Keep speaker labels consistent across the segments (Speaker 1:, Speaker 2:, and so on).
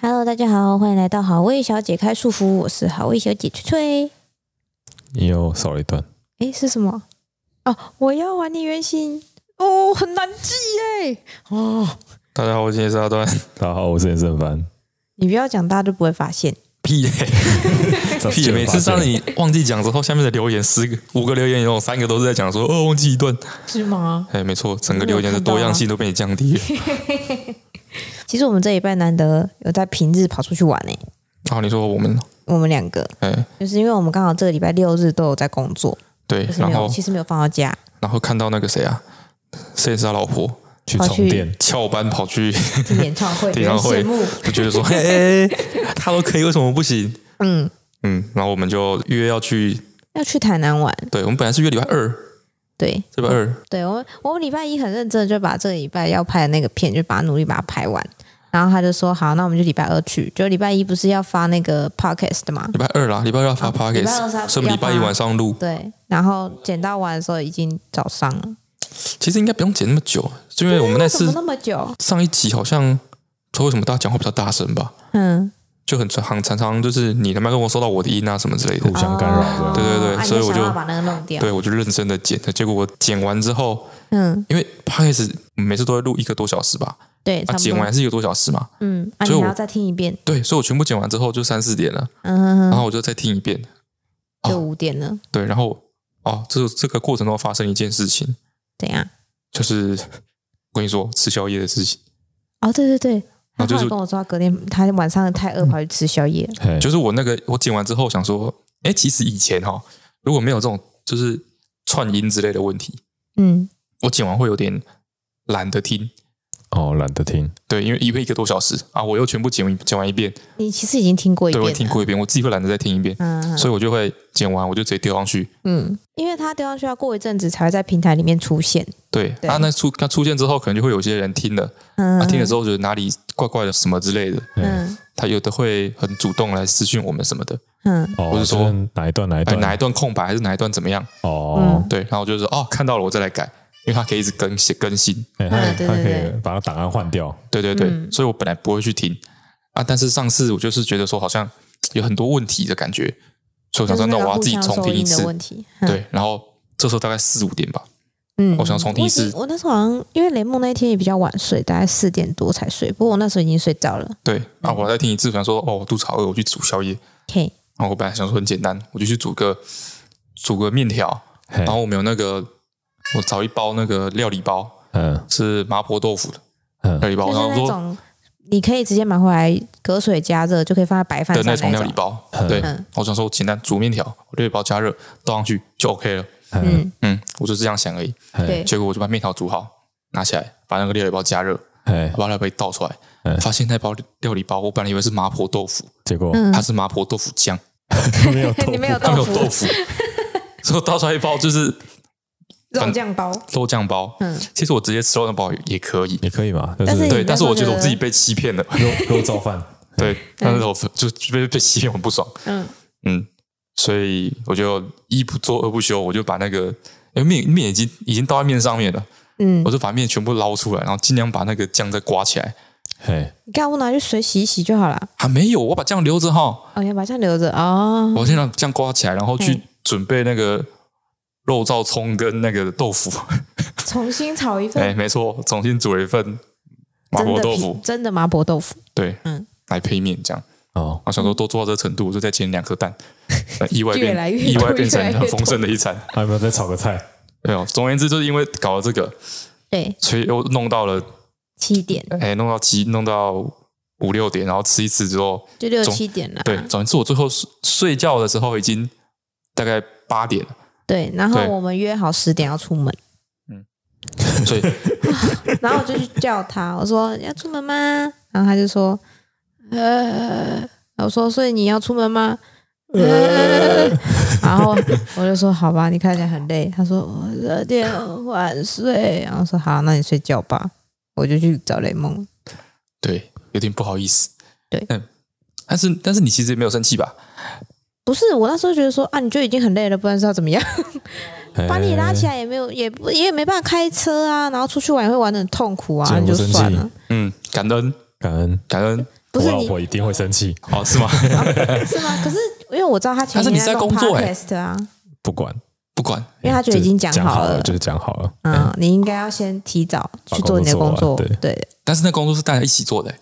Speaker 1: Hello，大家好，欢迎来到好味小姐开束缚，我是好味小姐翠翠。
Speaker 2: 你又少了一段，
Speaker 1: 诶，是什么？哦，我要还你原形。哦，很难记耶。哦，
Speaker 3: 大家好，我今天是 阿端。
Speaker 2: 大家好，我是严胜凡。
Speaker 1: 你不要讲，大家都不会发现。
Speaker 3: 屁嘞、屁、
Speaker 2: 这
Speaker 3: 每次
Speaker 2: 发
Speaker 3: 当
Speaker 2: 现
Speaker 3: 你忘记讲之后，下面的留言十个五个留言有三个都是在讲说哦忘记 一段。
Speaker 1: 是吗？
Speaker 3: 哎，没错，整个留言的多样性都被你降低了。
Speaker 1: 其实我们这一拜难得有在平日跑出去玩诶。
Speaker 3: 然后你说我们
Speaker 1: 我们两个
Speaker 3: 哎
Speaker 1: 就是因为我们刚好这个礼拜六日都有在工作，
Speaker 3: 对
Speaker 1: 可，是
Speaker 3: 然
Speaker 1: 没有，
Speaker 3: 后
Speaker 1: 其实没有放到家，
Speaker 3: 然后看到那个谁啊，摄影师他老婆
Speaker 2: 去
Speaker 1: 跑
Speaker 2: 充
Speaker 1: 去
Speaker 2: 电，
Speaker 3: 翘班 跑去，
Speaker 1: 听 演唱会，
Speaker 3: 演唱
Speaker 1: 别
Speaker 3: 会
Speaker 1: 人羡慕
Speaker 3: 就觉得 说嘿嘿嘿他都可以，为什么不行？
Speaker 1: 嗯，
Speaker 3: 嗯，然后我们就约要去，
Speaker 1: 要去台南玩。
Speaker 3: 对我们本来是约礼拜二，
Speaker 1: 对，
Speaker 3: 这礼拜二
Speaker 1: 对我，我们礼拜一很认真的就把这个礼拜要拍的那个片，就把它努力把它拍完。然后他就说好，那我们就礼拜二去。就礼拜一不是要发那个 podcast 的嘛？
Speaker 3: 礼拜二啦，礼拜二要发
Speaker 1: 哦礼拜二是要
Speaker 3: podcast，所以我们礼拜一晚上录，
Speaker 1: 对，然后剪到完的时候已经早上了。
Speaker 3: 其实应该不用剪那么久，是因为我们那
Speaker 1: 怎
Speaker 3: 次
Speaker 1: 哎么那么久？
Speaker 3: 上一集好像说为什么大家讲话比较大声吧，
Speaker 1: 嗯，
Speaker 3: 就很常常常就是你的麦克风收到我的音啊什么之
Speaker 1: 哦
Speaker 3: 类的
Speaker 2: 互。相干扰
Speaker 3: 对
Speaker 2: 的。
Speaker 3: 对对
Speaker 1: 啊你
Speaker 3: 所以我
Speaker 1: 想
Speaker 3: 就
Speaker 1: 要把那个弄掉。
Speaker 3: 对，我就认真的剪，结果我剪完之后，
Speaker 1: 嗯，
Speaker 3: 因为 p 开始每次都会录一个多小时吧，
Speaker 1: 对，差
Speaker 3: 啊，
Speaker 1: 不
Speaker 3: 剪
Speaker 1: 多
Speaker 3: 完。是一个多小时嘛，
Speaker 1: 嗯，啊，
Speaker 3: 所
Speaker 1: 你
Speaker 3: 以
Speaker 1: 还要
Speaker 3: 我
Speaker 1: 再听一遍。
Speaker 3: 对，所以我全部剪完之后就三四点了，
Speaker 1: 嗯，
Speaker 3: 然后我哦就再听一遍，哦
Speaker 1: 就五点了，
Speaker 3: 对，然后哦，这这个过程中发生一件事情，
Speaker 1: 怎样？
Speaker 3: 就是我跟你说吃宵夜的事情，
Speaker 1: 哦，对对对，他
Speaker 3: 啊就
Speaker 1: 后
Speaker 3: 是
Speaker 1: 来跟我说，他隔天他晚上太饿，跑去吃宵夜。
Speaker 2: 嘿
Speaker 3: 就是我那个我剪完之后想说，哎，其实以前哈、哦，如果没有这种就是串音之类的问题，
Speaker 1: 嗯，
Speaker 3: 我剪完会有点懒得听，
Speaker 2: 哦，懒得听，
Speaker 3: 对，因为一个一个多小时啊，我又全部剪剪完一遍，
Speaker 1: 你其实已经听过一
Speaker 3: 对
Speaker 1: 遍
Speaker 3: 我
Speaker 1: 了。
Speaker 3: 听过一遍，我自己会懒得再听一遍，
Speaker 1: 嗯。嗯
Speaker 3: 所以我就会剪完我就直接丢上去。
Speaker 1: 嗯，因为它丢上去要过一阵子才会在平台里面出现。
Speaker 3: 对，
Speaker 1: 对
Speaker 3: 啊，那出那出现之后，可能就会有些人听了，
Speaker 1: 嗯，
Speaker 3: 啊，听了之后觉得哪里怪怪的什么之类的，
Speaker 1: 嗯
Speaker 3: 他有的会很主动来私讯我们什么的，
Speaker 1: 嗯，
Speaker 2: 哦，
Speaker 3: 我是说
Speaker 2: 就是哪一段哪一
Speaker 3: 哎，
Speaker 2: 段
Speaker 3: 哪一段空白还是哪一段怎么样？
Speaker 2: 哦
Speaker 1: 嗯，
Speaker 3: 对，然后我就说哦，看到了我再来改，因为它可以一直更新更新。
Speaker 2: 嘿哎他
Speaker 1: 啊对对
Speaker 2: 他可
Speaker 1: 对
Speaker 2: 以把它档案换掉，
Speaker 3: 对对对，
Speaker 1: 嗯
Speaker 3: 所以我本来不会去听啊，但是上次我就是觉得说好像有很多问题的感觉，所以我想说
Speaker 1: 就是
Speaker 3: 那
Speaker 1: 个
Speaker 3: 我要
Speaker 1: 互
Speaker 3: 自己
Speaker 1: 相
Speaker 3: 重
Speaker 1: 收
Speaker 3: 听一
Speaker 1: 音
Speaker 3: 次
Speaker 1: 的，问题。嗯，
Speaker 3: 对，然后这时候大概四五点吧，
Speaker 1: 嗯
Speaker 3: 我想重听一次
Speaker 1: 我已经我那时候好像因为雷梦那一天也比较晚睡，大概四点多才睡，不过我那时候已经睡着了。
Speaker 3: 对，啊，
Speaker 1: 嗯
Speaker 3: 我再听一次，想说哦，我肚子好饿，我去煮宵夜。
Speaker 1: 嘿，
Speaker 3: 然后我本来想说很简单，我就去煮个煮个面条，
Speaker 2: 然
Speaker 3: 然后我们有那个我找一包那个料理包
Speaker 2: 嗯
Speaker 3: 是麻婆豆腐的
Speaker 2: 嗯
Speaker 3: 料理包，
Speaker 1: 就是
Speaker 3: 然后
Speaker 1: 那
Speaker 3: 说
Speaker 1: 种你可以直接买回来隔水加热，就可以放在白饭
Speaker 3: 的
Speaker 1: 上
Speaker 3: 那种料
Speaker 1: 种
Speaker 3: 理。包，
Speaker 2: 嗯
Speaker 3: 对
Speaker 1: 嗯，
Speaker 3: 我想说简单煮面条，料理包加热倒上去就 OK 了，
Speaker 2: 嗯
Speaker 1: 嗯，
Speaker 3: 嗯，我就这样想而已。
Speaker 2: 嘿
Speaker 1: 对
Speaker 3: 结果我就把面条煮好，拿起来把那个料理包加热，
Speaker 1: 嗯
Speaker 2: 嘿，
Speaker 3: 把料理包倒出来，
Speaker 2: 嗯
Speaker 3: 发现那包料理包我本来以为是麻婆豆腐，
Speaker 2: 结果
Speaker 1: 嗯
Speaker 3: 它是麻婆豆腐酱，
Speaker 2: 没有
Speaker 1: 你
Speaker 2: 动
Speaker 1: 没有
Speaker 3: 它没
Speaker 1: 豆
Speaker 3: 有
Speaker 1: 腐，
Speaker 3: 豆 腐，所以我倒出来一包就是
Speaker 1: 肉酱包。
Speaker 3: 肉酱包。
Speaker 1: 嗯，
Speaker 3: 其实我直接吃肉酱包也可以，
Speaker 2: 也可以嘛，
Speaker 1: 但
Speaker 2: 但
Speaker 1: 是
Speaker 2: 是
Speaker 1: 你
Speaker 3: 对，
Speaker 1: 那
Speaker 3: 但
Speaker 1: 时
Speaker 3: 是
Speaker 1: 候
Speaker 3: 我觉
Speaker 1: 觉
Speaker 3: 得
Speaker 1: 得
Speaker 3: 我自己被欺骗 了，
Speaker 2: 肉肉燥饭，
Speaker 3: 对，但是我就被被欺骗，我不爽，
Speaker 1: 嗯
Speaker 3: 嗯，所以我就一不做二不休，我就把那个因为面面已经已经倒在面上面了，
Speaker 1: 嗯
Speaker 3: 我，就把面全部捞出来，然后尽量把那个酱再刮起来。
Speaker 2: 嘿，
Speaker 1: 你干我拿去水洗一洗就好了。
Speaker 3: 啊，没有，我把酱留着哈，
Speaker 1: 哦，你要把酱留着哦。
Speaker 3: 我先让酱刮起来，然后去
Speaker 1: 嗯
Speaker 3: 准备那个肉燥葱跟那个豆 腐。
Speaker 1: 重新炒一份
Speaker 3: 哎，没错，重新煮了一份麻
Speaker 1: 真
Speaker 3: 婆
Speaker 1: 的
Speaker 3: 豆
Speaker 1: 皮
Speaker 3: 腐，
Speaker 1: 真的麻婆豆腐。
Speaker 3: 对，
Speaker 1: 嗯
Speaker 3: 嗯，来配面这样。
Speaker 2: 哦，
Speaker 3: 我想说都做到这程度，我就再煎两颗 蛋，呃意外
Speaker 1: 越
Speaker 3: 变
Speaker 1: 来越多
Speaker 3: 意外变成
Speaker 1: 越来越多
Speaker 3: 很丰盛的一餐。
Speaker 2: 还有没有再炒个菜？
Speaker 3: 没有，总而言之，就是因为搞了这个，
Speaker 1: 对，
Speaker 3: 所以又弄到了，
Speaker 1: 七点
Speaker 3: 哎，弄到七，弄到五六点，然后吃一次之后，
Speaker 1: 就六
Speaker 3: 总
Speaker 1: 七点啊啦。
Speaker 3: 对，总而言之，我最后睡睡觉的时候已经大概八点了，
Speaker 1: 对然后
Speaker 3: 对
Speaker 1: 我们约好十点要出门，
Speaker 3: 所以
Speaker 1: 然后我就去叫他，我说要出门吗？然后他就说，呃，我说所以你要出门吗？呃，然后我就说好吧，你看起来很累。他说我有点晚睡，然后说好，那你睡觉吧。我就去找雷梦，
Speaker 3: 对，有点不好意思。
Speaker 1: 对
Speaker 3: 嗯，但是但是你其实也没有生气吧？
Speaker 1: 不是我那时候觉得说啊，你就已经很累了，不然是要怎么样？ 把你拉起来也没有，也不也没办法开车啊，然后出去玩也会玩的很痛苦啊，
Speaker 2: 见
Speaker 1: 你
Speaker 2: 不
Speaker 1: 就
Speaker 2: 生
Speaker 1: 算
Speaker 2: 气
Speaker 1: 了。
Speaker 3: 嗯，感恩
Speaker 2: 感恩。
Speaker 3: 感恩，
Speaker 1: 不是
Speaker 2: 我老
Speaker 1: 你
Speaker 2: 婆一定会生气，
Speaker 3: 哦，是吗？
Speaker 1: 是吗？可是因为我知道他前
Speaker 3: 但是
Speaker 1: 面
Speaker 3: 你是在
Speaker 1: 弄
Speaker 3: 工作欸
Speaker 1: podcast 啊，
Speaker 2: 不管，
Speaker 3: 不管，
Speaker 1: 因为他觉得已经讲
Speaker 2: 就是讲
Speaker 1: 好了
Speaker 2: 了，就是讲好了。
Speaker 1: 嗯，你应该要先提早去做你的工作
Speaker 2: 把工作做完，
Speaker 1: 对，
Speaker 3: 但是那工作是大家一起做的、欸。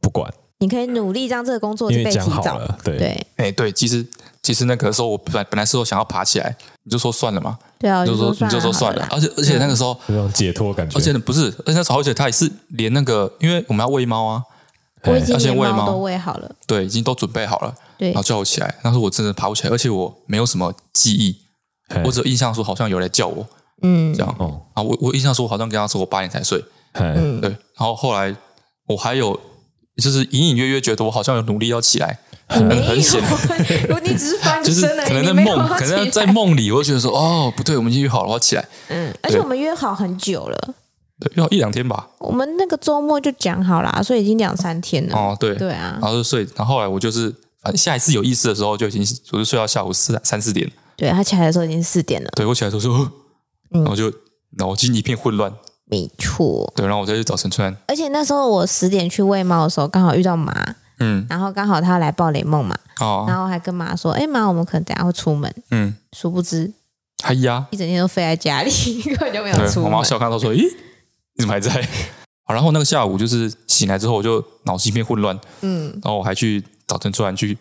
Speaker 2: 不管，
Speaker 1: 你可以努力让这个工作
Speaker 2: 因
Speaker 1: 就
Speaker 2: 为
Speaker 1: 被提
Speaker 2: 讲好
Speaker 1: 早，
Speaker 2: 了，对，
Speaker 1: 对
Speaker 3: 哎、对，其实其实那个时候我本来本来是我想要爬起来，你就说算了嘛，
Speaker 1: 对啊，我
Speaker 3: 你就说
Speaker 1: 说
Speaker 3: 你就说算了，
Speaker 1: 好啦
Speaker 3: 而且而且那个时候，
Speaker 2: 那种解脱感觉
Speaker 3: 而。且不是，而且那时候而且他也是连那个，因为我们要喂猫啊，
Speaker 1: 我已经
Speaker 3: 而且
Speaker 1: 连
Speaker 3: 喂
Speaker 1: 猫
Speaker 3: 猫
Speaker 1: 都喂好了，
Speaker 3: 对，已经都准备好了，
Speaker 1: 对
Speaker 3: 然后叫我起来，但是我真的爬不起来，而且我没有什么记忆，
Speaker 2: 嘿
Speaker 3: 我只有印象说好像有人来叫我
Speaker 1: 嗯
Speaker 3: 这，样
Speaker 2: 哦，
Speaker 3: 啊，我我印象说我好像跟他说我八点才睡，
Speaker 2: 嘿，
Speaker 1: 嗯
Speaker 3: 对，然后后来我还有就是隐隐约约觉得我好像有努力要起来，
Speaker 1: 你没
Speaker 3: 很显
Speaker 1: 有，你只是翻
Speaker 3: 就是
Speaker 1: 身而
Speaker 3: 可
Speaker 1: 已，
Speaker 3: 能
Speaker 1: 你
Speaker 3: 在
Speaker 1: 没有
Speaker 3: 梦，可能
Speaker 1: 起
Speaker 3: 在
Speaker 1: 来。
Speaker 3: 梦里，我就觉得说哦不对，我们已经约好了，我要起来，
Speaker 1: 嗯，而且
Speaker 3: 对
Speaker 1: 我们约好很久了，
Speaker 3: 对，约好一两天吧，
Speaker 1: 我们那个周末就讲好啦，所以已经两三天了。
Speaker 3: 哦对，
Speaker 1: 对啊
Speaker 3: 然，后就睡，然后后来我就是反正下一次有意识的时候就已经我就睡到下午四三四点，
Speaker 1: 对他起来的时候已经四点了，
Speaker 3: 对我起来的时候说，哦
Speaker 1: 嗯
Speaker 3: 然后就脑筋一片混乱，
Speaker 1: 没错。
Speaker 3: 对，然后我再去找陈川，
Speaker 1: 而且那时候我十点去喂猫的时候，刚好遇到马，
Speaker 3: 嗯
Speaker 1: 然后刚好他来抱雷梦嘛，
Speaker 3: 哦
Speaker 1: 然后我还跟马说：“哎、马，我们可能等一下会出门。
Speaker 3: 嗯”，
Speaker 1: 殊不知
Speaker 3: 嗨呀，
Speaker 1: 一整天都飞在家里， 根本就没有
Speaker 3: 对
Speaker 1: 出
Speaker 3: 我
Speaker 1: 门。
Speaker 3: 妈笑看到说，咦，你怎么还在？ 好，然后那个下午就是醒来之后，我就脑筋一片混乱，
Speaker 1: 嗯，
Speaker 3: 然后我还去找陈川去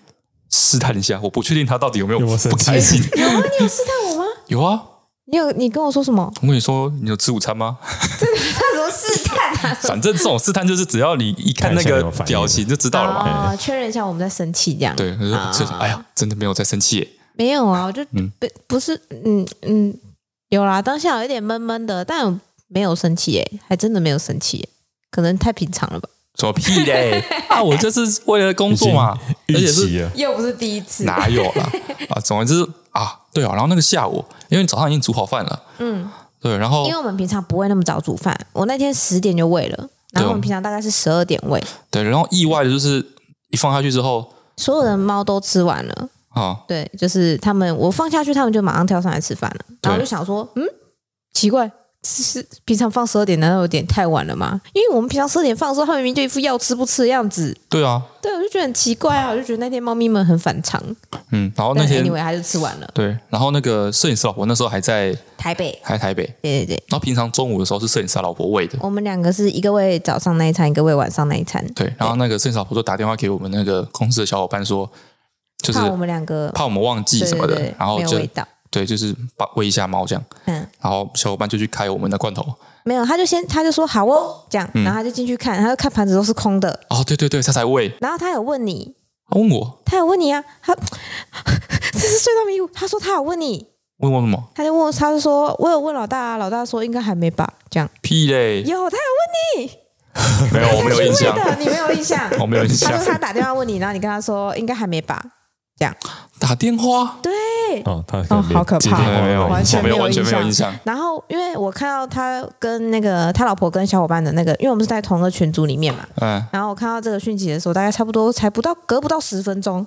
Speaker 3: 试探一下，我不确定他到底有没有
Speaker 2: 有没有生
Speaker 3: 不
Speaker 2: 气
Speaker 3: 开心，
Speaker 1: 有吗？你有试探我吗？
Speaker 3: 有啊。
Speaker 1: 你有？你跟我说什么？
Speaker 3: 我跟你说，你有吃午 餐吗？
Speaker 1: 他说试探啊？
Speaker 3: 反正这种试探就是，只要你一看那
Speaker 2: 看一下有没
Speaker 3: 个
Speaker 2: 有反应
Speaker 3: 表情就知道了嘛。
Speaker 1: 哦，确认一下我们在生气这样。
Speaker 3: 对，我就
Speaker 1: 啊
Speaker 3: 就是哎呀，真的没有在生气耶。
Speaker 1: 没有啊，我就
Speaker 3: 嗯
Speaker 1: 不不是，嗯嗯，有啦，当下有一点闷闷的，但我没有生气耶，还真的没有生气耶，可能太平常了吧，
Speaker 3: 什么屁 嘞！啊，我这是为了工
Speaker 2: 已经
Speaker 3: 作嘛，而且
Speaker 2: 预
Speaker 3: 是
Speaker 2: 期了，
Speaker 1: 又不是第一次
Speaker 3: 哪有啦？啊，总而就是啊，对啊。然后那个下午，因为早上已经煮好饭了，
Speaker 1: 嗯，
Speaker 3: 对，然后
Speaker 1: 因为我们平常不会那么早煮饭，我那天十点就喂了，然后我
Speaker 3: 哦对哦
Speaker 1: 们平常大概是十二点喂，
Speaker 3: 对，然后意外的就是一放下去之后
Speaker 1: 所有的猫都吃完了，
Speaker 3: 啊，
Speaker 1: 对，就是他们我放下去，他们就马上跳上来吃饭了，然后我就想说，嗯，奇怪。是是，平常放十二点，难道有点太晚了吗？因为我们平常十二点放的时候，它明明就一副要吃不吃的样子。
Speaker 3: 对啊，
Speaker 1: 对，我就觉得很奇怪啊，我就觉得那天猫咪们很反常。
Speaker 3: 嗯，然后那
Speaker 1: 但是
Speaker 3: 天
Speaker 1: anyway，它就吃完了。
Speaker 3: 对，然后那个摄影师老婆那时候还在
Speaker 1: 台北，
Speaker 3: 还在台北，
Speaker 1: 对对对，
Speaker 3: 然后平常中午的时候是摄影师老婆喂的，
Speaker 1: 我们两个是一个喂早上那一餐，一个喂晚上那一餐。
Speaker 3: 对，然后那个摄影师老婆就打电话给我们那个公司的小伙伴说，就是
Speaker 1: 怕我们两个
Speaker 3: 怕我们忘记
Speaker 1: 对
Speaker 3: 什么
Speaker 1: 对
Speaker 3: 的
Speaker 1: 对，
Speaker 3: 然后
Speaker 1: 没有
Speaker 3: 就
Speaker 1: 味道。
Speaker 3: 对，就是把喂一下猫这样，
Speaker 1: 嗯，
Speaker 3: 然后小伙伴就去开我们的罐头。
Speaker 1: 没有，他就先他就说好哦，这样，
Speaker 3: 嗯
Speaker 1: 然后他就进去看，他就看盘子都是空的，
Speaker 3: 哦，对对对，他才喂。
Speaker 1: 然后他有问你，
Speaker 3: 他问我，
Speaker 1: 他有问你啊， 他这是隧道迷雾，他说他有问你，
Speaker 3: 问我什么？
Speaker 1: 他就问我，他就说我有问老大、啊，老大说应该还没吧，这样
Speaker 3: 屁嘞！
Speaker 1: 有他有问你，
Speaker 3: 没有，嗯我没有印象
Speaker 1: 他，是喂的，你没有印象，
Speaker 3: 哦我没有印 象
Speaker 1: 他。说他打电话问你，然后你跟他说应该还没吧，这样
Speaker 3: 打电话？
Speaker 1: 对。
Speaker 2: 哦，他
Speaker 1: 哦好可怕
Speaker 3: 没有
Speaker 1: 对
Speaker 3: 没有，
Speaker 1: 完
Speaker 3: 我
Speaker 1: 全
Speaker 3: 没有
Speaker 1: 没有
Speaker 3: 完全没
Speaker 1: 印
Speaker 3: 有
Speaker 1: 象
Speaker 3: 印象。
Speaker 1: 然后，因为我看到他跟那个他老婆跟小伙伴的那个，因为我们是在同一个群组里面嘛，
Speaker 3: 嗯，
Speaker 1: 然后我看到这个讯息的时候，大概差不多才不到隔不到十分钟，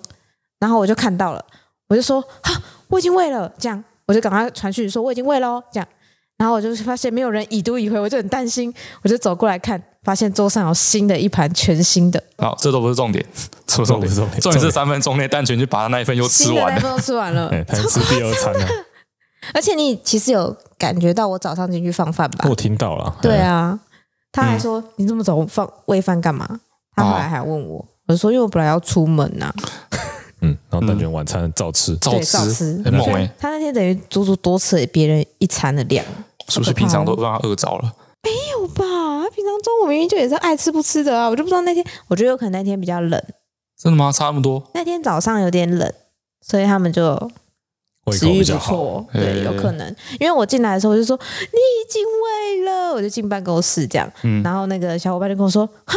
Speaker 1: 然后我就看到了，我就说啊，我已经喂了，这样我就赶快传讯说我已经喂了哦，这样，然后我就发现没有人已读已回，我就很担心，我就走过来看，发现桌上有新的一盘全新的，
Speaker 3: 好，这都不是重点，什么重点？
Speaker 2: 这都
Speaker 3: 重
Speaker 2: 不是重点
Speaker 3: 点是三分钟内蛋卷就把他那一份又吃
Speaker 1: 新的
Speaker 3: 完
Speaker 1: 奶
Speaker 3: 了。
Speaker 1: 粉都吃完了
Speaker 2: 哎，，他吃第二餐啊了，
Speaker 1: 而且你其实有感觉到我早上进去放饭吧？
Speaker 2: 我听到了，哎
Speaker 1: 对啊，他还说、你这么早放喂饭干嘛？他后来还问我，我就说因为我本来要出门啊呐、
Speaker 2: 嗯，然后蛋卷晚餐照吃，
Speaker 3: 照
Speaker 1: 对照吃
Speaker 3: 吃，很猛哎！
Speaker 1: 他那天等于足足多吃了别人一餐的量，
Speaker 3: 是不是平常都让他饿着了？
Speaker 1: 有吧？他平常中午明明就也是爱吃不吃的啊，我就不知道那天，我觉得有可能那天比较冷，
Speaker 3: 真的吗？差那么多？
Speaker 1: 那天早上有点冷，所以他们就
Speaker 2: 胃
Speaker 1: 食欲
Speaker 2: 口比
Speaker 1: 不
Speaker 2: 较好，
Speaker 1: 错，
Speaker 3: 嘿
Speaker 1: 对，有可能。因为我进来的时候我就说你已经喂了，我就进办公室这样，
Speaker 3: 嗯
Speaker 1: 然后那个小伙伴就跟我说哈，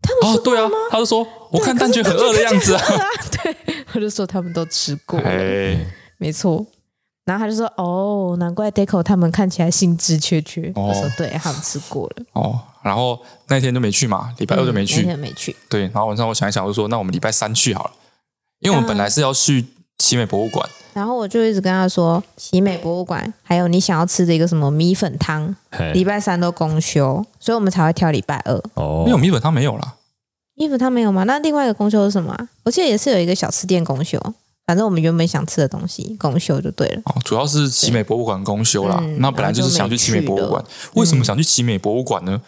Speaker 1: 他们
Speaker 3: 哦
Speaker 1: 吃，
Speaker 3: 对啊，他就说我看蛋卷很饿的 样子啊。
Speaker 1: 我就说他们都吃过了，
Speaker 3: 哎，
Speaker 1: 没错。然后他就说：“哦，难怪 Deco 他们看起来兴致缺缺。
Speaker 3: 哦
Speaker 1: 我说：“对，他们吃过了，
Speaker 3: 哦，然后那天就没去嘛，礼拜二就
Speaker 1: 嗯
Speaker 3: 没
Speaker 1: 那
Speaker 3: 去。
Speaker 1: 天没去。
Speaker 3: 对，然后晚上我想一想，我就说那我们礼拜三去好了，因为我们本来是要去奇美博物馆，
Speaker 1: 然后我就一直跟他说，奇美博物馆还有你想要吃的一个什么米粉汤，
Speaker 3: 哎
Speaker 2: 嘿
Speaker 1: 礼拜三都公休，所以我们才会挑礼拜二。
Speaker 2: 哦
Speaker 3: 因为我，们米本汤没有啦，
Speaker 1: 米粉汤没有吗？那另外一个公休是什么啊、我记得也是有一个小吃店公休，反正我们原本想吃的东西公休就对了。
Speaker 3: 哦，主要是奇美博物馆公休啦
Speaker 1: 嗯。
Speaker 3: 那本来就是想去奇美博物馆，为什么想去奇美博物馆呢？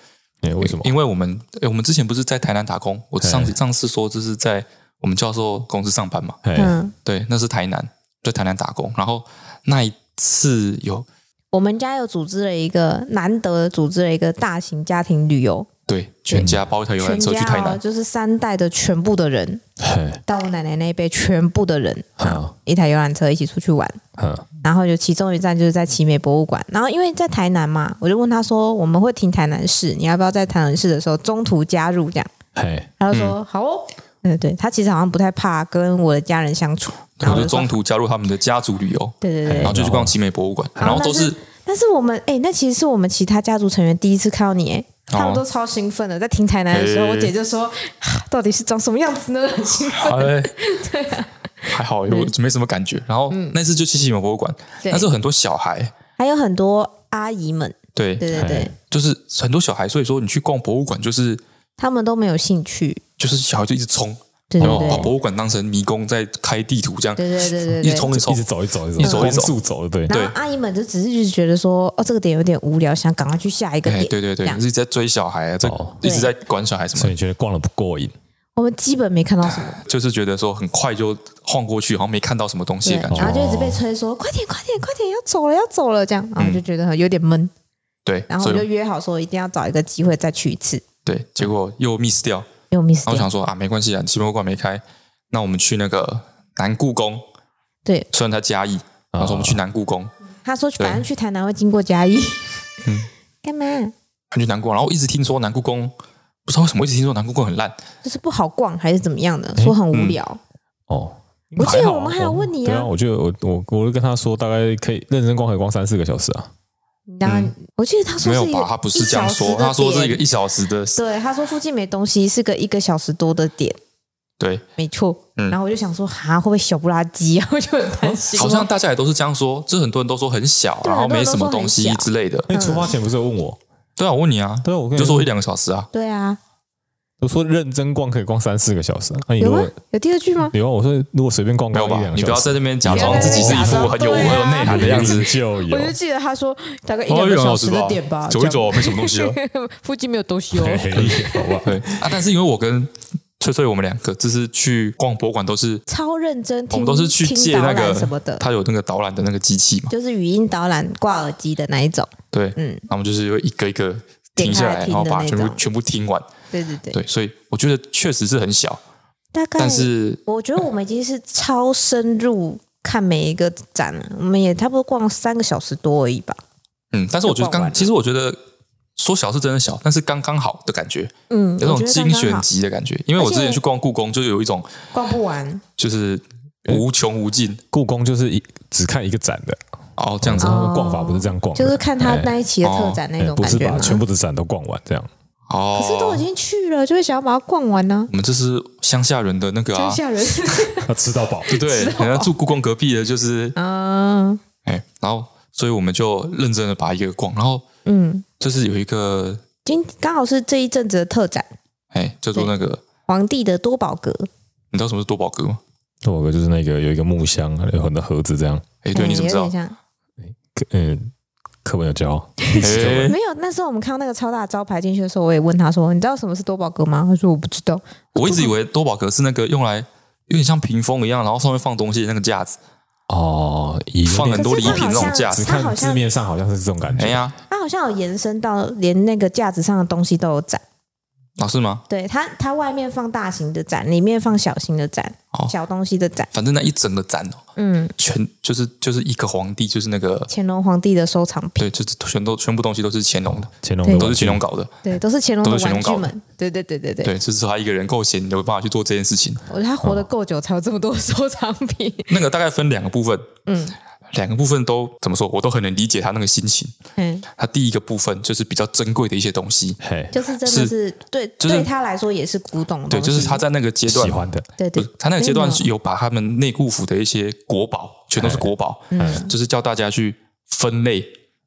Speaker 2: 哎为什么？
Speaker 3: 因为我们诶我们之前不是在台南打工，我上次上次说这是在我们教授公司上班嘛，
Speaker 2: 嘿
Speaker 1: 嗯，
Speaker 3: 对，那是台南，在台南打工，然后那一次有
Speaker 1: 我们家又组织了一个难得组织了一个大型家庭旅游，
Speaker 3: 对全
Speaker 2: 嗯
Speaker 3: 家包一条游
Speaker 1: 全
Speaker 3: 览车去
Speaker 1: 家
Speaker 3: 台
Speaker 1: 哦
Speaker 3: 南，
Speaker 1: 就是三代的全部的人，
Speaker 2: 嘿，
Speaker 1: 到我奶奶那一辈全部的人，哦
Speaker 2: 好，
Speaker 1: 一台游览车一起出去玩。
Speaker 2: 嗯，
Speaker 1: 然后有其中一站就是在奇美博物馆，然后因为在台南嘛，我就问他说我们会停台南市，你要不要在台南市的时候中途加入这样？
Speaker 2: 嘿，
Speaker 1: 他就说、好哦，嗯，对他其实好像不太怕跟我的家人相处，然
Speaker 3: 然
Speaker 1: 后
Speaker 3: 后
Speaker 1: 我
Speaker 3: 就
Speaker 1: 就说
Speaker 3: 中途加入他们的家族旅游，
Speaker 1: 对对对
Speaker 3: 然后
Speaker 1: 对，
Speaker 3: 就去逛奇美博物馆，
Speaker 1: 然
Speaker 3: 然
Speaker 1: 后
Speaker 3: 后都
Speaker 1: 但是
Speaker 3: 是
Speaker 1: 但是我们哎、那其实是我们其他家族成员第一次看到你哎。
Speaker 3: 哦
Speaker 1: 他们都超兴奋的，在停台南的时候，
Speaker 3: 哎
Speaker 1: 我姐就说：“啊到底是长什么样子呢？”很兴奋。
Speaker 3: 哎，
Speaker 1: 啊
Speaker 3: 还好我没什么感觉。然后那次就去奇美博物馆，
Speaker 1: 嗯对
Speaker 3: 那时候很多小孩，
Speaker 1: 还有很多阿姨们，
Speaker 3: 对，
Speaker 1: 对对对
Speaker 2: 哎，
Speaker 3: 就是很多小孩，所以说你去逛博物馆就是
Speaker 1: 他们都没有兴趣。
Speaker 3: 就是小孩就一直冲，
Speaker 1: 对
Speaker 3: 然
Speaker 1: 对
Speaker 3: 后哦把
Speaker 1: 对
Speaker 3: 博物馆当成迷宫在开地图这样，
Speaker 1: 对对对对
Speaker 3: 一
Speaker 1: 对
Speaker 3: 直。冲一直
Speaker 2: 一
Speaker 3: 冲
Speaker 2: 直，走一直走一直
Speaker 3: 一直走
Speaker 2: 光
Speaker 3: 一直走
Speaker 2: 速走的，对，
Speaker 1: 然后
Speaker 3: 对
Speaker 1: 阿姨们就只是就是觉得说，哦，这个点有点无聊，想赶快去下一个
Speaker 3: 哎，
Speaker 1: 点。
Speaker 3: 对对对，
Speaker 1: 这
Speaker 3: 一
Speaker 1: 样
Speaker 3: 直在追小孩啊，这
Speaker 2: 哦
Speaker 3: 一直在管小孩什
Speaker 2: 所
Speaker 3: 么
Speaker 2: 以，你觉得逛的不过瘾，
Speaker 1: 我们基本没看到什么，
Speaker 3: 就是觉得说很快就晃过去，好像没看到什么东西
Speaker 1: 对
Speaker 3: 的感，觉。
Speaker 1: 然后就一直被催说，快点快点快点，要走了要走了这
Speaker 3: 嗯
Speaker 1: 样，然后就觉得有点闷，
Speaker 3: 对，
Speaker 1: 然后
Speaker 3: 所
Speaker 1: 我们就
Speaker 3: 以
Speaker 1: 约好说一定要找一个机会再去一次，
Speaker 3: 对，结果又 miss 掉。
Speaker 1: 因为我 miss
Speaker 3: 然后我
Speaker 1: 掉
Speaker 3: 想。说啊，没关系啊，奇博馆没开，那我们去那个南故宫，
Speaker 1: 对，
Speaker 3: 虽然它嘉
Speaker 1: 哦
Speaker 3: 义，然后说我们去南故宫，
Speaker 1: 他说
Speaker 3: 对
Speaker 1: 反正去台南会经过嘉义，
Speaker 3: 嗯
Speaker 1: 干嘛？
Speaker 3: 去南故宫，然后一直听说南故宫，不知道为什么一直听说南故宫很烂，
Speaker 1: 就是不好逛还是怎么样
Speaker 3: 哎
Speaker 1: 的？说很无聊，
Speaker 3: 嗯
Speaker 2: 哦。
Speaker 1: 我记得
Speaker 2: 好啊
Speaker 1: 我们还有问你啊
Speaker 2: 对啊，我就我我我就跟他说，大概可以认真逛，可以逛三四个小时啊。
Speaker 1: 然后我记得他说
Speaker 3: 嗯没有
Speaker 1: 是一
Speaker 3: 吧？
Speaker 1: 个
Speaker 3: 他不
Speaker 1: 一
Speaker 3: 是这样
Speaker 1: 小时
Speaker 3: 说，
Speaker 1: 的
Speaker 3: 他说是一个
Speaker 1: 点
Speaker 3: 一小时的，
Speaker 1: 对，他说附近没东西，是个一个小时多的点，
Speaker 3: 对，
Speaker 1: 没错。
Speaker 3: 嗯
Speaker 1: 然后我就想说，哈，会不会小不拉几啊？我 就很担心。
Speaker 3: 好像大家也都是这样说，就是很多人都说很小，
Speaker 1: 对啊
Speaker 3: 然后没什么
Speaker 1: 很多人都说
Speaker 3: 东
Speaker 1: 很
Speaker 3: 西
Speaker 1: 小
Speaker 3: 之类的。
Speaker 1: 嗯
Speaker 2: 哎，出发前不是有问我？
Speaker 3: 对啊，我问你啊，
Speaker 2: 对啊，我跟
Speaker 3: 你
Speaker 2: 你
Speaker 3: 就说一两个小时啊，
Speaker 1: 对啊，
Speaker 2: 我说认真逛可以逛三四个小时啊。那你如
Speaker 1: 有吗
Speaker 2: 果？
Speaker 1: 有第二句吗？
Speaker 2: 有啊，我说如果随便逛
Speaker 3: 没
Speaker 2: 逛
Speaker 3: 有
Speaker 2: 一
Speaker 3: 吧
Speaker 2: 两？个
Speaker 3: 你不
Speaker 2: 小
Speaker 3: 要在
Speaker 2: 时，
Speaker 3: 那边假
Speaker 1: 不要
Speaker 3: 装自己是一副
Speaker 1: 在那边假
Speaker 3: 很有
Speaker 1: 装
Speaker 3: 很
Speaker 1: 对
Speaker 3: 有
Speaker 1: 啊
Speaker 3: 内涵的样子。
Speaker 2: 就有
Speaker 1: 我就记得他说大概一
Speaker 3: 哦，
Speaker 1: 两
Speaker 3: 一
Speaker 1: 个
Speaker 3: 两个
Speaker 1: 小
Speaker 3: 小
Speaker 1: 时
Speaker 3: 时
Speaker 1: 的点吧
Speaker 3: 吧，，走一走，没什么 东西啊。
Speaker 1: 这样，附近没有东西哦。
Speaker 2: 嘿嘿好吧？
Speaker 3: 对啊，但是因为我跟翠翠我们两个，就是去逛博物馆都是
Speaker 1: 超认真
Speaker 3: 我
Speaker 1: 听，
Speaker 3: 们都是去
Speaker 1: 听
Speaker 3: 借
Speaker 1: 导
Speaker 3: 那
Speaker 1: 览
Speaker 3: 个
Speaker 1: 什么的，
Speaker 3: 它有那个导览的那个机器嘛，
Speaker 1: 就是语音导览挂耳机的那一种。
Speaker 3: 对，
Speaker 1: 嗯，
Speaker 3: 那我们就是会一个一个停下
Speaker 1: 点开来
Speaker 3: 来，
Speaker 1: 听
Speaker 3: 然后
Speaker 1: 的
Speaker 3: 把
Speaker 1: 那
Speaker 3: 全部
Speaker 1: 种
Speaker 3: 全部听完。
Speaker 1: 对对对，
Speaker 3: 对，所以我觉得确实是很小，
Speaker 1: 大概。
Speaker 3: 但是
Speaker 1: 我觉得我们已经是超深入看每一个展了，我们也差不多逛了三个小时多而已吧。
Speaker 3: 嗯，但是我觉得
Speaker 1: 就逛完
Speaker 3: 刚
Speaker 1: 了
Speaker 3: 其实我觉得说小是真的小，但是刚刚好的感觉，
Speaker 1: 嗯，
Speaker 3: 有那
Speaker 1: 我
Speaker 3: 种
Speaker 1: 觉得
Speaker 3: 精
Speaker 1: 刚刚
Speaker 3: 选
Speaker 1: 好
Speaker 3: 集的感觉。因为我之前去逛故宫，就有一种
Speaker 1: 逛不完，
Speaker 3: 就是无穷无尽
Speaker 2: 故宫就是一只看一个展的，
Speaker 3: 哦，这样子
Speaker 2: 他
Speaker 1: 哦
Speaker 2: 们逛法不是这样逛的，
Speaker 1: 就是看他
Speaker 2: 哎
Speaker 1: 那一期的特展那
Speaker 2: 哎
Speaker 1: 种
Speaker 2: 不
Speaker 1: 感
Speaker 2: 是
Speaker 1: 觉
Speaker 2: 把
Speaker 1: 吗？
Speaker 2: 全部的展都逛完这样。
Speaker 3: 哦。
Speaker 1: 可是都已经去了，就会想要把它逛完呢、
Speaker 3: 我们这是乡下人的那个
Speaker 1: 乡
Speaker 3: 啊，
Speaker 1: 下人
Speaker 2: 要吃到饱，
Speaker 3: 对对， 人家住故宫隔壁的，就是
Speaker 1: 啊，
Speaker 3: 哎，然后所以我们就认真的把一个逛，然后
Speaker 1: 嗯，
Speaker 3: 就是有一个
Speaker 1: 今刚好是这一阵子的特展，
Speaker 3: 哎叫做那个，
Speaker 1: 皇帝的多宝阁，
Speaker 3: 你知道什么是多宝阁吗？
Speaker 2: 我哥就是那个有一个木箱，有很多盒子这样。
Speaker 3: 哎，对，
Speaker 1: 嗯
Speaker 3: 你怎么知道
Speaker 1: 有点？像
Speaker 2: 课嗯，课本有教，历史课本
Speaker 3: 哎，
Speaker 1: 没有，那时候我们看到那个超大的招牌进去的时候，我也问他说：“你知道什么是多宝阁吗？”他说：“我不知道。
Speaker 3: 我一直以为多宝阁是那个用来有点像屏风一样，然后上面放东西的那个架子。
Speaker 2: 哦，也有
Speaker 3: 放
Speaker 2: 点
Speaker 3: 很。多
Speaker 1: 可是它
Speaker 3: 礼品那种
Speaker 1: 好像
Speaker 3: 架子
Speaker 2: 只
Speaker 1: 它好
Speaker 2: 看字
Speaker 1: 像
Speaker 2: 面上好像是这种感
Speaker 3: 哎
Speaker 2: 觉，
Speaker 3: 呀，
Speaker 1: 它好像有延伸到连那个架子上的东西都有展。
Speaker 3: 老师哦吗？
Speaker 1: 对它，它外面放大型的展，里面放小型的展，
Speaker 3: 哦
Speaker 1: 小东西的展。
Speaker 3: 反正那一整个展哦，
Speaker 1: 嗯，
Speaker 3: 全就是就是一个皇帝，就是那个
Speaker 1: 乾隆皇帝的收藏品，
Speaker 3: 对，就是全都全部东西都是乾隆的，
Speaker 2: 乾隆的
Speaker 3: 都
Speaker 2: 玩
Speaker 3: 是
Speaker 2: 具
Speaker 3: 乾隆搞的。
Speaker 1: 对，都是乾隆的
Speaker 3: 都是
Speaker 1: 玩
Speaker 3: 乾隆
Speaker 1: 具
Speaker 3: 搞的
Speaker 1: 们。对对对对对，
Speaker 3: 对，就是他一个人够闲，有办法去做这件事情。
Speaker 1: 嗯 我觉得他活得够久，才有这么多收藏品。
Speaker 3: 那个大概分两个部分，嗯，两个部分都怎么说，我都很能理解他那个心情。
Speaker 1: 嗯，
Speaker 3: 他第一个部分就是比较珍贵的一些东西，
Speaker 2: 嘿，
Speaker 1: 就是真的
Speaker 3: 是
Speaker 1: 是对
Speaker 3: 就是
Speaker 1: 对他来说也哦是古董的
Speaker 3: 对，
Speaker 1: 东西，
Speaker 3: 就是他在那个阶段
Speaker 2: 喜欢的，
Speaker 1: 对
Speaker 3: 不
Speaker 1: 对
Speaker 3: 是，他那个阶段是
Speaker 1: 没有
Speaker 3: 有把他们内裤服的一些国宝，全都
Speaker 2: 哎
Speaker 3: 是国宝，
Speaker 1: 嗯
Speaker 3: 就是叫大家去分类，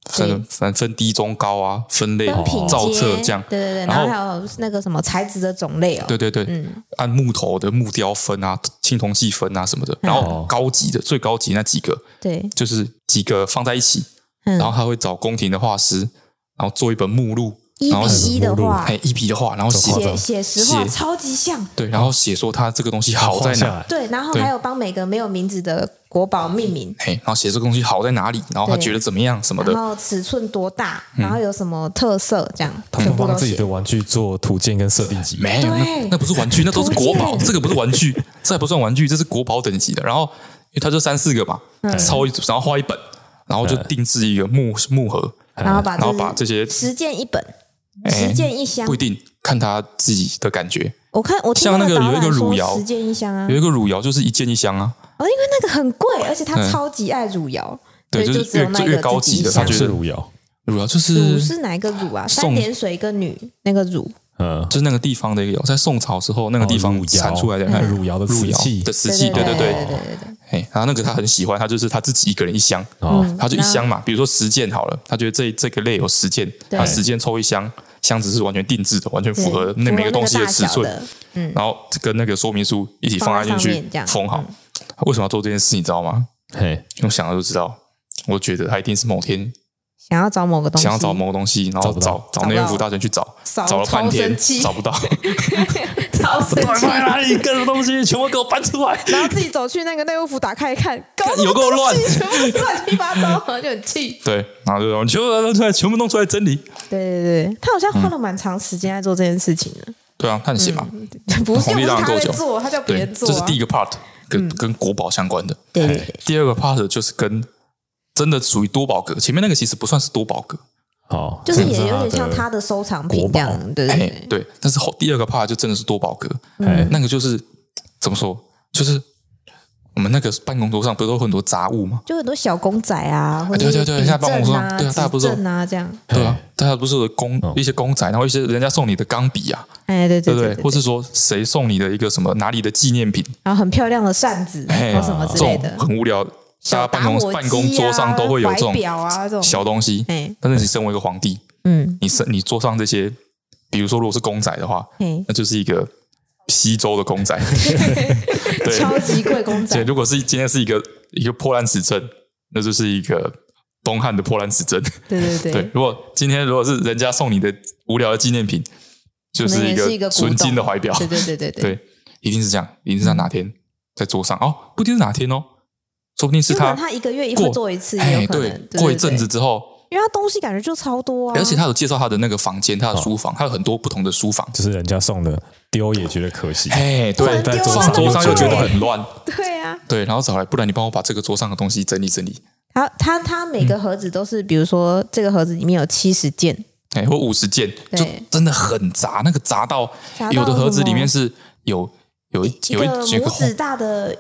Speaker 3: 分分分低中高啊，分类
Speaker 1: 分品
Speaker 3: 造册
Speaker 1: 阶
Speaker 3: 这样。
Speaker 1: 对对对，
Speaker 3: 然
Speaker 1: 然
Speaker 3: 后
Speaker 1: 后还有那个什么材质的种类哦，
Speaker 3: 对对对，
Speaker 1: 嗯
Speaker 3: 按木头的木雕分啊，青铜器分啊什么的，
Speaker 1: 嗯
Speaker 3: 然后
Speaker 2: 哦
Speaker 3: 高级的最高级那几个
Speaker 1: 对，
Speaker 3: 就是几个放在一起，
Speaker 1: 然
Speaker 3: 然后他会找宫廷的画师，然后做一本目录，
Speaker 1: 一
Speaker 3: 然后
Speaker 1: 比一的话
Speaker 3: 哎，一笔的画，然后写
Speaker 1: 写写实画
Speaker 3: 写
Speaker 1: 超级像，
Speaker 3: 对，然后写说他这个东西好在
Speaker 2: 画下
Speaker 3: 哪，
Speaker 2: 来，
Speaker 1: 对，然后
Speaker 3: 对
Speaker 1: 还有帮每个没有名字的国宝命名，
Speaker 3: 嘿，然后写这个东西好在哪里，然后他
Speaker 1: 对
Speaker 3: 觉得怎么样什么的嗯
Speaker 1: 然，后尺寸多大，然后有什么特色，这样
Speaker 2: 他
Speaker 1: 全
Speaker 2: 们
Speaker 1: 部
Speaker 2: 帮
Speaker 1: 都
Speaker 2: 自己
Speaker 1: 写
Speaker 2: 的。玩具做图鉴跟设定集，
Speaker 3: 没
Speaker 1: 对
Speaker 3: 有，那那不是玩具，那都是国宝
Speaker 1: 图，鉴
Speaker 3: 这个不是玩具，这还不算玩具，这是国宝等级的。然后因为它就三四个嘛，
Speaker 1: 嗯
Speaker 3: 抄一组，然后画一本，然后就定制一个木木盒，
Speaker 1: 然后把
Speaker 3: 哎然后把这些
Speaker 1: 实践一本，
Speaker 3: 哎
Speaker 1: 实践一箱
Speaker 3: 不。一定看他自己的感觉。
Speaker 1: 我看我听
Speaker 3: 像那
Speaker 1: 个
Speaker 3: 个
Speaker 1: 导
Speaker 3: 有一个
Speaker 1: 览说
Speaker 3: 汝窑
Speaker 1: 实践一箱啊，
Speaker 3: 有一个汝窑就是一件一箱啊，
Speaker 1: 哦，因为那个很贵，而且他
Speaker 3: 嗯
Speaker 1: 超级爱汝窑，
Speaker 3: 对
Speaker 1: 所以
Speaker 3: 就是
Speaker 1: 只有
Speaker 3: 越
Speaker 1: 那个
Speaker 3: 越高
Speaker 1: 自己
Speaker 3: 级的
Speaker 1: 一箱
Speaker 3: 他觉
Speaker 2: 是
Speaker 3: 得
Speaker 2: 汝窑，
Speaker 3: 汝窑就
Speaker 1: 汝
Speaker 3: 是
Speaker 1: 是哪一个汝啊？三
Speaker 3: 宋
Speaker 1: 点水一个女，那个汝，
Speaker 2: 嗯，
Speaker 3: 就是那个地方的一个窑，在宋朝时候那个地
Speaker 2: 哦
Speaker 3: 方
Speaker 2: 汝窑
Speaker 3: 产出来的
Speaker 2: 哎汝窑的
Speaker 3: 汝
Speaker 2: 瓷
Speaker 3: 窑
Speaker 2: 器
Speaker 3: 的瓷器，
Speaker 1: 对
Speaker 3: 对对
Speaker 1: 对
Speaker 3: 对，
Speaker 1: 对对对，
Speaker 3: 哎，然后那个他很喜欢，他就是他自己一个人一箱，
Speaker 2: 哦，
Speaker 1: 嗯
Speaker 3: 他就一箱嘛，比如说十件好了，他觉得这这个类有十件，
Speaker 1: 嗯对
Speaker 3: 他十件抽一箱，箱子是完全定制的，完全
Speaker 1: 对
Speaker 3: 符合那
Speaker 1: 符
Speaker 3: 每个东西
Speaker 1: 大
Speaker 3: 尺
Speaker 1: 小
Speaker 3: 寸，
Speaker 1: 的，嗯
Speaker 3: 然后跟那个说明书一起放进
Speaker 1: 放在上
Speaker 3: 去
Speaker 1: 面这样
Speaker 3: 封好。为什么要做这件事？你知道吗？
Speaker 2: 嘿，
Speaker 3: 用想了就知道。我觉得他一定是某天
Speaker 1: 想要找某个东西，
Speaker 3: 想要 找某个东西，然
Speaker 2: 找
Speaker 3: 后
Speaker 2: 不
Speaker 3: 找
Speaker 2: 到
Speaker 3: 找
Speaker 1: 找不
Speaker 3: 内务
Speaker 1: 到
Speaker 3: 府大臣去找，
Speaker 1: 扫
Speaker 3: 找了半
Speaker 1: 超
Speaker 3: 天
Speaker 1: 生气
Speaker 3: 找不 到，
Speaker 1: 超 生气，
Speaker 3: 哪里各种东西全部给我搬出来，
Speaker 1: 然后自己走去那个内务府打开一看，搞
Speaker 3: 有够乱
Speaker 1: 什么东西全部乱七八糟，我就很气。
Speaker 3: 对，然后就说全部弄出来，全部弄出来整理。
Speaker 1: 对对对，他好像
Speaker 3: 嗯
Speaker 1: 花了蛮长时间在做这件事情的，
Speaker 3: 对啊，看你写吧，
Speaker 1: 不是又
Speaker 3: 红
Speaker 1: 不
Speaker 3: 绿
Speaker 1: 是
Speaker 3: 当
Speaker 1: 他
Speaker 3: 然够
Speaker 1: 在
Speaker 3: 久
Speaker 1: 做，他叫嗯别
Speaker 3: 对，
Speaker 1: 人做
Speaker 3: 这
Speaker 1: 啊。嗯
Speaker 3: 是第一个 part，跟跟国宝相关的。
Speaker 1: 对对对，
Speaker 3: 第二个 part 就是跟真的属于多宝格，前面那个其实不算是多宝格，
Speaker 2: 好，
Speaker 1: 就是
Speaker 2: 这
Speaker 1: 也有点
Speaker 2: 他哦的
Speaker 1: 像他的收藏品这样
Speaker 2: 国，
Speaker 1: 对对嗯
Speaker 3: 哎
Speaker 1: 对，，
Speaker 3: 对，但是后第二个 part 就真的是多宝格，
Speaker 2: 哎
Speaker 3: 那个就是怎么说，就是我们那个办公桌上不是都有很多杂物吗？
Speaker 1: 就很多小公仔啊，或者
Speaker 3: 哎对对对
Speaker 1: 是
Speaker 3: 现在办公
Speaker 1: 笔
Speaker 3: 桌
Speaker 1: 正啊
Speaker 3: 对啊大家不是
Speaker 1: 纸正啊这样，
Speaker 3: 对啊，大家不是有公
Speaker 2: 嗯
Speaker 3: 一些公仔，然后一些人家送你的钢笔啊，
Speaker 1: 哎对对
Speaker 3: 对不
Speaker 1: 对
Speaker 3: 对？或是说谁送你的一个什么哪里的纪念品，
Speaker 1: 然后很漂亮的扇子
Speaker 3: 哎，
Speaker 1: 或什么
Speaker 3: 这
Speaker 1: 之类
Speaker 3: 种
Speaker 1: 的，
Speaker 3: 很无聊，大家
Speaker 1: 小打
Speaker 3: 办公
Speaker 1: 火机啊
Speaker 3: 办公桌上都会有这种
Speaker 1: 怀表啊这种
Speaker 3: 小东西
Speaker 1: 哎，
Speaker 3: 但是你身为一个皇帝，
Speaker 1: 嗯
Speaker 3: 你身你桌上这些，比如说如果是公仔的话，
Speaker 1: 嘿，
Speaker 3: 那就是一个西周 的公仔。 对，
Speaker 1: 超级贵公仔
Speaker 3: 对，，如果是今天是一个一个破烂指针，那就是一个东汉的破烂指针。
Speaker 1: 对对
Speaker 3: 对，
Speaker 1: 对，
Speaker 3: 如果今天如果是人家送你的无聊的纪念品，就
Speaker 1: 可能也是
Speaker 3: 一
Speaker 1: 一个古
Speaker 3: 纯金的
Speaker 1: 董
Speaker 3: 怀表。
Speaker 1: 对对对对对，
Speaker 3: 对一定是这样，一定是他哪天在桌上哦，不一定是哪天哦，说不定是
Speaker 1: 有可
Speaker 3: 他
Speaker 1: 能他一个月一会
Speaker 3: 过
Speaker 1: 做一次，也
Speaker 3: 哎
Speaker 1: 有可
Speaker 3: 对
Speaker 1: 能，
Speaker 3: 过一阵，子
Speaker 1: 对对对
Speaker 3: 之后。
Speaker 1: 因为他东西感觉就超多啊，
Speaker 3: 而且他有介绍他的那个房间，他的书房，他有很多不同的书房。
Speaker 2: 就是人家送的，丢也觉得可惜，
Speaker 3: 哎，对，
Speaker 1: 很
Speaker 3: 在
Speaker 1: 丢
Speaker 3: 桌
Speaker 1: 啊
Speaker 3: 上桌上又觉得很乱，
Speaker 1: 对啊，
Speaker 3: 对，然后找来，不然你帮我把这个桌上的东西整理整理，
Speaker 1: 他他他每
Speaker 3: 嗯
Speaker 1: 个盒子都是，比如说这个盒子里面有七十件，
Speaker 3: 哎，或五十件，就
Speaker 1: 对
Speaker 3: 真的很杂，那个杂到
Speaker 1: 杂到
Speaker 3: 有的盒子
Speaker 1: 什么
Speaker 3: 里面是有有一
Speaker 1: 一
Speaker 3: 有
Speaker 1: 个
Speaker 3: 一有一个
Speaker 1: 拇指大的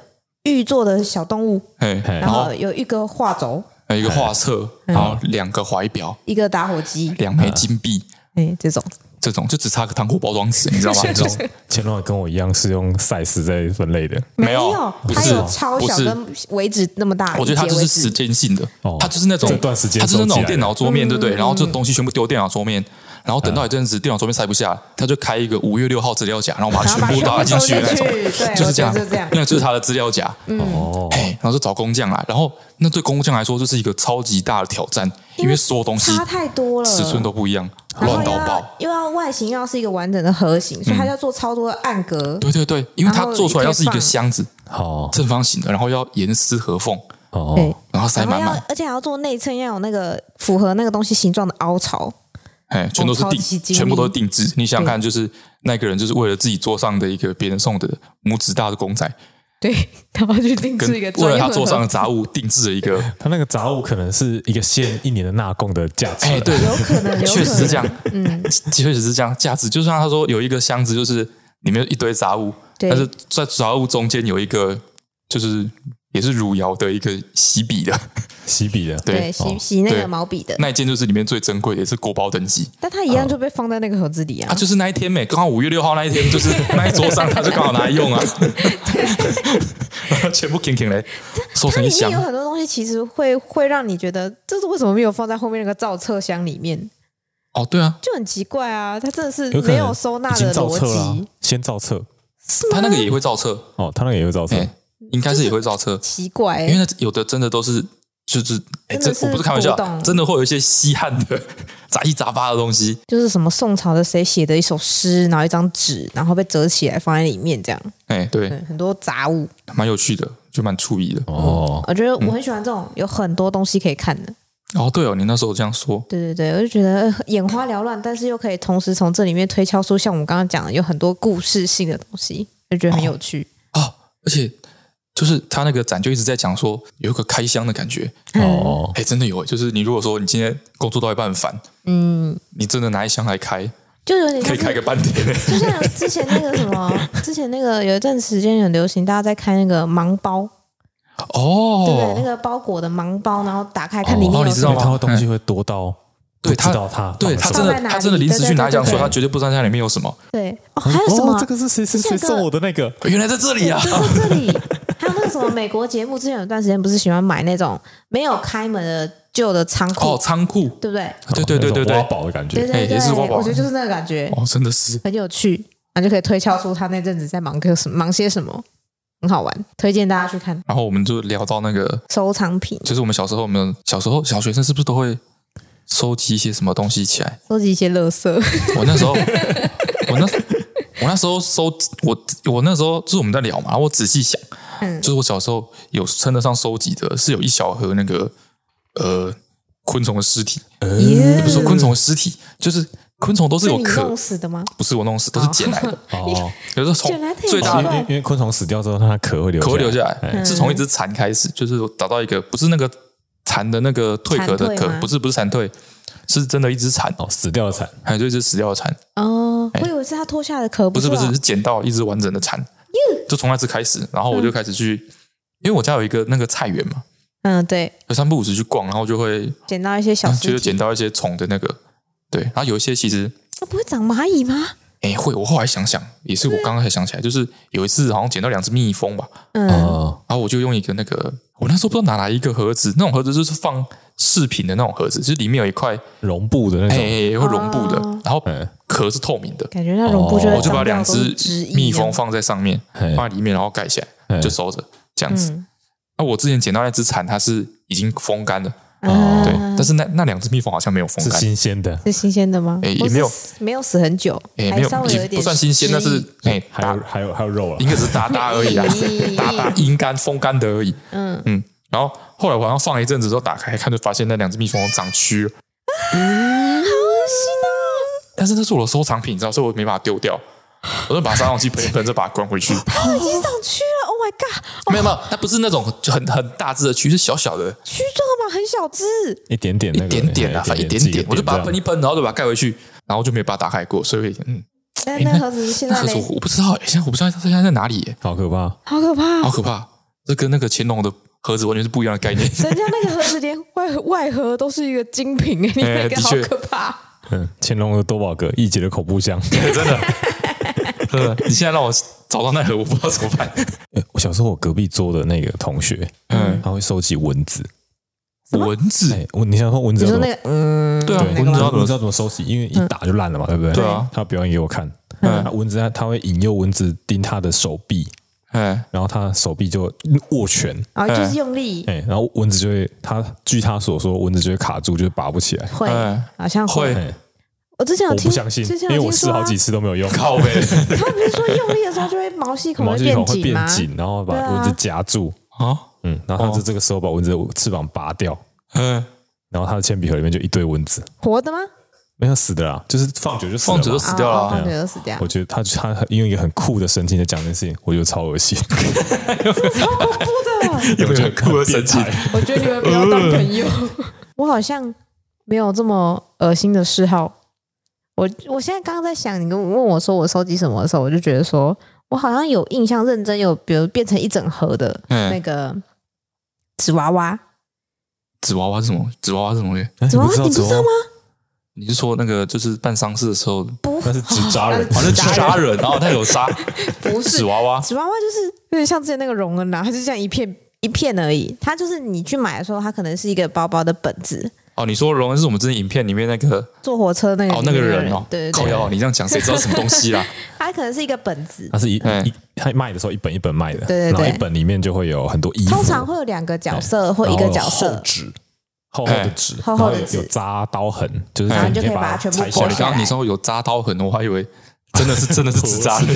Speaker 1: 玉做的小动物，
Speaker 3: 哎，
Speaker 2: 嘿
Speaker 3: 然
Speaker 1: 然
Speaker 3: 后
Speaker 1: 后有一个画轴，
Speaker 3: 还呃有一个画册，
Speaker 1: 嗯
Speaker 3: 然后两个怀表，
Speaker 1: 一个打火机，
Speaker 3: 两枚金币，
Speaker 1: 哎，这种
Speaker 3: 这种就只差个糖果包装纸，你知 道吗？这种
Speaker 2: 千万跟我一样是用 size 在分类的，
Speaker 3: 没有
Speaker 1: 有，
Speaker 3: 不
Speaker 1: 它
Speaker 3: 是
Speaker 1: 有超
Speaker 3: 不
Speaker 1: 小
Speaker 3: 是
Speaker 1: 跟尾指那么大，
Speaker 3: 我觉得它
Speaker 1: 一节
Speaker 3: 就
Speaker 1: 为止
Speaker 3: 是时间性的
Speaker 2: 哦，
Speaker 3: 它就是那种
Speaker 2: 这段时间
Speaker 3: 它就是
Speaker 2: 收起
Speaker 3: 那种
Speaker 2: 来
Speaker 3: 电脑桌
Speaker 1: 嗯
Speaker 3: 面，对不对？然后这东西全部丢电脑桌面，然后等到一阵子电脑桌面塞不下，他就开一个五月六号资料夹，然后把
Speaker 1: 然后把
Speaker 3: 全部
Speaker 1: 全
Speaker 3: 打
Speaker 1: 部
Speaker 3: 进
Speaker 1: 收
Speaker 3: 去
Speaker 1: 进
Speaker 3: 的那种
Speaker 1: 去，对，
Speaker 3: 就是
Speaker 1: 我
Speaker 3: 这
Speaker 1: 觉
Speaker 3: 样
Speaker 1: 得是这样，，嗯
Speaker 3: 那就是他的资料夹。
Speaker 2: 哦，
Speaker 3: 哎，然后就找工匠来，然后那对工匠来说就是一个超级大的挑战，因为所有东西
Speaker 1: 差太多了，
Speaker 3: 尺寸都不一样，
Speaker 1: 然后
Speaker 3: 乱
Speaker 1: 又
Speaker 3: 到爆嗯
Speaker 1: 要。又要外形要是一个完整的盒形，所以它要做超多的暗格，
Speaker 3: 对对对，因为它做出来要是一个箱子，
Speaker 2: 好，
Speaker 3: 正方形的，然后要严丝合缝，
Speaker 2: 哦，
Speaker 3: 然后塞
Speaker 1: 然后
Speaker 3: 满
Speaker 1: 要
Speaker 3: 满，
Speaker 1: 而且还要做内衬，要有那个符合那个东西形状的凹槽，
Speaker 3: 哎，全都是
Speaker 1: 哦超
Speaker 3: 定，
Speaker 1: 级精密
Speaker 3: 全部都是定制。你想想看，就是那个人就是为了自己桌上的一个别人送的拇指大的公仔，
Speaker 1: 对，然后去定
Speaker 3: 跟
Speaker 1: 制一个专
Speaker 3: 为
Speaker 1: 用
Speaker 3: 了
Speaker 1: 的
Speaker 3: 他桌上
Speaker 1: 盒
Speaker 3: 的
Speaker 1: 子
Speaker 3: 杂物定制了 一个，
Speaker 2: 他那个杂物可能是一个县一年的纳贡的价值，
Speaker 3: 哎，对，
Speaker 1: 有可能，有可能
Speaker 3: 确实是这样，嗯， 确实是这样。价值就像他说有一个箱子，就是里面有一堆杂物，
Speaker 1: 对
Speaker 3: 但是在杂物中间有一个就是也是汝窑的一个洗笔的，
Speaker 2: 洗笔的，
Speaker 3: 对
Speaker 1: 对，洗
Speaker 2: 哦
Speaker 1: 洗那
Speaker 3: 对
Speaker 1: 个毛笔的，
Speaker 3: 那一件就是里面最珍贵，也是国宝等级。
Speaker 1: 但它一样就被放在那个盒子里啊
Speaker 3: 啊，。就是那一天没，刚好五月六号那一 天，就是那一桌上，他就刚好拿来用啊，全部挺挺嘞，收
Speaker 1: 它
Speaker 3: 成
Speaker 1: 里
Speaker 3: 一
Speaker 1: 面
Speaker 3: 箱
Speaker 1: 有。很多东西，其实会会让你觉得，这是为什么没有放在后面那个造册箱里面，
Speaker 3: 哦，对啊，
Speaker 1: 就很奇怪啊。它真的是
Speaker 2: 有可
Speaker 1: 没有
Speaker 2: 能
Speaker 1: 收纳
Speaker 2: 已经
Speaker 1: 的
Speaker 2: 造
Speaker 1: 逻
Speaker 2: 册了啊
Speaker 1: 辑，，
Speaker 2: 先造册
Speaker 1: 是
Speaker 3: 他
Speaker 1: 吗？
Speaker 3: 那个也会造册，
Speaker 2: 哦，他那个也会造册
Speaker 3: 哎，应该是也会造册，
Speaker 1: 奇怪欸、
Speaker 3: 因为那有的真的都是就是，哎，
Speaker 1: 真
Speaker 3: 这
Speaker 1: 的是
Speaker 3: 我不是开玩笑
Speaker 1: 古董，
Speaker 3: 真的会有一些稀罕的 杂七杂八的东西。
Speaker 1: 就是什么宋朝的谁写的一首诗，然后一张纸，然后被折起来放在里面，这样，
Speaker 3: 哎，对，
Speaker 1: 对，很多杂物。
Speaker 3: 蛮有趣的，就蛮注意的。
Speaker 2: 哦，
Speaker 1: 我觉得我很喜欢这种有很多东西可以看的，
Speaker 3: 哦，对哦，你那时候这样说，
Speaker 1: 对对对，我就觉得呃眼花缭乱，但是又可以同时从这里面推敲出像我们刚刚讲的有很多故事性的东西，就觉得很有趣。
Speaker 3: 哦，而且就是他那个展就一直在讲说有一个开箱的感觉，
Speaker 1: 嗯
Speaker 2: 哦，
Speaker 3: 哎，真的有，就是你如果说你今天工作到一半很烦，
Speaker 1: 嗯，
Speaker 3: 你真的拿一箱来开，
Speaker 1: 就有点
Speaker 3: 可
Speaker 1: 像
Speaker 3: 以
Speaker 1: 是
Speaker 3: 开个半天。
Speaker 1: 就像之前那个什么，之前那个有一段时间很流行，大家在开那个盲包，对不对？那
Speaker 3: 哦，
Speaker 1: 个包裹的盲包，然后打开
Speaker 2: 哦
Speaker 1: 看里面
Speaker 3: 哦
Speaker 1: 有
Speaker 3: 你知
Speaker 1: 什
Speaker 3: 道
Speaker 1: 么。
Speaker 2: 因
Speaker 3: 吗
Speaker 2: 为他的东西会多到不
Speaker 3: 对
Speaker 2: 知
Speaker 3: 他
Speaker 2: 道他
Speaker 3: 对
Speaker 2: 放
Speaker 3: 他
Speaker 2: 了
Speaker 3: 真
Speaker 2: 什
Speaker 1: 放在哪
Speaker 2: 么
Speaker 3: 的
Speaker 1: 里
Speaker 3: 他真的临时去拿
Speaker 1: 对对对
Speaker 3: 奖，
Speaker 1: 对
Speaker 3: 所以他绝对不知道它里面有什么。
Speaker 1: 对哦，还有什么
Speaker 2: 哦
Speaker 1: 啊？
Speaker 2: 这个是谁谁
Speaker 1: 那
Speaker 2: 谁
Speaker 1: 个
Speaker 2: 送我的那个
Speaker 3: 原来在这里啊！
Speaker 1: 就是这里，还有那个什么美国节目，之前有段时间不是喜欢买那种没有开门的旧的仓库，
Speaker 3: 哦，仓库，
Speaker 1: 对不对？
Speaker 3: 对对
Speaker 2: 哦挖
Speaker 3: 对对对，哎
Speaker 2: 宝的感
Speaker 1: 对
Speaker 2: 觉，
Speaker 1: 对对，
Speaker 3: 也是挖宝
Speaker 1: 我觉得就是那个感觉，
Speaker 3: 哦，真的是
Speaker 1: 很有趣，然后就可以推敲出他那阵子在忙个什忙些什么，很好玩，推荐大家去看
Speaker 3: 然后我们就聊到那个，
Speaker 1: 收藏品，
Speaker 3: 就是我们小时候，我们小时候小学生是不是都会收集一些什么东西起来？
Speaker 1: 收集一些垃圾。
Speaker 3: 我那时候，我那我那时候收我我那时候就是我们在聊嘛，我仔细想，
Speaker 1: 嗯
Speaker 3: 就是我小时候有称得上收集的是有一小盒那个呃昆虫的尸体，
Speaker 1: 也
Speaker 3: 也嗯不是说昆虫的尸体，就是昆虫都是
Speaker 1: 是嗯
Speaker 3: 有
Speaker 1: 你
Speaker 3: 壳
Speaker 1: 弄，死的吗？
Speaker 3: 不是我弄死，都是捡来的。
Speaker 2: 哦，
Speaker 3: 有时候从
Speaker 1: 捡来的也嗯
Speaker 3: 最大
Speaker 1: 奇
Speaker 2: 因
Speaker 1: 怪
Speaker 3: 的
Speaker 2: 为因为昆虫死掉之后，它的壳会留
Speaker 3: 壳会留下来，
Speaker 2: 哎
Speaker 3: 是从一只蝉开始，就是我找到一个不是那个蝉的那个蜕壳的
Speaker 1: 蝉蜕
Speaker 3: 壳
Speaker 1: 吗，
Speaker 3: 不是不是蝉蜕，是真的一只蝉，
Speaker 2: 哦，死掉的惨，
Speaker 3: 还有就一只死掉的蝉，
Speaker 1: 哦，我以为是他脱下的壳，
Speaker 3: 哎不是不是
Speaker 1: 啊嗯
Speaker 3: 是捡到一只完整的蝉，就从那次开始，然后我就开始去，因为我家有一个那个菜园嘛，
Speaker 1: 嗯，对，
Speaker 3: 就三不五时去逛，然后就会
Speaker 1: 捡到一些小
Speaker 3: 啊
Speaker 1: 尸
Speaker 3: 就是
Speaker 1: 体
Speaker 3: 捡，到一些虫的那个，对，然后有一些其实。
Speaker 1: 那不会长蚂蚁吗？
Speaker 3: 哎，会！我后来想想，也是我刚刚才想起来，就是有一次好像捡到两只蜜蜂吧，
Speaker 1: 嗯，
Speaker 2: 哦，
Speaker 3: 然后我就用一个那个，我那时候不知道拿来一个盒子，那种盒子就是放饰品的那种盒子，就是里面有一块
Speaker 2: 绒布的那
Speaker 3: 哎、
Speaker 2: 种，
Speaker 3: 会绒布的，
Speaker 1: 哦
Speaker 3: 然后
Speaker 2: 嗯
Speaker 3: 壳是透明的，
Speaker 1: 感觉那绒布就
Speaker 2: 哦
Speaker 1: 会
Speaker 3: 我就把
Speaker 1: 长
Speaker 3: 两
Speaker 1: 掉都是
Speaker 3: 只
Speaker 1: 汁液
Speaker 3: 蜜
Speaker 1: 这样
Speaker 3: 蜂放在上面，
Speaker 2: 嘿
Speaker 3: 放在里面，然后盖起来
Speaker 2: 嗯
Speaker 3: 就收着这样子。
Speaker 1: 嗯
Speaker 3: 那、我之前捡到那只蝉，它是已经风干了，
Speaker 2: 哦
Speaker 3: 对，
Speaker 1: 啊
Speaker 3: 但是那那两只蜜蜂好像没有风
Speaker 2: 是
Speaker 3: 干，
Speaker 2: 新鲜的，
Speaker 1: 是新鲜的吗？
Speaker 3: 哎也
Speaker 1: 或是
Speaker 3: 没有
Speaker 1: 死没有死很久，
Speaker 3: 哎、
Speaker 1: 还
Speaker 3: 没有
Speaker 1: 稍微有一
Speaker 3: 也
Speaker 1: 点
Speaker 3: 不算新鲜，
Speaker 1: 湿
Speaker 3: 但是
Speaker 1: 意
Speaker 3: 哎、
Speaker 2: 还
Speaker 3: 打
Speaker 2: 有还有还有肉啊
Speaker 3: 应，该只是打打而 已啦，啊打打阴干风干的而已。
Speaker 1: 嗯，
Speaker 3: 嗯，然后后来我好像放了一阵子之后打开看，就发现那两只蜜蜂长蛆了。
Speaker 1: 嗯
Speaker 3: 哦但是那是我的收藏品，你知道，所以我没把它丢掉。我就把杀虫剂喷一喷，再把它关回去。
Speaker 1: 它哦已经长蛆了，Oh my god，
Speaker 3: 没有没哦有，它不是那种很很大只的蛆，是小小的，
Speaker 1: 蛆真的吗？很小只，
Speaker 2: 一点点那
Speaker 3: 一
Speaker 2: 个
Speaker 3: 点点啊
Speaker 2: 哎，几
Speaker 3: 一点
Speaker 2: 个
Speaker 3: 点。我就把它
Speaker 2: 这
Speaker 3: 喷一
Speaker 2: 样
Speaker 3: 喷，然后就把它盖回去，然后就没有把它打开过。所以，嗯，
Speaker 1: 但
Speaker 3: 哎
Speaker 1: 那
Speaker 3: 那
Speaker 1: 盒子是现
Speaker 3: 那
Speaker 1: 在
Speaker 3: 可是
Speaker 1: 没
Speaker 3: 我，我不知道，哎现在我不知道它现在在哪里，哎
Speaker 2: 好可怕，
Speaker 1: 好可怕
Speaker 3: 好
Speaker 1: 哦！
Speaker 3: 可怕！这跟那个乾隆的盒子完全是不一样的概念。
Speaker 1: 人家那个盒子连外外盒都是一个精 品，你
Speaker 3: 哎
Speaker 1: 那个
Speaker 3: 的
Speaker 1: 好
Speaker 3: 确
Speaker 1: 可怕。
Speaker 2: 嗯，乾隆的多宝格，一姐的恐怖箱。
Speaker 3: 真的，真的，你现在让我找到那盒，我不知道怎么办。
Speaker 2: 呃我小时候我隔壁桌的那个同学，
Speaker 3: 嗯，
Speaker 2: 他会收集蚊子。
Speaker 3: 蚊 子，
Speaker 2: 哎，我你想说蚊子
Speaker 1: 你
Speaker 2: 要
Speaker 1: 说
Speaker 2: 怎么
Speaker 1: 那？个，嗯，
Speaker 3: 对啊
Speaker 2: 对，
Speaker 1: 那个
Speaker 3: 蚊子
Speaker 1: 吗嗯
Speaker 3: 要怎么
Speaker 2: 你知道怎么收集？因为一打就烂了嘛，对不对？
Speaker 3: 对啊
Speaker 2: 他表演给我看，
Speaker 3: 嗯
Speaker 2: 他蚊子他他会引诱蚊子叮他的手臂，
Speaker 3: 哎，
Speaker 2: 然后他手臂就握拳，
Speaker 1: 然后哦就是用力
Speaker 2: 哎，然后蚊子就会，他据他所说，蚊子就会卡住，就是拔不起来。
Speaker 1: 会
Speaker 3: 哎，
Speaker 1: 好像
Speaker 3: 会
Speaker 2: 哎，
Speaker 1: 我之前有
Speaker 2: 我
Speaker 1: 听，
Speaker 2: 不相信
Speaker 1: 之，前
Speaker 2: 因
Speaker 1: 有
Speaker 2: 为我
Speaker 1: 听
Speaker 2: 试
Speaker 1: 说啊
Speaker 2: 好几次都没有用，
Speaker 3: 靠 呗，
Speaker 1: 他不是说用力的时候就会毛细孔
Speaker 2: 毛
Speaker 1: 会
Speaker 2: 细孔
Speaker 1: 变
Speaker 2: 会
Speaker 1: 紧吗
Speaker 2: 变？紧，然后把
Speaker 1: 对啊
Speaker 2: 蚊子夹住。
Speaker 3: 啊，
Speaker 2: 嗯，然后他
Speaker 3: 哦
Speaker 2: 在这个时候把蚊子的翅膀拔掉，
Speaker 3: 嗯，
Speaker 2: 然后他的铅笔盒里面就一堆蚊子，
Speaker 1: 活的吗？
Speaker 2: 没有死的啦，就是放久就死了
Speaker 3: 放久
Speaker 2: 嘛
Speaker 3: 就死掉了
Speaker 1: 哦
Speaker 3: 啊
Speaker 1: 放久就死掉
Speaker 2: 我。觉得他他很用一个很酷的神情在讲这件事情，我觉得超恶心，
Speaker 1: 真的，
Speaker 3: 有点酷的神情，
Speaker 1: 我觉得你们不要当朋友。 我好像没有这么恶心的嗜好。我我现在刚刚在想，你跟我问我说我收集什么的时候，我就觉得说我好像有印象，认真有，比如变成一整盒的
Speaker 3: 嗯
Speaker 1: 那个纸娃娃，
Speaker 3: 纸娃娃是什么？纸娃娃是什么东西？
Speaker 2: 哎
Speaker 1: 纸娃娃你
Speaker 2: 你
Speaker 1: 不知道吗？？
Speaker 3: 你是说那个就是办丧事的时候，哦，
Speaker 2: 纸娃娃那是纸扎 人，
Speaker 1: 哦
Speaker 3: 那扎人，然后他有扎
Speaker 1: 不是
Speaker 3: 纸娃娃，
Speaker 1: 纸娃娃就是有点像之前那个容恩啊啦，它就这样一片一片而已。它就是你去买的时候，它可能是一个薄薄的本子，
Speaker 3: 哦，你说荣恩是我们之前影片里面那个
Speaker 1: 坐火车嗯那个
Speaker 3: 哦那个人哦，
Speaker 1: 对对
Speaker 3: 靠
Speaker 1: 对，
Speaker 3: 腰，你这样讲谁知道什么东 西啦？
Speaker 1: 它可能是一个本子，
Speaker 2: 它是一
Speaker 3: 哎
Speaker 2: 一它卖的时候一本一本卖的，
Speaker 1: 对对对
Speaker 2: 然后一本里面就会有很多衣服，
Speaker 1: 通常会有两个角色或
Speaker 2: 然
Speaker 1: 一
Speaker 2: 后
Speaker 1: 个角
Speaker 2: 有
Speaker 3: 哦
Speaker 2: 厚
Speaker 1: 色，
Speaker 2: 纸，厚厚的纸，
Speaker 1: 厚厚的
Speaker 2: 哎然后有
Speaker 1: 纸
Speaker 2: 有扎刀痕，就是
Speaker 1: 然后
Speaker 2: 你
Speaker 1: 就可以把它
Speaker 2: 把
Speaker 1: 全部
Speaker 2: 裁
Speaker 1: 剥
Speaker 2: 下
Speaker 3: 哦，
Speaker 1: 下
Speaker 3: 你
Speaker 1: 来
Speaker 3: 刚刚你说有扎刀痕，我还以为真的是 真的是纸扎人，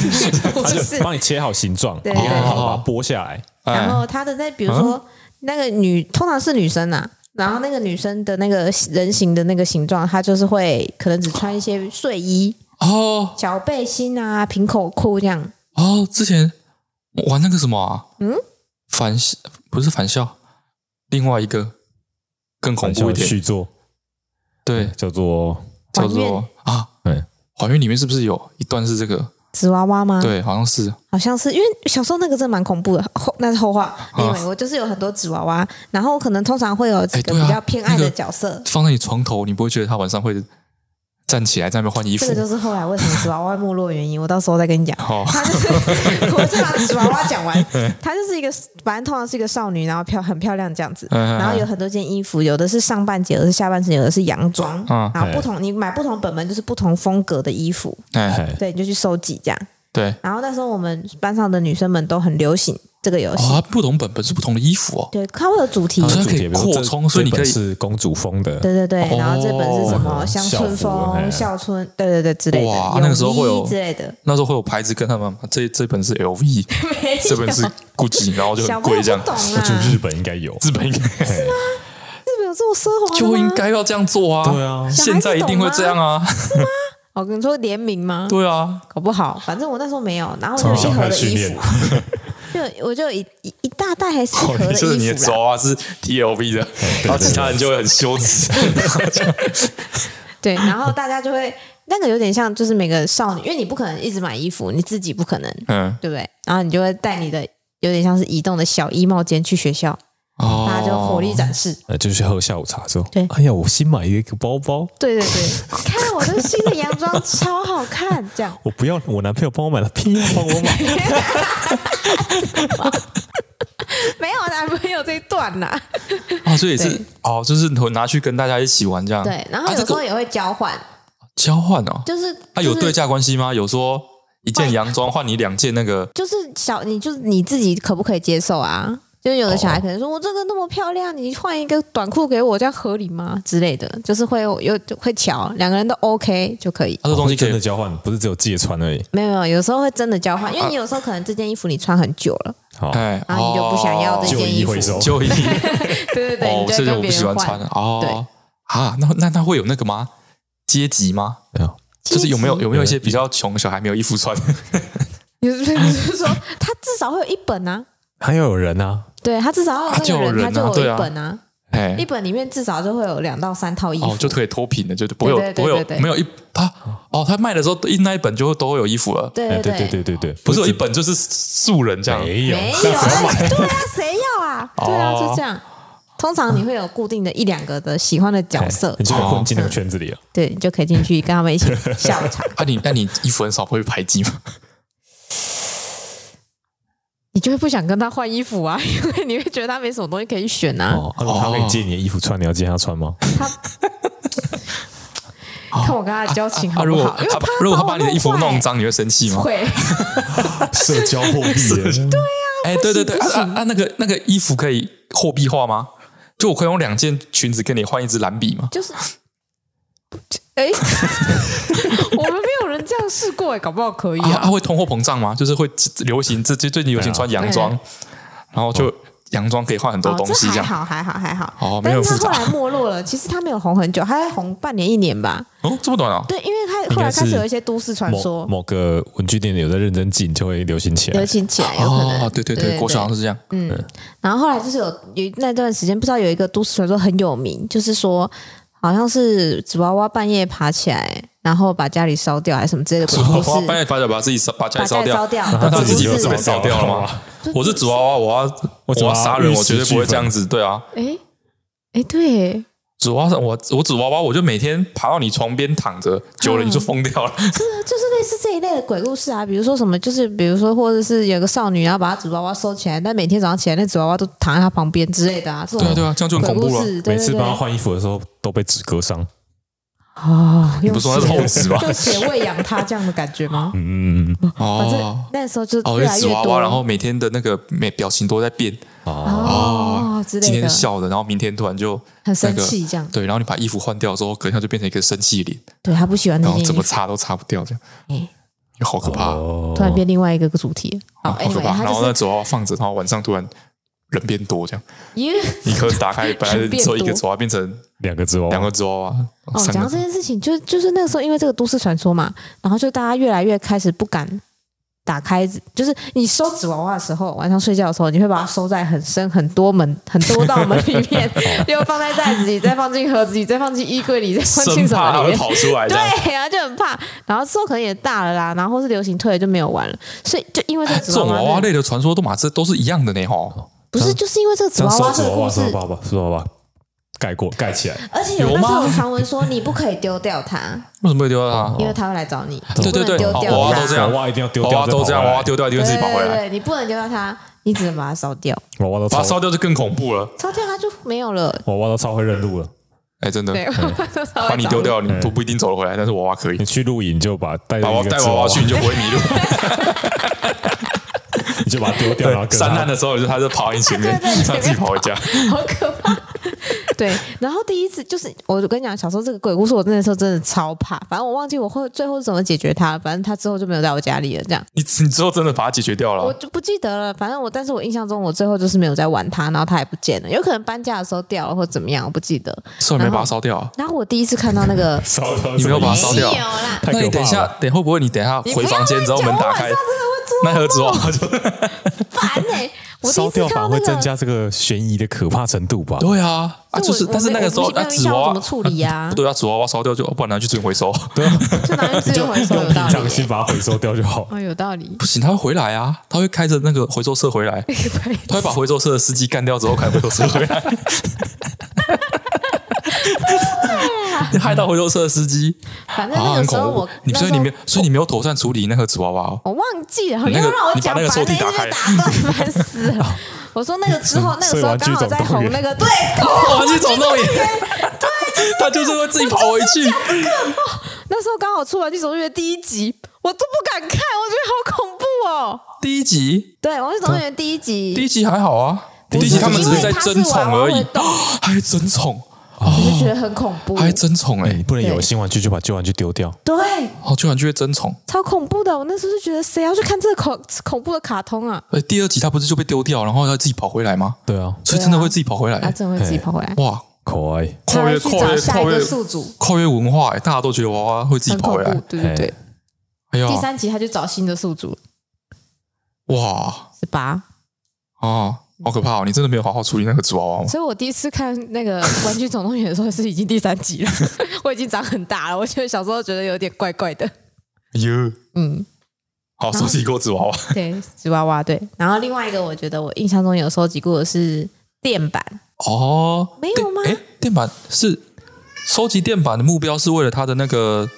Speaker 1: 不
Speaker 2: 它
Speaker 1: 是
Speaker 2: 就。帮你切好形状，
Speaker 1: 对
Speaker 2: 然后
Speaker 1: 对
Speaker 2: 然后把它剥下来，
Speaker 1: 然
Speaker 3: 哎，
Speaker 1: 后它的那比如说那个女，通常是女生啊。然后那个女生的那个人形的那个形状，她就是会可能只穿一些睡衣、
Speaker 3: 哦
Speaker 1: 小背心啊、平口裤这样。
Speaker 3: 哦，之前我玩那个什么啊，嗯，返校不是返校，另外一个更恐
Speaker 2: 很
Speaker 3: 怖
Speaker 2: 像
Speaker 3: 一点，
Speaker 2: 续作
Speaker 3: 对，
Speaker 2: 叫做
Speaker 3: 叫
Speaker 1: 还
Speaker 3: 做
Speaker 1: 愿
Speaker 3: 啊，
Speaker 2: 嗯，
Speaker 3: 还原里面是不是有一段是这个？
Speaker 1: 纸娃娃吗？，
Speaker 3: 对，好像是
Speaker 1: 好像是因为小时候那个真的蛮恐怖的， 后那是后话。
Speaker 3: 啊
Speaker 1: 因为我就是有很多纸娃娃，然后可能通常会有几个
Speaker 3: 哎对啊
Speaker 1: 比较偏爱
Speaker 3: 那
Speaker 1: 的
Speaker 3: 个
Speaker 1: 角色，
Speaker 3: 放在你床头，你不会觉得他晚上会站起来在那边换衣
Speaker 1: 这
Speaker 3: 服
Speaker 1: 个？就是后来为什么纸娃娃没落的原因，我到时候再跟你讲。
Speaker 3: 哦，
Speaker 1: 他就是， 我先把纸娃娃讲 完。她就是一个，反正通常是一个少女，然后漂很漂亮这样子，
Speaker 3: 嗯
Speaker 1: 然后有很多件衣服，有的是上半截，有的是下半截，有的是洋装，
Speaker 3: 嗯
Speaker 1: 然后不同你买不同本本就是不同风格的衣服，
Speaker 3: 哎，
Speaker 2: 哎
Speaker 1: 对，你就去收集这样。
Speaker 3: 对，
Speaker 1: 然后那时候我们班上的女生们都很流行这个游戏，
Speaker 3: 哦，它不同本本是不同的衣服哦。
Speaker 1: 对，它会有主题
Speaker 2: 它，
Speaker 3: 所
Speaker 2: 的
Speaker 3: 以
Speaker 2: 主题
Speaker 3: 可以
Speaker 2: 比如说
Speaker 3: 扩
Speaker 2: 这
Speaker 3: 充所以你
Speaker 2: 这本
Speaker 3: 可以
Speaker 2: 是公主风的，
Speaker 1: 对对
Speaker 3: 哦
Speaker 1: 对，然后这本是什么
Speaker 2: 哦
Speaker 1: 乡村
Speaker 2: 校服哎
Speaker 1: 风、校村，对对对之类的，
Speaker 3: 哇那个时候会有
Speaker 1: 泳衣之类的，
Speaker 3: 那时候会有牌子跟他们，这这本是 LV，这本是 GUCCI，然后就
Speaker 1: 小
Speaker 3: 很
Speaker 1: 朋友
Speaker 3: 贵
Speaker 1: 不
Speaker 3: 这样。
Speaker 1: 懂
Speaker 2: 我觉得
Speaker 1: 啊，
Speaker 2: 日本应该有，哎
Speaker 3: 日本 应该
Speaker 2: 是
Speaker 1: 日本有这么奢华的
Speaker 3: 就
Speaker 1: 吗
Speaker 3: 应该要这样做啊！
Speaker 2: 对啊
Speaker 3: 现在一定会这样啊！
Speaker 1: 哦，跟你说联名吗？
Speaker 3: 对啊，
Speaker 1: 搞不好，反正我那时候没有，然后我就
Speaker 2: 从
Speaker 1: 有
Speaker 2: 小
Speaker 1: 一盒
Speaker 2: 开
Speaker 1: 的
Speaker 2: 始训
Speaker 1: 衣
Speaker 2: 练
Speaker 1: 服，，就我就一一一大袋 还是一盒的
Speaker 3: 哦你就是你
Speaker 1: 衣
Speaker 3: 的
Speaker 1: 服啦。
Speaker 3: 爪啊是 TLV 的，然后其他人就会很羞耻。
Speaker 1: 对，然后大家就会那个有点像，就是每个少女，因为你不可能一直买衣服，你自己不可能，
Speaker 3: 嗯，
Speaker 1: 对不对？然后你就会带你的有点像是移动的小衣帽间去学校，
Speaker 3: 哦，
Speaker 1: 大家就火力展示。
Speaker 2: 呃，就是喝下午茶之后，
Speaker 1: 对
Speaker 2: 哎呀，我新买一个包包，
Speaker 1: 对对 对，看我这新的洋装超好看，这样
Speaker 2: 我不要，我男朋友帮我买了，偏要帮我买，
Speaker 1: 没有啊男朋友这一段啊啦、
Speaker 3: 哦，所以是
Speaker 1: 对
Speaker 3: 哦，就是拿去跟大家一起玩这样。
Speaker 1: 对，然后
Speaker 3: 啊
Speaker 1: 有
Speaker 3: 这
Speaker 1: 时候
Speaker 3: 个
Speaker 1: 也会交换，
Speaker 3: 交换哦，
Speaker 1: 就是
Speaker 3: 啊，有
Speaker 1: 就是
Speaker 3: 对价关系吗？有说一件洋装换你两件那个
Speaker 1: 就是小，你就是你自己可不可以接受啊？就是有的小孩可能说：“我这个那么漂亮，你换一个短裤给我，这样合理吗？”之类的，就是会有有会瞧，两个人都 OK 就可以。
Speaker 3: 他这东西可
Speaker 2: 真的
Speaker 3: 以
Speaker 2: 交换，不是只有借穿而已。
Speaker 1: 没有没有，有时候会真的交换，因为你有时候可能这件衣服你穿很久了，
Speaker 2: 好，
Speaker 3: 哎，
Speaker 1: 然后你就不想要这
Speaker 2: 旧
Speaker 1: 件
Speaker 2: 衣
Speaker 1: 衣服
Speaker 2: 回，收，
Speaker 3: 旧衣
Speaker 1: 对对对，
Speaker 3: 哦
Speaker 1: 你，就会
Speaker 3: 这件
Speaker 1: 跟
Speaker 3: 我不
Speaker 1: 别
Speaker 3: 喜
Speaker 1: 人
Speaker 3: 欢穿
Speaker 1: 换。
Speaker 3: 哦啊，那那那会有那个吗？阶级吗？
Speaker 2: 没有
Speaker 3: 就是有没有有没有一些
Speaker 2: 阶级
Speaker 3: 比较穷的小孩没有衣服穿？
Speaker 1: 你是你是说他至少会有一本啊？
Speaker 2: 还有人啊，
Speaker 1: 对他至少
Speaker 3: 啊
Speaker 1: 会
Speaker 3: 就
Speaker 1: 有
Speaker 3: 有
Speaker 1: 人，他
Speaker 3: 人啊
Speaker 1: 就
Speaker 3: 对
Speaker 1: 有
Speaker 3: 啊
Speaker 1: 一本啊，
Speaker 3: 哎
Speaker 1: 一，本里面至少就会有两到三套衣
Speaker 3: 哦，就
Speaker 1: 服。
Speaker 3: 可以脱贫的，就不会
Speaker 1: 对
Speaker 3: 有
Speaker 1: 对对
Speaker 3: 不会
Speaker 1: 对
Speaker 3: 有
Speaker 1: 对
Speaker 3: 没有一他哦，他卖的时候一那一本就都会有衣服了，
Speaker 1: 对
Speaker 2: 哎，对
Speaker 1: 对
Speaker 2: 对对对对，
Speaker 3: 不是有一本就是素人这样。
Speaker 2: 没有啊
Speaker 1: 没有， 那对啊，谁要啊？
Speaker 3: 哦
Speaker 1: 对啊，就这样。通常你会有固定的一两个的喜欢的角色哦
Speaker 2: 哎，你就可以混进那个圈子里了。
Speaker 1: 对，你就可以进去跟他们一起下午茶，
Speaker 3: 啊你，那你衣服很少会被排挤吗？
Speaker 1: 你就会不想跟他换衣服啊，因为你会觉得他没什么东西可以选啊。
Speaker 2: 哦，啊如果他可以借你的衣服穿，你要借他穿 吗？
Speaker 1: 看我跟他的交情好
Speaker 3: 啊，
Speaker 1: 不
Speaker 3: 如果
Speaker 1: 好，因为
Speaker 3: 他
Speaker 1: 怕
Speaker 3: 如果他
Speaker 1: 把
Speaker 3: 把
Speaker 1: 我
Speaker 3: 你的衣服
Speaker 1: 坏
Speaker 3: 弄，脏，你会生气 吗？
Speaker 1: 会啊
Speaker 2: 社交货币，
Speaker 3: 哎，对对对，啊啊啊，那个那个衣服可以货币化吗？就我可以用两件裙子跟你换一支蓝笔吗？
Speaker 1: 就是。哎， 我们没有人这样试过哎，搞不好可以
Speaker 3: 啊，啊
Speaker 1: 啊。
Speaker 3: 会通货膨胀吗？就是会流行这最最近流行穿洋装，然后就洋装可以换很多
Speaker 1: 哦，
Speaker 3: 东西
Speaker 1: 这
Speaker 3: 哦
Speaker 1: 还
Speaker 3: 这样。
Speaker 1: 好，还好，还好。
Speaker 3: 哦没
Speaker 1: 但
Speaker 3: 有
Speaker 1: 是他
Speaker 3: 复杂
Speaker 1: 后来没落了，其实他没有红很久，他才红半年一年吧。
Speaker 3: 哦，这么短啊？
Speaker 1: 对，因为他
Speaker 2: 应
Speaker 1: 后
Speaker 2: 该
Speaker 1: 来开
Speaker 2: 是
Speaker 1: 始有一些都市传
Speaker 2: 某
Speaker 1: 啊说
Speaker 2: 某个文具店有在认真进，就会流行起
Speaker 1: 流
Speaker 2: 来。
Speaker 1: 行起来，有可能。
Speaker 3: 哦，对对
Speaker 1: 对
Speaker 3: 对，
Speaker 1: 对
Speaker 3: 国小好像是这样。
Speaker 1: 然后后来就是有有那段时间，不知道有一个都市传说很有名，就是说好像是纸娃娃半夜爬起来，然后把家里 烧掉还是什么之类的鬼故
Speaker 3: 我
Speaker 1: 事，
Speaker 3: 半夜把把把自己烧把家
Speaker 1: 把
Speaker 3: 里烧
Speaker 1: 家里烧
Speaker 3: 掉，
Speaker 1: 掉，
Speaker 2: 那
Speaker 1: 的
Speaker 3: 那他
Speaker 1: 鬼
Speaker 3: 自己
Speaker 1: 故
Speaker 3: 不
Speaker 1: 事
Speaker 3: 是被烧掉了吗？我是纸娃娃，我要
Speaker 2: 我
Speaker 3: 我
Speaker 2: 纸娃
Speaker 3: 要
Speaker 2: 娃
Speaker 3: 杀人，
Speaker 2: 玉石
Speaker 3: 我绝对不
Speaker 2: 俱
Speaker 3: 会
Speaker 2: 焚
Speaker 3: 这样子。对啊，
Speaker 1: 哎哎，对，
Speaker 3: 纸娃娃，我我纸娃娃，我就每天爬到你床边躺着，久了你就疯掉了。
Speaker 1: 对啊，就是类似这一类的鬼故事啊，比如说什么，就是比如说，或者是有个少女，然后把她纸娃娃收起来，但每天早上起来，那纸娃娃都躺在她旁边之类的啊，这
Speaker 3: 对啊，对
Speaker 1: 种
Speaker 3: 啊，这样就很
Speaker 1: 鬼
Speaker 3: 恐
Speaker 1: 故
Speaker 3: 怖了。
Speaker 1: 事，对
Speaker 2: 每
Speaker 1: 对
Speaker 2: 次
Speaker 1: 对
Speaker 2: 帮他换衣服的时候都被纸割伤。
Speaker 1: 哦，
Speaker 3: 你不说那是后纸吗
Speaker 1: 用血喂养她这样的感觉吗？
Speaker 2: 嗯，
Speaker 1: 反
Speaker 3: 哦
Speaker 1: 正那时候就
Speaker 3: 哦，
Speaker 1: 越
Speaker 3: 就
Speaker 1: 来
Speaker 3: 纸
Speaker 1: 越
Speaker 3: 娃
Speaker 1: 多，
Speaker 3: 娃，然后每天的那个每表情都在变。
Speaker 2: 哦，
Speaker 1: 哦之
Speaker 3: 今
Speaker 1: 类
Speaker 3: 天
Speaker 1: 的，
Speaker 3: 是笑的，然后明天突然就
Speaker 1: 很生
Speaker 3: 那个
Speaker 1: 气这样
Speaker 3: 对，然后你把衣服换掉之后，隔天就变成一个生气脸，
Speaker 1: 对她不喜欢这
Speaker 3: 然后
Speaker 1: 件
Speaker 3: 怎
Speaker 1: 衣
Speaker 3: 哦么
Speaker 1: 服，
Speaker 3: 擦都擦不掉，这样
Speaker 1: 哎，
Speaker 3: 就好可怕，
Speaker 2: 哦
Speaker 1: 突然变另外一个主题。好
Speaker 3: 啊好可
Speaker 1: ，anyway，
Speaker 3: 怕。
Speaker 1: 她
Speaker 3: 然后
Speaker 1: 就是
Speaker 3: 那纸娃娃放着，然后晚上突然人变多， 这样
Speaker 1: 因为
Speaker 3: 你可能打开，本来只有一个纸娃娃变成
Speaker 2: 两个纸娃
Speaker 3: 两
Speaker 2: 娃
Speaker 3: 个纸娃娃，
Speaker 1: 哦，
Speaker 3: 三
Speaker 1: 讲到
Speaker 3: 个
Speaker 1: 这件事情，就就是那个时候，因为这个都市传说嘛，然后就大家越来越开始不敢打开，就是你收纸娃娃的时候，晚上睡觉的时候，你会把它收在很深、很多门、 很多道门里 面，
Speaker 3: 哦
Speaker 1: 又放在袋子里，再放进盒子里，再放进衣柜里，再放
Speaker 3: 生
Speaker 1: 进什
Speaker 3: 怕它
Speaker 1: 么里面。
Speaker 3: 会跑出来，这样
Speaker 1: 对呀、就很怕。然后之后可能也大了啦，然后或是流行退了就没有玩了，所以就因为这个
Speaker 3: 哎这
Speaker 1: 纸
Speaker 3: 种
Speaker 1: 娃
Speaker 3: 娃
Speaker 1: 娃
Speaker 3: 娃
Speaker 1: 的，
Speaker 3: 类的传说都马这都是一样的呢，哈。
Speaker 1: 不是就是因为这个纸
Speaker 2: 这样
Speaker 1: 娃
Speaker 2: 收
Speaker 1: 娃
Speaker 2: 纸
Speaker 1: 这个
Speaker 2: 娃
Speaker 1: 故
Speaker 2: 娃，
Speaker 1: 事
Speaker 2: 收，爸爸，收爸爸，盖过盖起来。
Speaker 1: 而且有
Speaker 3: 有
Speaker 1: 那时候
Speaker 3: 吗
Speaker 1: 传闻说你不可以丢掉它，
Speaker 3: 为什么会丢掉它？
Speaker 1: 因为它会来找你，
Speaker 3: 对对
Speaker 1: 哦
Speaker 3: 对
Speaker 1: 你不能丢
Speaker 3: 哦
Speaker 1: 掉它。
Speaker 3: 娃娃都这样
Speaker 2: 娃娃一定要丢
Speaker 3: 娃
Speaker 2: 掉，
Speaker 3: 娃都这样，
Speaker 2: 再跑回
Speaker 3: 娃娃
Speaker 2: 来，
Speaker 3: 丢掉一定
Speaker 1: 对
Speaker 3: 会自己跑回
Speaker 1: 对
Speaker 3: 来，
Speaker 1: 对，你不能丢掉它，你只能把它烧掉，
Speaker 2: 娃娃都
Speaker 3: 把它
Speaker 2: 超
Speaker 3: 烧掉就更恐怖了。
Speaker 1: 烧掉它就没有了。
Speaker 2: 娃娃都超会认路了。
Speaker 3: 哎，真的，
Speaker 1: 对，把
Speaker 3: 把嗯你丢，掉你都不一定走得回来，但是娃娃可以
Speaker 2: 你。去露营就把带着
Speaker 3: 把娃
Speaker 2: 一
Speaker 3: 娃
Speaker 2: 个
Speaker 3: 带
Speaker 2: 纸
Speaker 3: 娃娃
Speaker 2: 娃
Speaker 3: 去，你就不会 迷路。
Speaker 2: 你就把它丢掉，然后跟
Speaker 3: 散
Speaker 2: 它。
Speaker 3: 难的时候，就他就跑到你前面，
Speaker 1: 对对对
Speaker 3: 让自己跑回家。
Speaker 1: 好可怕。 对，然后第一次就是我跟你讲，小时候这个鬼故事，我那时候真的超怕，反正我忘记我后最后是怎么解决它，反正它之后就没有在我家里了，这样
Speaker 3: 你你之后真的把它解决掉
Speaker 1: 我
Speaker 3: 了，
Speaker 1: 就不记得了。反正我，但是我印象中我最后就是没有在玩它，然后它也不见了，有可能搬家的时候掉了或怎么样，我不记得。
Speaker 3: 所以没把它烧掉啊。
Speaker 1: 然后我第一次看到那个
Speaker 2: 烧掉，
Speaker 3: 你没有把它 烧
Speaker 1: 没
Speaker 3: 掉
Speaker 1: 有啦，
Speaker 2: 太可怕
Speaker 3: 那你
Speaker 2: 了。
Speaker 3: 等一下，等会不会你等一下
Speaker 1: 你
Speaker 3: 回房间之后门打开，那盒纸娃娃就
Speaker 1: 烦哎！我第
Speaker 2: 烧
Speaker 1: 一次
Speaker 2: 掉
Speaker 1: 看
Speaker 2: 反
Speaker 1: 到那
Speaker 2: 而会
Speaker 1: 个
Speaker 2: 增加这个悬疑的可怕程度吧？
Speaker 3: 对啊啊，就是
Speaker 1: 我
Speaker 3: 但是
Speaker 1: 我
Speaker 3: 那
Speaker 1: 没
Speaker 3: 个时候
Speaker 1: 我不
Speaker 3: 那
Speaker 1: 没有
Speaker 3: 纸
Speaker 1: 遇到
Speaker 3: 娃
Speaker 1: 怎
Speaker 3: 娃
Speaker 1: 么处理呀
Speaker 3: 不？对啊，纸娃娃烧掉就不然拿去资源回收，
Speaker 1: 就拿去资源回收有道
Speaker 2: 平常
Speaker 1: 理耶
Speaker 2: 心。把它回收掉就好。
Speaker 1: 哦，有道理。
Speaker 3: 不行，他会回来啊，他会开着那个回收车回来，他会把回收车的司机干掉之后开回收车 回来， 你害到回收车的司机
Speaker 1: 反正
Speaker 3: 啊，
Speaker 1: 那个
Speaker 3: 很
Speaker 1: 时候
Speaker 3: 恐
Speaker 1: 我
Speaker 3: 怖，。你
Speaker 1: 那
Speaker 3: 所以
Speaker 1: 时
Speaker 3: 你
Speaker 1: 候
Speaker 3: 没有，所以你没有妥善处理那盒纸娃娃哦。
Speaker 1: 我忘记了，
Speaker 3: 你那个
Speaker 1: 又让我
Speaker 3: 你把
Speaker 1: 讲
Speaker 3: 那个
Speaker 1: 烦
Speaker 3: 抽
Speaker 1: 了，
Speaker 3: 屉
Speaker 1: 一直
Speaker 3: 打开
Speaker 1: 被打断，烦死了。 我说那个之后，那个
Speaker 2: 所以
Speaker 1: 时候
Speaker 2: 玩具
Speaker 1: 刚好
Speaker 2: 总
Speaker 1: 在
Speaker 2: 动
Speaker 1: 红
Speaker 2: 员
Speaker 1: 那个，对，
Speaker 3: 玩具总动员， 他就是会自己跑回去。
Speaker 1: 那时候刚好出《玩具总动员》第一集，我都不敢看，我觉得好恐怖哦。
Speaker 3: 第一集，
Speaker 1: 对，《玩具总动员》第一
Speaker 3: 第一
Speaker 1: 集，
Speaker 3: 集还好啊，第
Speaker 1: 不是
Speaker 3: 一集他们只在争宠而
Speaker 1: 因
Speaker 3: 已
Speaker 1: 为它是娃娃，
Speaker 3: 还争宠，
Speaker 1: 我就觉得很恐怖，
Speaker 3: 还争宠
Speaker 2: 哎，
Speaker 3: 哎
Speaker 2: 你，不能有
Speaker 1: 对
Speaker 2: 新玩具就把旧玩具丢掉。
Speaker 1: 对，
Speaker 3: 哦，居然就会争宠。
Speaker 1: 超恐怖的。我那时候就觉得，谁要去看这个恐恐怖的卡通啊？
Speaker 3: 哎，第二集他不是就被丢掉，然后他自己跑回来吗？
Speaker 2: 对啊，
Speaker 3: 所以真的会自己跑回来
Speaker 1: 他
Speaker 3: 欸，
Speaker 1: 真的会自己跑回来，
Speaker 3: 哇！
Speaker 2: 可爱。
Speaker 1: 他
Speaker 3: 跨
Speaker 1: 会
Speaker 3: 越
Speaker 1: 去
Speaker 3: 跨
Speaker 1: 找
Speaker 3: 越
Speaker 1: 下
Speaker 3: 跨
Speaker 1: 一
Speaker 3: 越
Speaker 1: 个宿主，
Speaker 3: 跨越文化欸，大家都觉得娃娃会自己
Speaker 1: 很
Speaker 3: 跑
Speaker 1: 恐
Speaker 3: 回来
Speaker 1: 怖。。对对对，
Speaker 3: 哎呀
Speaker 1: 第，三集他就找新的宿主，
Speaker 3: 哇
Speaker 1: 是吧？
Speaker 3: 啊，好可怕哦！你真的没有好好处理那个纸娃娃吗？
Speaker 1: 所以我第一次看那个《玩具总动员》的时候是已经第三集了， 我已经长很大了。我觉得小时候觉得有点怪怪的。
Speaker 3: 哎呦，
Speaker 1: 嗯，
Speaker 3: 好，收集过纸娃娃，
Speaker 1: 对，纸娃娃对。然后另外一个，我觉得我印象中有收集过的是电板，
Speaker 3: 哦，
Speaker 1: 没有吗
Speaker 3: 哎，电板是收集电板的目标是为了它的那个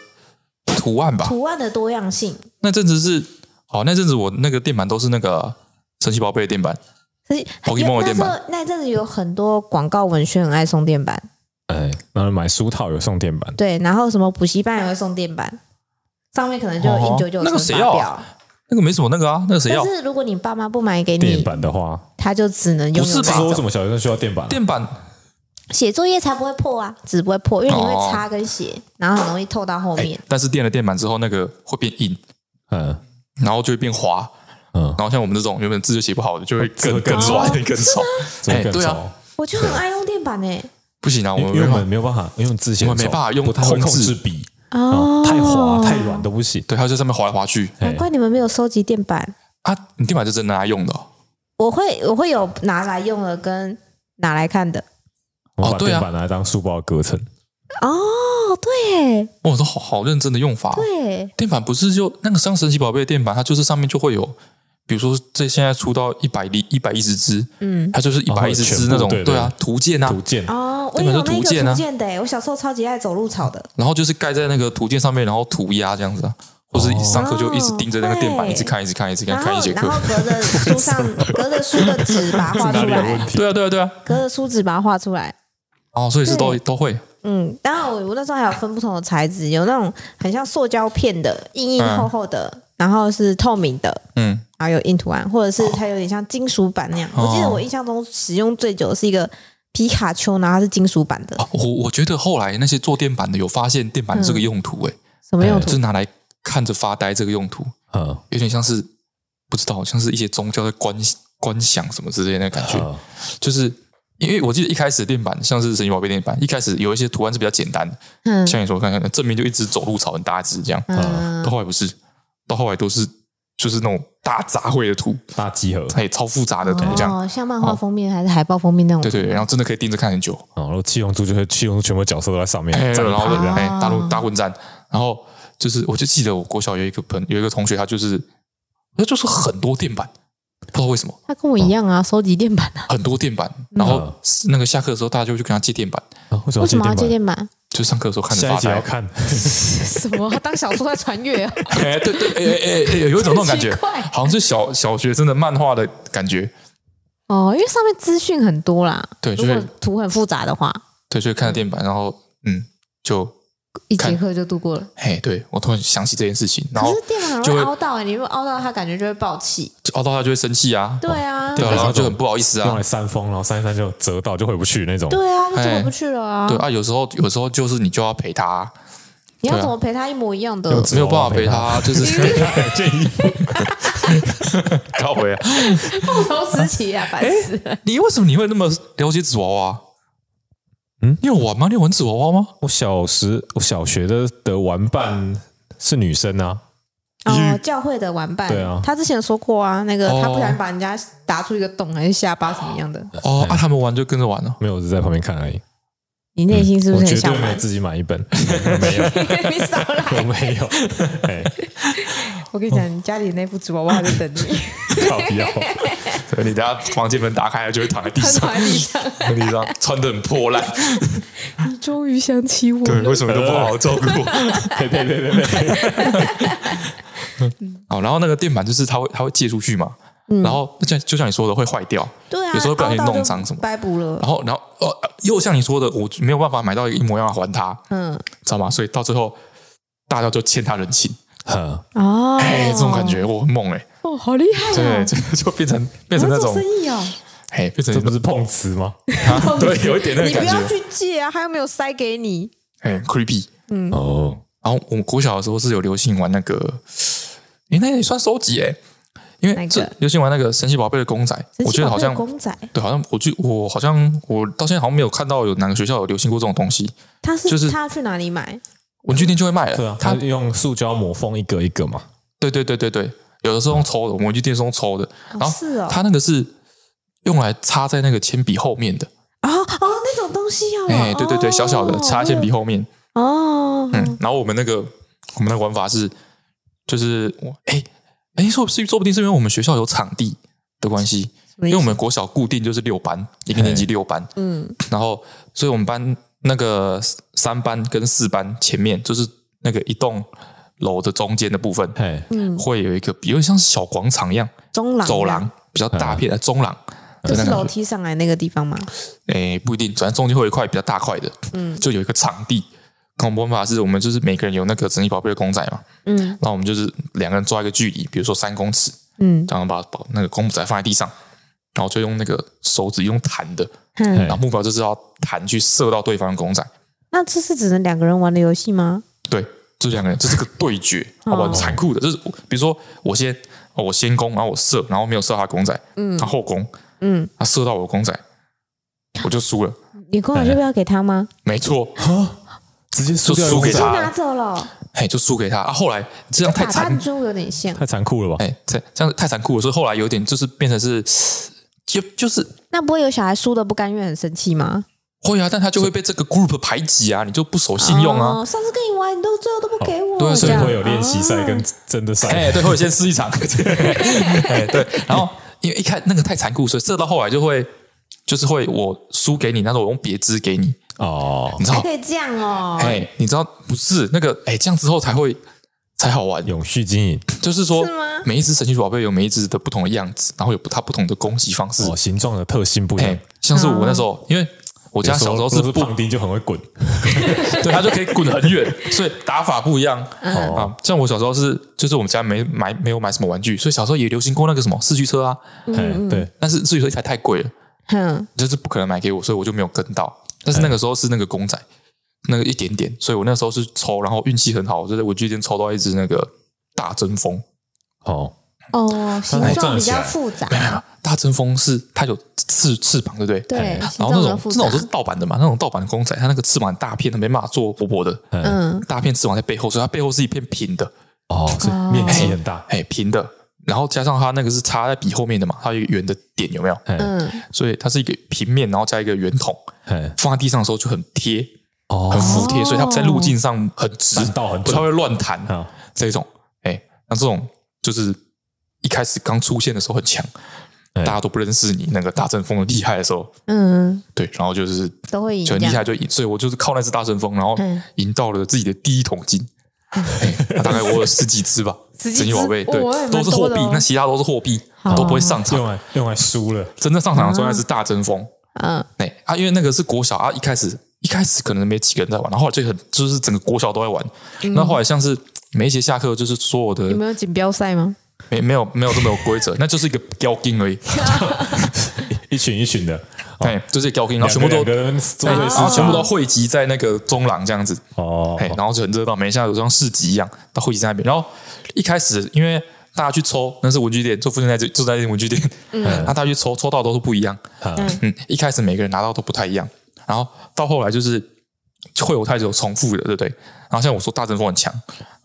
Speaker 3: 图案吧？
Speaker 1: 图案的多样性。
Speaker 3: 那阵子是，哦，那阵子我那个电板都是那个神奇宝贝的电板，
Speaker 1: 所以
Speaker 3: Pokemon 的
Speaker 1: 那
Speaker 3: 电
Speaker 1: 时
Speaker 3: 板
Speaker 1: 候那阵子有很多广告文宣很爱送电板，
Speaker 2: 哎，然后买书套有送电板，
Speaker 1: 对，然后什么补习班也会送电板，上面可能就有
Speaker 3: 哦
Speaker 1: 一九九
Speaker 3: 那个
Speaker 1: 乘
Speaker 3: 谁
Speaker 1: 法
Speaker 3: 要
Speaker 1: 表
Speaker 3: 啊。那个没什么那个啊，那个谁
Speaker 1: 但
Speaker 3: 要
Speaker 1: 是如果你爸妈不买给
Speaker 2: 电
Speaker 1: 你，
Speaker 2: 板的话，
Speaker 1: 他就只能
Speaker 3: 不
Speaker 1: 拥有
Speaker 3: 是
Speaker 1: 那
Speaker 3: 吧
Speaker 2: 说为什
Speaker 1: 种。
Speaker 2: 么小学生需要电板啊？
Speaker 3: 电板
Speaker 1: 写作业才不会破啊，纸不会破，因为你
Speaker 3: 哦
Speaker 1: 会擦跟写，然后很容易透到后
Speaker 3: 哎、
Speaker 1: 面。
Speaker 3: 但是电了电板之后，那个会变硬，
Speaker 2: 嗯
Speaker 3: 然后就会变滑，
Speaker 2: 嗯
Speaker 3: 然，后像我们这种原本字就写不好的，就会
Speaker 2: 这
Speaker 3: 更
Speaker 2: 哦会更
Speaker 3: 更
Speaker 2: 丑
Speaker 3: 软、 更丑。
Speaker 2: 这
Speaker 3: 哎
Speaker 2: 个更
Speaker 3: 对啊
Speaker 2: 糟。
Speaker 1: 我就很爱用电板欸诶、
Speaker 3: 不行啊，我
Speaker 2: 因为
Speaker 3: 们
Speaker 2: 因为
Speaker 3: 没
Speaker 2: 我们没有
Speaker 3: 办法。
Speaker 2: 办法，因为我们字写
Speaker 3: 我们没
Speaker 2: 手
Speaker 3: 办法用
Speaker 2: 不太会控
Speaker 3: 控制
Speaker 2: 制笔，
Speaker 1: 哦
Speaker 2: 啊，太滑太软都不行。哎
Speaker 3: 对，它在上面滑来滑去
Speaker 1: 难怪你们没有收集电板。
Speaker 3: 啊！你电板就真的拿来用的哦，
Speaker 1: 我会我会有拿来用的跟拿来看的。
Speaker 2: 我们把
Speaker 3: 哦对啊
Speaker 2: 电板拿来当书包的隔层，
Speaker 1: 哦，对耶
Speaker 3: 哇，这好好认真的用法哦。
Speaker 1: 对，
Speaker 3: 电板不是就那个像神奇宝贝的电板，它就是上面就会有比如说这现在出到一百零一百一十只，
Speaker 1: 嗯，
Speaker 3: 它就是一百一十只那种，
Speaker 2: 哦全部对
Speaker 3: 对啊，图鉴啊
Speaker 2: 图，鉴
Speaker 1: 哦，我有
Speaker 3: 那本
Speaker 1: 那
Speaker 3: 是
Speaker 1: 个图
Speaker 3: 图鉴啊
Speaker 1: 鉴的欸，我小时候超级爱走路草的，
Speaker 3: 然后就是盖在那个图鉴上面，然后涂鸦这样子啊，或
Speaker 2: 哦
Speaker 3: 是上课就一直盯着那个电板，
Speaker 1: 哦
Speaker 3: 一直看，一直看，一直看，
Speaker 1: 然
Speaker 3: 看一
Speaker 1: 后
Speaker 3: 节
Speaker 1: 然
Speaker 3: 课
Speaker 1: 后。隔着书 上隔着书的纸把它画
Speaker 2: 哪
Speaker 1: 出
Speaker 2: 里有问
Speaker 1: 来，
Speaker 2: 题？
Speaker 3: 对啊，对啊，对啊。
Speaker 1: 隔着书纸把它画出来。
Speaker 3: 哦，所以是都
Speaker 1: 对
Speaker 3: 都会
Speaker 1: 嗯，当然我我那时候还有分不同的材质，有那种很像塑胶片的，硬硬厚厚的，然后是透明的，
Speaker 3: 嗯，
Speaker 1: 然后有印图案，或者是它有点像金属版那样。
Speaker 3: 哦
Speaker 1: 我记得我印象中使用最久的是一个皮卡丘，然后它是金属版的，
Speaker 3: 啊我我觉得后来那些做电板的有发现电板这个用途、欸，
Speaker 1: 什么用
Speaker 3: 就是
Speaker 1: 途？
Speaker 3: 拿来看着发呆这个用途，
Speaker 2: 嗯，
Speaker 3: 有点像是不知道，像是一些宗教在观观想什么之类的那感觉，
Speaker 2: 嗯
Speaker 3: 就是。因为我记得一开始的电板，像是神奇宝贝电板，一开始有一些图案是比较简单的，
Speaker 1: 嗯
Speaker 3: 像你说，看看正面就一只走路草很大只这样，
Speaker 1: 嗯
Speaker 3: 到后来不是，到后来都是就是那种大杂烩的图，
Speaker 2: 大集合，
Speaker 3: 它也超复杂的图这样，
Speaker 1: 哦，像漫画封面还是海报封面那种，
Speaker 3: 对对对，然后真的可以盯着看很久，
Speaker 2: 哦然后七龙珠就是七龙珠全部角色都在上面
Speaker 3: 哎，，
Speaker 2: 站
Speaker 3: 然后
Speaker 2: 着这样
Speaker 3: 哎大陆
Speaker 1: 哦
Speaker 3: 大混战，然后就是我就记得我国小有一个朋有一个同学，他就是他就是很多电板，不知道为什么
Speaker 1: 它跟我一样啊，收集电板啊，
Speaker 3: 很多电板，然
Speaker 2: 嗯
Speaker 3: 后那个下课的时候大家就去跟他借电板，
Speaker 2: 啊为什
Speaker 1: 为什么
Speaker 2: 么
Speaker 1: 要
Speaker 2: 要
Speaker 1: 借
Speaker 2: 接电
Speaker 1: 电 板？
Speaker 3: 就上课的时候
Speaker 2: 板？
Speaker 3: 看
Speaker 2: 下
Speaker 3: 着
Speaker 2: 一
Speaker 3: 发
Speaker 2: 集
Speaker 3: 呆
Speaker 2: 要，看，
Speaker 1: 什么？它当小说在传阅啊？
Speaker 3: 哎，对对，哎哎哎哎，有一种那种感觉
Speaker 1: 很奇怪，
Speaker 3: 好像是小小学生的漫画的感觉，
Speaker 1: 哦，因为上面资讯很多啦，
Speaker 3: 对
Speaker 1: 如
Speaker 3: 就
Speaker 1: 果
Speaker 3: 是
Speaker 1: 图很复杂的话，
Speaker 3: 对，就看着电板，然后嗯，就
Speaker 1: 一节
Speaker 3: 看
Speaker 1: 课就度过了。
Speaker 3: 嘿，对我突然想起这件事情，然
Speaker 1: 可
Speaker 3: 后
Speaker 1: 是电脑
Speaker 3: 就
Speaker 1: 容易
Speaker 3: 会
Speaker 1: 凹到、欸，你如果凹到它，感觉就会爆气。
Speaker 3: 就哦熬到他就会生气啊，
Speaker 1: 对啊，
Speaker 3: 对啊，然后就很不好意思
Speaker 2: 用
Speaker 3: 啊
Speaker 2: 来，扇风，然后扇一扇就折到就回不去那种。
Speaker 1: 对啊，那就回
Speaker 3: 哎
Speaker 1: 不去了啊。
Speaker 3: 对啊，有时候有时候就是你就要陪他啊。
Speaker 1: 你要
Speaker 3: 对啊
Speaker 1: 怎么陪他一模一样的？
Speaker 2: 用纸
Speaker 3: 没有哎办法陪他，啊就是
Speaker 2: 建议
Speaker 3: 高回啊！
Speaker 1: 不同时期啊，烦死了！
Speaker 3: 你为什么你会那么了解纸娃娃？
Speaker 2: 嗯
Speaker 3: 嗯，你有玩吗？你有玩纸娃娃吗？
Speaker 2: 我小时我小学的的玩伴是女生啊，
Speaker 1: 哦，教会的玩伴，
Speaker 2: 对啊
Speaker 1: 他之前说过啊，那个
Speaker 3: 哦
Speaker 1: 他不小心把人家打出一个洞，还是下巴什么样的？
Speaker 3: 哦，啊，他们玩就跟着玩了。
Speaker 2: 没有，我只是在旁边看而已。
Speaker 1: 你内心是不
Speaker 2: 我
Speaker 1: 是很
Speaker 2: 绝
Speaker 1: 想
Speaker 2: 对没有
Speaker 1: 买？
Speaker 2: 自己买一本， 没
Speaker 3: 嗯
Speaker 2: 有，
Speaker 1: 你少
Speaker 2: 我
Speaker 1: 来！
Speaker 2: 没有，哎，
Speaker 1: 我跟你讲，你家里那副纸娃娃在等
Speaker 3: 哦
Speaker 1: 你，
Speaker 2: 靠 腰，
Speaker 3: 你等下房间门打开，就会躺在 地
Speaker 1: 他躺在地上。
Speaker 3: 地上穿的很破烂。
Speaker 1: 你终于想起我
Speaker 3: 对，
Speaker 1: 了，
Speaker 3: 为什么都不好好 照顾我？
Speaker 2: 呸呸呸呸呸，
Speaker 1: 嗯
Speaker 3: 哦，然后那个电板就是它会它会借出去嘛，然后就像就像你说的会坏掉，
Speaker 1: 对啊，
Speaker 3: 有时候不小心
Speaker 1: 凹到就
Speaker 3: 弄脏什么
Speaker 1: 掰补了。
Speaker 3: 然后然后呃又像你说的，我没有办法买到一模一样的还他，
Speaker 1: 嗯，
Speaker 3: 知道吗？所以到最后大家就欠他人情，
Speaker 2: 哼
Speaker 1: 哦，
Speaker 3: 哎，这种感，觉我很猛哎，
Speaker 1: 哦，好厉害
Speaker 3: 对，
Speaker 1: 哦！
Speaker 3: 就就变成变成
Speaker 1: 我
Speaker 3: 那
Speaker 1: 要做
Speaker 3: 种
Speaker 1: 生意哦，
Speaker 3: 哎，变 成
Speaker 2: 这不是碰瓷吗？
Speaker 3: 啊， 对，有一点那个
Speaker 1: 你不
Speaker 3: 感
Speaker 1: 要
Speaker 3: 觉，
Speaker 1: 去借啊，他又没有塞给你。
Speaker 3: 很 creepy。
Speaker 2: 哦，
Speaker 3: 然后我们国小的时候是有流行玩那个，诶，那也算收集诶，因
Speaker 1: 哪
Speaker 3: 为
Speaker 1: 个
Speaker 3: 这流行玩那个神奇宝贝的公仔，我觉得好
Speaker 1: 神奇宝贝有公
Speaker 3: 像
Speaker 1: 仔，
Speaker 3: 对，好像我就我好像我到现在好像没有看到有哪个学校有流行过这种东西，
Speaker 1: 他是、
Speaker 3: 就是
Speaker 1: 他要去哪里买？
Speaker 3: 文具店就会卖
Speaker 2: 对啊
Speaker 3: 了。，
Speaker 2: 他
Speaker 3: 它
Speaker 2: 用塑胶膜封一个一个嘛，
Speaker 3: 对对对对对，有的是用抽的，我们文具店是用抽的，然后
Speaker 1: 是哦
Speaker 3: 它那个是用来插在那个铅笔后面的，
Speaker 1: 啊哦那种东西哦，
Speaker 3: 哎，对对对，
Speaker 1: 哦
Speaker 3: 小小的插铅笔后面，
Speaker 1: 哦，
Speaker 3: 嗯，然后我们那个我们的玩法是，就是我哎哎，说是说不定是因为我们学校有场地的关系，
Speaker 1: 么意思
Speaker 3: 因为我们国小固定就是六班，一个年级六班，
Speaker 1: 嗯
Speaker 3: 然后所以我们班那个三班跟四班前面就是那个一栋楼的中间的部分，
Speaker 2: 嘿，
Speaker 1: 嗯，
Speaker 3: 会有一个有点像小广场一样，
Speaker 1: 中廊
Speaker 3: 走廊比较大片的中廊，
Speaker 1: 就
Speaker 3: 那
Speaker 1: 是
Speaker 3: 个
Speaker 1: 楼梯上来那个地方吗？
Speaker 3: 诶，不一定，反正中间会有一块比较大块的，
Speaker 1: 嗯
Speaker 3: 就有一个场地。那我们玩法是我们就是每个人有那个神奇宝贝的公仔嘛，
Speaker 1: 嗯
Speaker 3: 那我们就是两个人抓一个距离，比如说三公尺，
Speaker 1: 嗯
Speaker 3: 然后把把那个公仔放在地上，然后就用那个手指用弹的，
Speaker 1: 嗯，
Speaker 3: 然后目标就是要弹去射到对方的公仔。
Speaker 1: 那这是只能两个人玩的游戏吗？
Speaker 3: 对，这两个人这是个对决，
Speaker 1: 哦
Speaker 3: 好吧，很残酷的，就是我比如说我先哦我先攻，然后我射，然后没有射到他的公仔，
Speaker 1: 嗯
Speaker 3: 他后攻，
Speaker 1: 嗯，
Speaker 3: 他射到我的公仔，我就输了，
Speaker 1: 你公
Speaker 3: 哎
Speaker 1: 仔就不要给他吗？
Speaker 3: 没错，
Speaker 2: 直接输
Speaker 3: 就
Speaker 2: 掉
Speaker 3: 输给
Speaker 1: 就
Speaker 3: 他
Speaker 1: 拿
Speaker 2: 啊
Speaker 3: 了，
Speaker 1: 走了，
Speaker 3: 嘿，就输给他。啊，后来这样啊太
Speaker 1: 打
Speaker 3: 残
Speaker 1: 弹珠有点像。
Speaker 2: 太残酷了吧？
Speaker 3: 哎，这这样太残酷了，所以后来有点就是变成是，就就是
Speaker 1: 那不会有小孩输的不甘愿很生气吗？
Speaker 3: 会啊，但他就会被这个 group 排挤啊，你就不守信用啊。
Speaker 1: 哦上次跟你玩，你都最后都不给我，
Speaker 3: 对啊所以
Speaker 1: 这样
Speaker 2: 会有练习赛跟
Speaker 1: 哦
Speaker 2: 真的
Speaker 3: 哎、
Speaker 2: 赛，
Speaker 3: 对，会先试一场，对对哎对，然后因为一看那个太残酷，所以射到后来就会就是会我输给你，但是我用别支给你，
Speaker 2: 哦，
Speaker 3: 你知
Speaker 1: 还
Speaker 3: 道？
Speaker 1: 可以这样哦，
Speaker 3: 哎、你知道不是那个哎、这样之后才会才好玩，
Speaker 2: 永续经营
Speaker 3: 就是说
Speaker 1: 是吗
Speaker 3: 每一只神奇宝贝有每一只的不同的样子，然后有不它不同的攻击方式。
Speaker 2: 哦，形状的特性不一
Speaker 3: 哎、
Speaker 2: 样。
Speaker 3: 像是我那时候，因为我家小时
Speaker 2: 有
Speaker 3: 候是
Speaker 2: 如果
Speaker 3: 不
Speaker 2: 胖丁就很会滚，
Speaker 3: 对，它就可以滚很远，所以打法不一样。
Speaker 2: 哦
Speaker 3: 啊，像我小时候是，就是我们家没买没有买什么玩具，所以小时候也流行过那个什么四驱车啊，
Speaker 2: 哎，对，
Speaker 3: 但是四驱车一台太贵了，
Speaker 1: 哼，
Speaker 3: 就是不可能买给我，所以我就没有跟到。但是那个时候是那个公仔，那个一点点，所以我那时候是抽，然后运气很好，我就在文具店抽到一只那个大针锋。
Speaker 2: 哦，
Speaker 1: 哦，形
Speaker 3: 哎
Speaker 2: 还
Speaker 1: 状
Speaker 2: 站
Speaker 1: 比
Speaker 2: 起
Speaker 1: 较
Speaker 2: 来
Speaker 1: 复杂，
Speaker 3: 大针锋是它有翅翅膀，对不对？哎
Speaker 1: 对，
Speaker 3: 然
Speaker 1: 形状
Speaker 3: 后那
Speaker 1: 比较
Speaker 3: 种
Speaker 1: 复
Speaker 3: 这
Speaker 1: 杂
Speaker 3: 种，都是盗版的嘛，那种盗版的公仔，它那个翅膀很大片，它没办法做薄薄的，
Speaker 1: 嗯，
Speaker 3: 大片翅膀在背后，所以它背后是一片平的，
Speaker 2: 哦，所以面积很大，
Speaker 3: 哎，平的。然后加上它那个是插在笔后面的嘛，它有一个圆的点，有没有？
Speaker 2: 哎
Speaker 1: 嗯
Speaker 3: 所以它是一个平面，然后加一个圆筒，
Speaker 2: 哎，
Speaker 3: 放在地上的时候就很贴，很
Speaker 2: 哦，
Speaker 3: 服帖，所以它在路径上很直，
Speaker 2: 弹道很
Speaker 3: 不
Speaker 2: 准
Speaker 3: 太会乱弹
Speaker 2: 好，
Speaker 3: 这种。哎，那这种就是一开始刚出现的时候很强，
Speaker 2: 哎
Speaker 3: 大家都不认识你，那个大阵风的厉害的时候，
Speaker 1: 嗯，
Speaker 3: 对，然后就是
Speaker 1: 都会赢
Speaker 3: 就
Speaker 1: 这
Speaker 3: 很厉
Speaker 1: 样，
Speaker 3: 害，就赢。所以我就是靠那只大阵风，然后
Speaker 1: 嗯
Speaker 3: 赢到了自己的第一桶金。哎那大概我有十几只吧，
Speaker 1: 十几只
Speaker 3: 神奇宝贝，对
Speaker 1: 哦我也，蛮
Speaker 3: 都是货币
Speaker 1: 多的哦，
Speaker 3: 那其他都是货币
Speaker 1: 好，
Speaker 3: 都不会上场。
Speaker 2: 用来用来输了，
Speaker 3: 真正上场的时候那是大阵风，
Speaker 1: 啊嗯，
Speaker 3: 哎、啊，因为那个是国小啊，一开始一开始可能没几个人在玩，然后后来就很就是整个国小都在玩，那、后来像是每一节下课就是所有的
Speaker 1: 嗯你们有锦标赛吗？
Speaker 3: 没没有没有这么有规则， 那就是一个标金而已，
Speaker 2: 一群一群的，
Speaker 3: 哎、就是标金，然后
Speaker 2: 两
Speaker 3: 全
Speaker 2: 个
Speaker 3: 部都
Speaker 2: 两个人做
Speaker 3: 哎
Speaker 2: 对
Speaker 3: 然后
Speaker 1: 哦
Speaker 2: 事
Speaker 3: 全
Speaker 2: 情
Speaker 3: 部都汇集在那个中廊这样子，
Speaker 2: 哦
Speaker 3: 哎、，然后就很热闹，每一下有像市集一样，到汇集在那边。然后一开始因为大家去抽，那是文具店，就附近在这就在那间文具店，嗯，那大家去抽，抽到都是不一样，
Speaker 2: 嗯
Speaker 3: 嗯，一开始每个人拿到都不太一样，然后到后来就是会有太多重复的，对不对？然后像我说大阵风很强，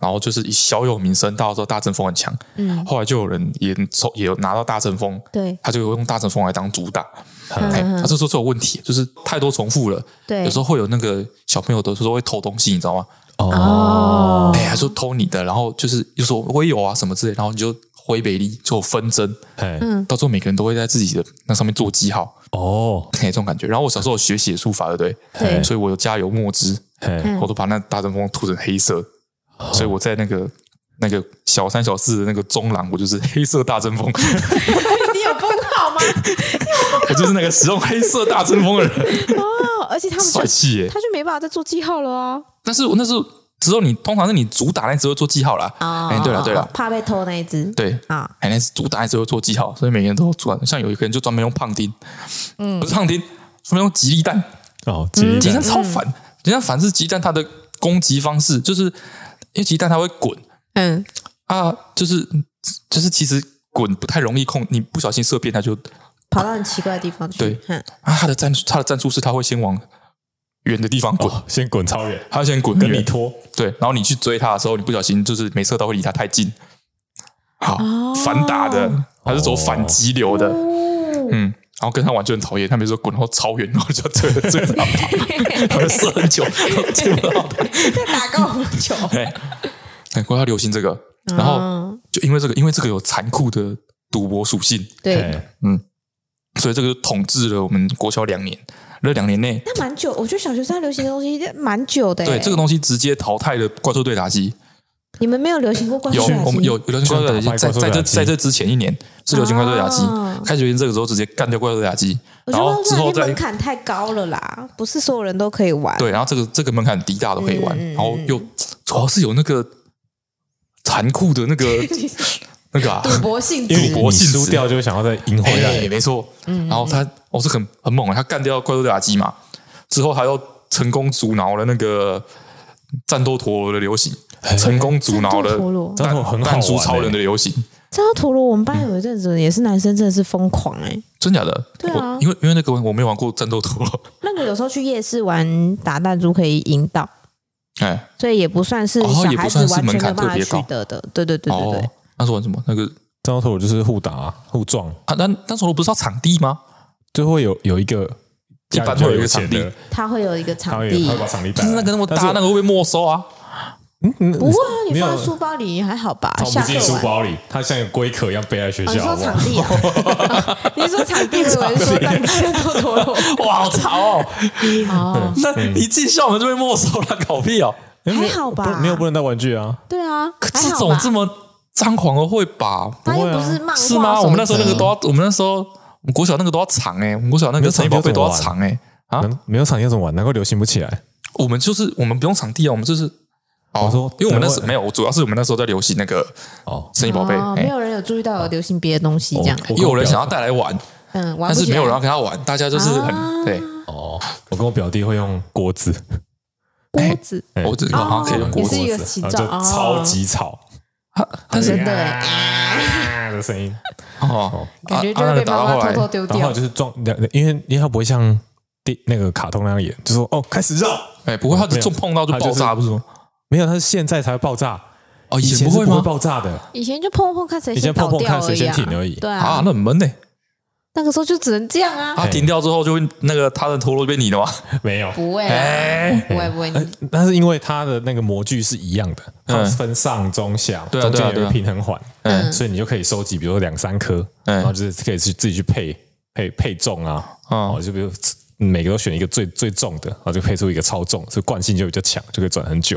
Speaker 3: 然后就是以小有名声，大家说大阵风很强，嗯，后来就有人也抽也有拿到大阵风，
Speaker 1: 对
Speaker 3: 他就用大阵风来当主打，
Speaker 1: 嗯
Speaker 3: 哎、
Speaker 1: 嗯
Speaker 3: 他这时候就有问题，就是太多重复了，
Speaker 1: 对
Speaker 3: 有时候会有那个小朋友的时候会偷东西，你知道吗？
Speaker 1: 哦
Speaker 3: 哎、，还说偷你的，然后就是就说我也有啊什么之类，然后你就挥北利就有纷争，
Speaker 2: 哎
Speaker 1: 嗯
Speaker 3: 到最后每个人都会在自己的那上面做记号。
Speaker 2: 哦，
Speaker 3: 哎，这种感觉。然后我小时候有学写书法，对不对？
Speaker 1: 对嗯
Speaker 3: 所以我有加油墨汁，
Speaker 2: 哎
Speaker 3: 我都把那大阵风涂成黑色，所以我在那个那个小三小四的那个中廊，我就是黑色大阵风，
Speaker 1: 你有封 号吗？
Speaker 3: 我就是那个使用黑色大阵风 的人，
Speaker 1: 哦，而且他们就
Speaker 3: 帅气耶！
Speaker 1: 他就没办法再做记号了啊。
Speaker 3: 但是我那时候只有你，通常是你主打那只会做记号啦。哎，对了对了，
Speaker 1: 哦怕被偷那一只，
Speaker 3: 对。
Speaker 1: 啊，
Speaker 3: 哎，那是主打那只会做记号，所以每个人都主打。像有一个人就专门用胖丁，
Speaker 1: 嗯
Speaker 3: 不是胖丁，专门用吉利蛋，
Speaker 2: 哦，吉利
Speaker 3: 鸡蛋
Speaker 2: 蛋
Speaker 3: 超烦，人家反是鸡蛋它的攻击方式，就是因为鸡蛋它会滚
Speaker 1: 嗯，
Speaker 3: 啊，就是就是其实滚不太容易控，你不小心射变它就
Speaker 1: 跑到很奇怪的地方去，
Speaker 3: 对
Speaker 1: 哼
Speaker 3: 啊，它的战术它的战术是它会先往远的地方滚，
Speaker 2: 哦，先滚超远，
Speaker 3: 它、先滚
Speaker 2: 跟
Speaker 3: 远
Speaker 2: 你拖，
Speaker 3: 对，然后你去追它的时候，你不小心就是没射到会离它太近，好、
Speaker 1: 哦
Speaker 3: 反打的，它是走反击流的，
Speaker 1: 哦
Speaker 3: 嗯。然后跟他玩就很讨厌，他每次都滚到超远，然后就要追追着他跑，他会射很久，追不到他。
Speaker 1: 在打高尔夫球，
Speaker 3: 哎，哎，国外流行这个，然后
Speaker 1: 哦
Speaker 3: 就因为这个，因为这个有残酷的赌博属性，
Speaker 1: 对，
Speaker 2: 哎
Speaker 3: 所以这个就统治了我们国小两年。那两年内，
Speaker 1: 那蛮久，我觉得小学生流行的东西蛮久的欸。
Speaker 3: 对这个东西直接淘汰了怪兽对打机。
Speaker 1: 你们没有流行过关
Speaker 3: 有
Speaker 1: 系
Speaker 3: 我们有流行怪兽对打机，
Speaker 2: 全打败怪
Speaker 3: 在
Speaker 2: 兽对
Speaker 3: 在
Speaker 2: 打
Speaker 3: 这
Speaker 2: 机
Speaker 3: 在这之前一年是流行怪兽对打机
Speaker 1: 哦，
Speaker 3: 开始流行这个时候直接干掉怪兽对打机，
Speaker 1: 我觉
Speaker 3: 然后
Speaker 1: 得
Speaker 3: 之后
Speaker 1: 这个
Speaker 3: 再
Speaker 1: 门槛太高了啦，不是所有人都可以玩。
Speaker 3: 对，然后这个这个门槛低，大家都可以
Speaker 1: 嗯
Speaker 3: 玩，然后又主要是有那个残酷的那 个那个啊，
Speaker 1: 博嗯性
Speaker 2: 因为
Speaker 3: 赌
Speaker 2: 你
Speaker 3: 博
Speaker 2: 你
Speaker 3: 性质
Speaker 2: 输掉就想要再赢回
Speaker 3: 哎、
Speaker 2: 来，
Speaker 3: 没错。然
Speaker 1: 嗯
Speaker 3: 后他我、哦、是很很猛的，他干掉怪兽对打机嘛，之后他又成功阻挠了那个战斗陀螺的流行，成功阻挠
Speaker 1: 战斗
Speaker 3: 了
Speaker 1: 陀螺
Speaker 3: 弹
Speaker 2: 哎战斗很好玩
Speaker 3: 弹珠超人
Speaker 2: 欸
Speaker 3: 的流行，
Speaker 1: 这到陀螺，我们班有一阵子也是男生，真的是疯狂哎、
Speaker 3: 真假的？
Speaker 1: 对啊
Speaker 3: 我因为因为那个我没有玩过战斗陀螺，
Speaker 1: 那个有时候去夜市玩打弹珠可以赢到，
Speaker 3: 哎，
Speaker 1: 所以也不算是
Speaker 3: 哦
Speaker 1: 小
Speaker 3: 也
Speaker 1: 孩
Speaker 3: 不
Speaker 1: 子
Speaker 3: 算是
Speaker 1: 完全
Speaker 3: 门
Speaker 1: 没有
Speaker 3: 槛
Speaker 1: 办法
Speaker 3: 特别
Speaker 1: 取
Speaker 3: 高
Speaker 1: 得的。对对对对对，
Speaker 3: 哦，那是玩什么？那个
Speaker 2: 战斗陀螺就是互打互撞，
Speaker 3: 啊，那那陀螺不是要场地吗？
Speaker 2: 就会有有一个
Speaker 3: 一般会有一个场地，
Speaker 2: 家里
Speaker 1: 他会有一个
Speaker 2: 就
Speaker 1: 场
Speaker 2: 有钱
Speaker 1: 地
Speaker 2: 了他会他，会把场地
Speaker 3: 就
Speaker 2: 摆
Speaker 3: 是
Speaker 2: 来。
Speaker 3: 那个那么
Speaker 2: 啊但是
Speaker 3: 大，
Speaker 2: 我
Speaker 3: 那个会被没收啊。
Speaker 1: 不会啊，你
Speaker 2: 没有
Speaker 1: 放在书包里还好吧？
Speaker 2: 放
Speaker 1: 下
Speaker 2: 不进
Speaker 1: 课
Speaker 2: 书
Speaker 1: 完。
Speaker 2: 包里，它像一个龟壳一样背在学
Speaker 1: 哦、你
Speaker 2: 校，好
Speaker 1: 说
Speaker 2: 不
Speaker 1: 场
Speaker 2: 好？
Speaker 1: 地啊？ 你说场地，我以为说让你吃多多肉。
Speaker 3: 哇，好潮哦！
Speaker 1: 哦，
Speaker 3: 那一进校门就被没收了，搞 屁哦！
Speaker 2: 诶没有
Speaker 1: 还好吧
Speaker 2: 不没有不能带玩具啊。
Speaker 1: 对啊，还
Speaker 3: 这
Speaker 1: 好
Speaker 3: 种
Speaker 1: 吧
Speaker 3: 这么张狂的会吧？
Speaker 1: 他又
Speaker 2: 不会
Speaker 1: 不
Speaker 2: 啊
Speaker 1: 是漫画
Speaker 3: 是吗？我们那时候那个
Speaker 1: 手机
Speaker 3: 都要，我们那时候我们国小那个都要藏哎、我们国小那
Speaker 2: 没
Speaker 3: 个
Speaker 2: 有
Speaker 3: 城
Speaker 2: 场
Speaker 3: 堡
Speaker 2: 地
Speaker 3: 宝贝都要
Speaker 2: 要怎么
Speaker 3: 藏哎、啊！
Speaker 2: 能没有场地要怎么玩？难怪流行不起来。
Speaker 3: 我们就是我们不用场地啊，我们就是哦
Speaker 2: 我说
Speaker 3: 因为我们那时
Speaker 2: 难怪
Speaker 3: 没有，我主要是我们那时候在流行那个
Speaker 2: 哦，
Speaker 3: 神奇宝贝，
Speaker 1: 哦，
Speaker 3: 哎哦
Speaker 1: 没有人有注意到有流行别的东西这样，
Speaker 2: 我
Speaker 3: 也有人想要带来玩，
Speaker 1: 嗯，玩不
Speaker 3: 但是
Speaker 1: 起来
Speaker 3: 没有人啊要跟他玩，大家就是很、
Speaker 1: 啊
Speaker 3: 对，
Speaker 2: 哦，我跟我表弟会用锅子，
Speaker 1: 锅子，
Speaker 2: 哎
Speaker 3: 我只我好像可以用
Speaker 1: 哦也
Speaker 3: 锅
Speaker 1: 是
Speaker 3: 子，
Speaker 1: 一个
Speaker 2: 锅子
Speaker 1: 形
Speaker 2: 然后
Speaker 1: 状
Speaker 2: 就
Speaker 1: 哦
Speaker 2: 超级吵，
Speaker 3: 但是
Speaker 1: 真的
Speaker 2: 啊
Speaker 1: 哎
Speaker 2: 的声音。
Speaker 3: 哦，
Speaker 1: 感觉
Speaker 3: 啊
Speaker 1: 就会
Speaker 3: 啊那
Speaker 1: 被
Speaker 3: 个打
Speaker 1: 妈
Speaker 3: 到后
Speaker 1: 妈偷
Speaker 3: 来
Speaker 1: 偷丢
Speaker 2: 然后后
Speaker 1: 掉。
Speaker 2: 来就是撞，因为因为它不会像电那个卡通那样演，就说哦开始绕，
Speaker 3: 哎、不会，他
Speaker 2: 没
Speaker 3: 就
Speaker 2: 有
Speaker 3: 重碰到就爆炸，
Speaker 2: 他
Speaker 3: 不是吗？
Speaker 2: 没有，它是现在才会爆炸，
Speaker 3: 哦，
Speaker 2: 以
Speaker 3: 以前
Speaker 2: 前是
Speaker 3: 会
Speaker 2: 不会
Speaker 3: 吗？
Speaker 2: 爆炸的，
Speaker 1: 以前就碰碰看谁
Speaker 2: 以前碰
Speaker 1: 倒
Speaker 2: 碰看
Speaker 1: 掉而
Speaker 2: 谁
Speaker 1: 已
Speaker 2: 先
Speaker 1: 啊，
Speaker 2: 停而已
Speaker 1: 对
Speaker 3: 啊
Speaker 1: 啊，，
Speaker 3: 那很闷呢、
Speaker 1: 那个时候就只能这样啊，
Speaker 3: 他停掉之后就会那个他的陀螺就变你的嘛？
Speaker 2: 没有。
Speaker 1: 不会啊，
Speaker 3: 哎、
Speaker 1: 不会不会，
Speaker 2: 呃
Speaker 1: 你
Speaker 2: 那是因为它的那个模具是一样的，它是分上中下，
Speaker 3: 嗯对啊
Speaker 2: 中
Speaker 3: 对啊
Speaker 2: 间有
Speaker 3: 对
Speaker 2: 一
Speaker 3: 啊
Speaker 2: 个平衡环，
Speaker 3: 嗯
Speaker 2: 所以你就可以收集，比如说两三颗，
Speaker 3: 嗯
Speaker 2: 然后就是可以去自己去配配配重啊，
Speaker 3: 嗯
Speaker 2: 哦，就比如每个都选一个最最重的，然后就配出一个超重，所以惯性就比较强，就可以转很久。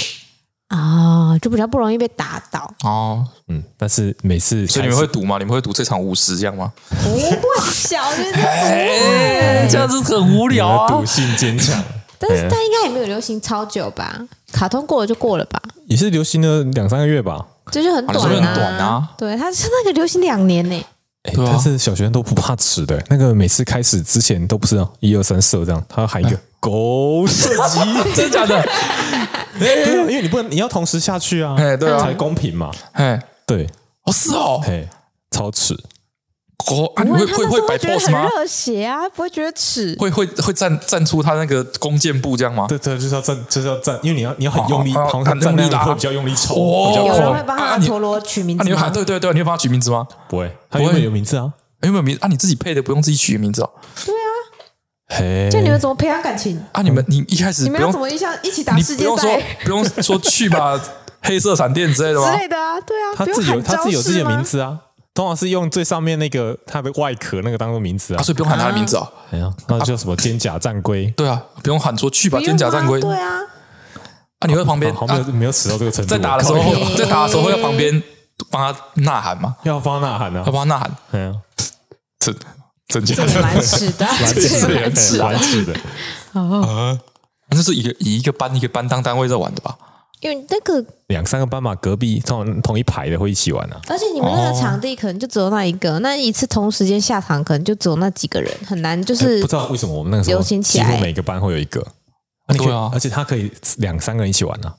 Speaker 1: 啊，就比较不容易被打倒。
Speaker 3: 哦，
Speaker 2: 嗯，但是每次
Speaker 3: 所以你
Speaker 2: 开
Speaker 3: 们
Speaker 2: 始
Speaker 3: 会赌吗？你们会赌这场五十这样吗？
Speaker 1: 不会，小就是不会，
Speaker 3: 哎、这样子很无聊
Speaker 1: 啊
Speaker 3: 啊
Speaker 2: 你的赌性坚 强，
Speaker 1: 但是但应该也没有流行超久吧，卡通过了就过了吧，
Speaker 2: 也是流行了两三个月吧。
Speaker 1: 这就很
Speaker 3: 啊你说
Speaker 1: 短
Speaker 3: 很短啊
Speaker 1: 对，它是那个流行两年呢，
Speaker 2: 哎
Speaker 3: 对啊
Speaker 2: 但是小学生都不怕迟的，那个每次开始之前都不是啊一二三射这样，他喊一个“狗射击
Speaker 3: 真的假 的？”，
Speaker 2: 对啊因为你不能你要同时下去啊，
Speaker 3: 哎对啊
Speaker 2: 才公平嘛。
Speaker 3: 哎，
Speaker 2: 对，
Speaker 3: 哦是哦，
Speaker 2: 哎，超迟，
Speaker 3: 哦啊，你
Speaker 1: 不
Speaker 3: 会
Speaker 1: 他那
Speaker 3: 会
Speaker 1: 时
Speaker 3: 会
Speaker 1: 候会
Speaker 3: 摆
Speaker 1: 觉得
Speaker 3: pose 吗
Speaker 1: 很？热血啊，不会觉得耻。
Speaker 3: 会会会站站出他那个弓箭步这样吗？
Speaker 2: 对对，就是要站，就是要站，因为你要你要很用力，
Speaker 3: 哦哦
Speaker 2: 好像
Speaker 3: 很
Speaker 2: 站那
Speaker 3: 用力
Speaker 2: 样
Speaker 3: 拉
Speaker 2: 会比较用力抽，
Speaker 3: 哦
Speaker 2: 比较
Speaker 1: 有人会
Speaker 2: 快。
Speaker 1: 帮他
Speaker 3: 啊
Speaker 1: 的
Speaker 3: 你
Speaker 1: 陀螺取名字
Speaker 3: 啊，你会
Speaker 1: 吗
Speaker 3: 喊？对对对，你会帮他取名字吗？
Speaker 2: 不会，他原本有名字啊。
Speaker 3: 有没有名啊？你自己配的，不用自己取名字哦。
Speaker 2: 嘿，
Speaker 1: 这样你们怎么培养感情？
Speaker 3: 啊，你
Speaker 2: 嗯
Speaker 3: 们你一开始
Speaker 1: 你
Speaker 3: 不
Speaker 1: 们要怎
Speaker 3: 用
Speaker 1: 么一下一起打
Speaker 3: 你
Speaker 1: 世
Speaker 3: 不
Speaker 1: 界
Speaker 3: 用说
Speaker 1: 赛
Speaker 3: 不用说 去吧，黑色闪电之类的吗
Speaker 1: 之？类的啊？对啊，
Speaker 2: 他
Speaker 1: 不
Speaker 2: 自
Speaker 1: 用
Speaker 2: 己有
Speaker 1: 喊
Speaker 2: 他
Speaker 1: 招
Speaker 2: 自己有自己
Speaker 1: 式
Speaker 2: 的名
Speaker 1: 吗？
Speaker 2: 字啊，通常是用最上面那个它的外壳那个当做名字
Speaker 3: 啊，
Speaker 2: 啊。
Speaker 3: 所以不用喊他的名字哦。
Speaker 2: 哎呀，那就叫什么肩甲战龟
Speaker 3: 对啊，不用喊说去吧，
Speaker 1: 不
Speaker 3: 肩
Speaker 1: 用
Speaker 3: 甲战
Speaker 1: 啊
Speaker 3: 龟
Speaker 1: 对啊，
Speaker 3: 啊，你会旁边
Speaker 2: 好，没有
Speaker 3: 啊
Speaker 2: 没有死到这个程度。
Speaker 3: 在打的时
Speaker 2: 我靠
Speaker 3: 候
Speaker 2: 你
Speaker 1: 靠，
Speaker 3: 在打的时候会在旁边帮他呐喊嘛，
Speaker 2: 要帮他呐喊啊
Speaker 3: 要！帮他呐喊，
Speaker 2: 哎呀，
Speaker 3: 真真假
Speaker 1: 这
Speaker 3: 的
Speaker 1: 个蛮耻 的，这 个蛮耻
Speaker 2: 是
Speaker 1: 的，
Speaker 2: 玩死哎的。
Speaker 3: 啊，那是一个以一个班一个班当单位在玩的吧？
Speaker 1: 因为那个，
Speaker 2: 两三个班嘛，隔壁同同一排的会一起玩啊。
Speaker 1: 而且你们
Speaker 3: 哦
Speaker 1: 那个场地可能就只有那一个，那一次同时间下场可能就只有那几个人，很难就
Speaker 2: 哎
Speaker 1: 是
Speaker 2: 不知道为什么我们那个时候
Speaker 1: 流行起
Speaker 2: 几
Speaker 1: 来
Speaker 2: 乎每个班会有一个，你可以
Speaker 3: 对啊
Speaker 2: 而且他可以两三个人一起玩啊，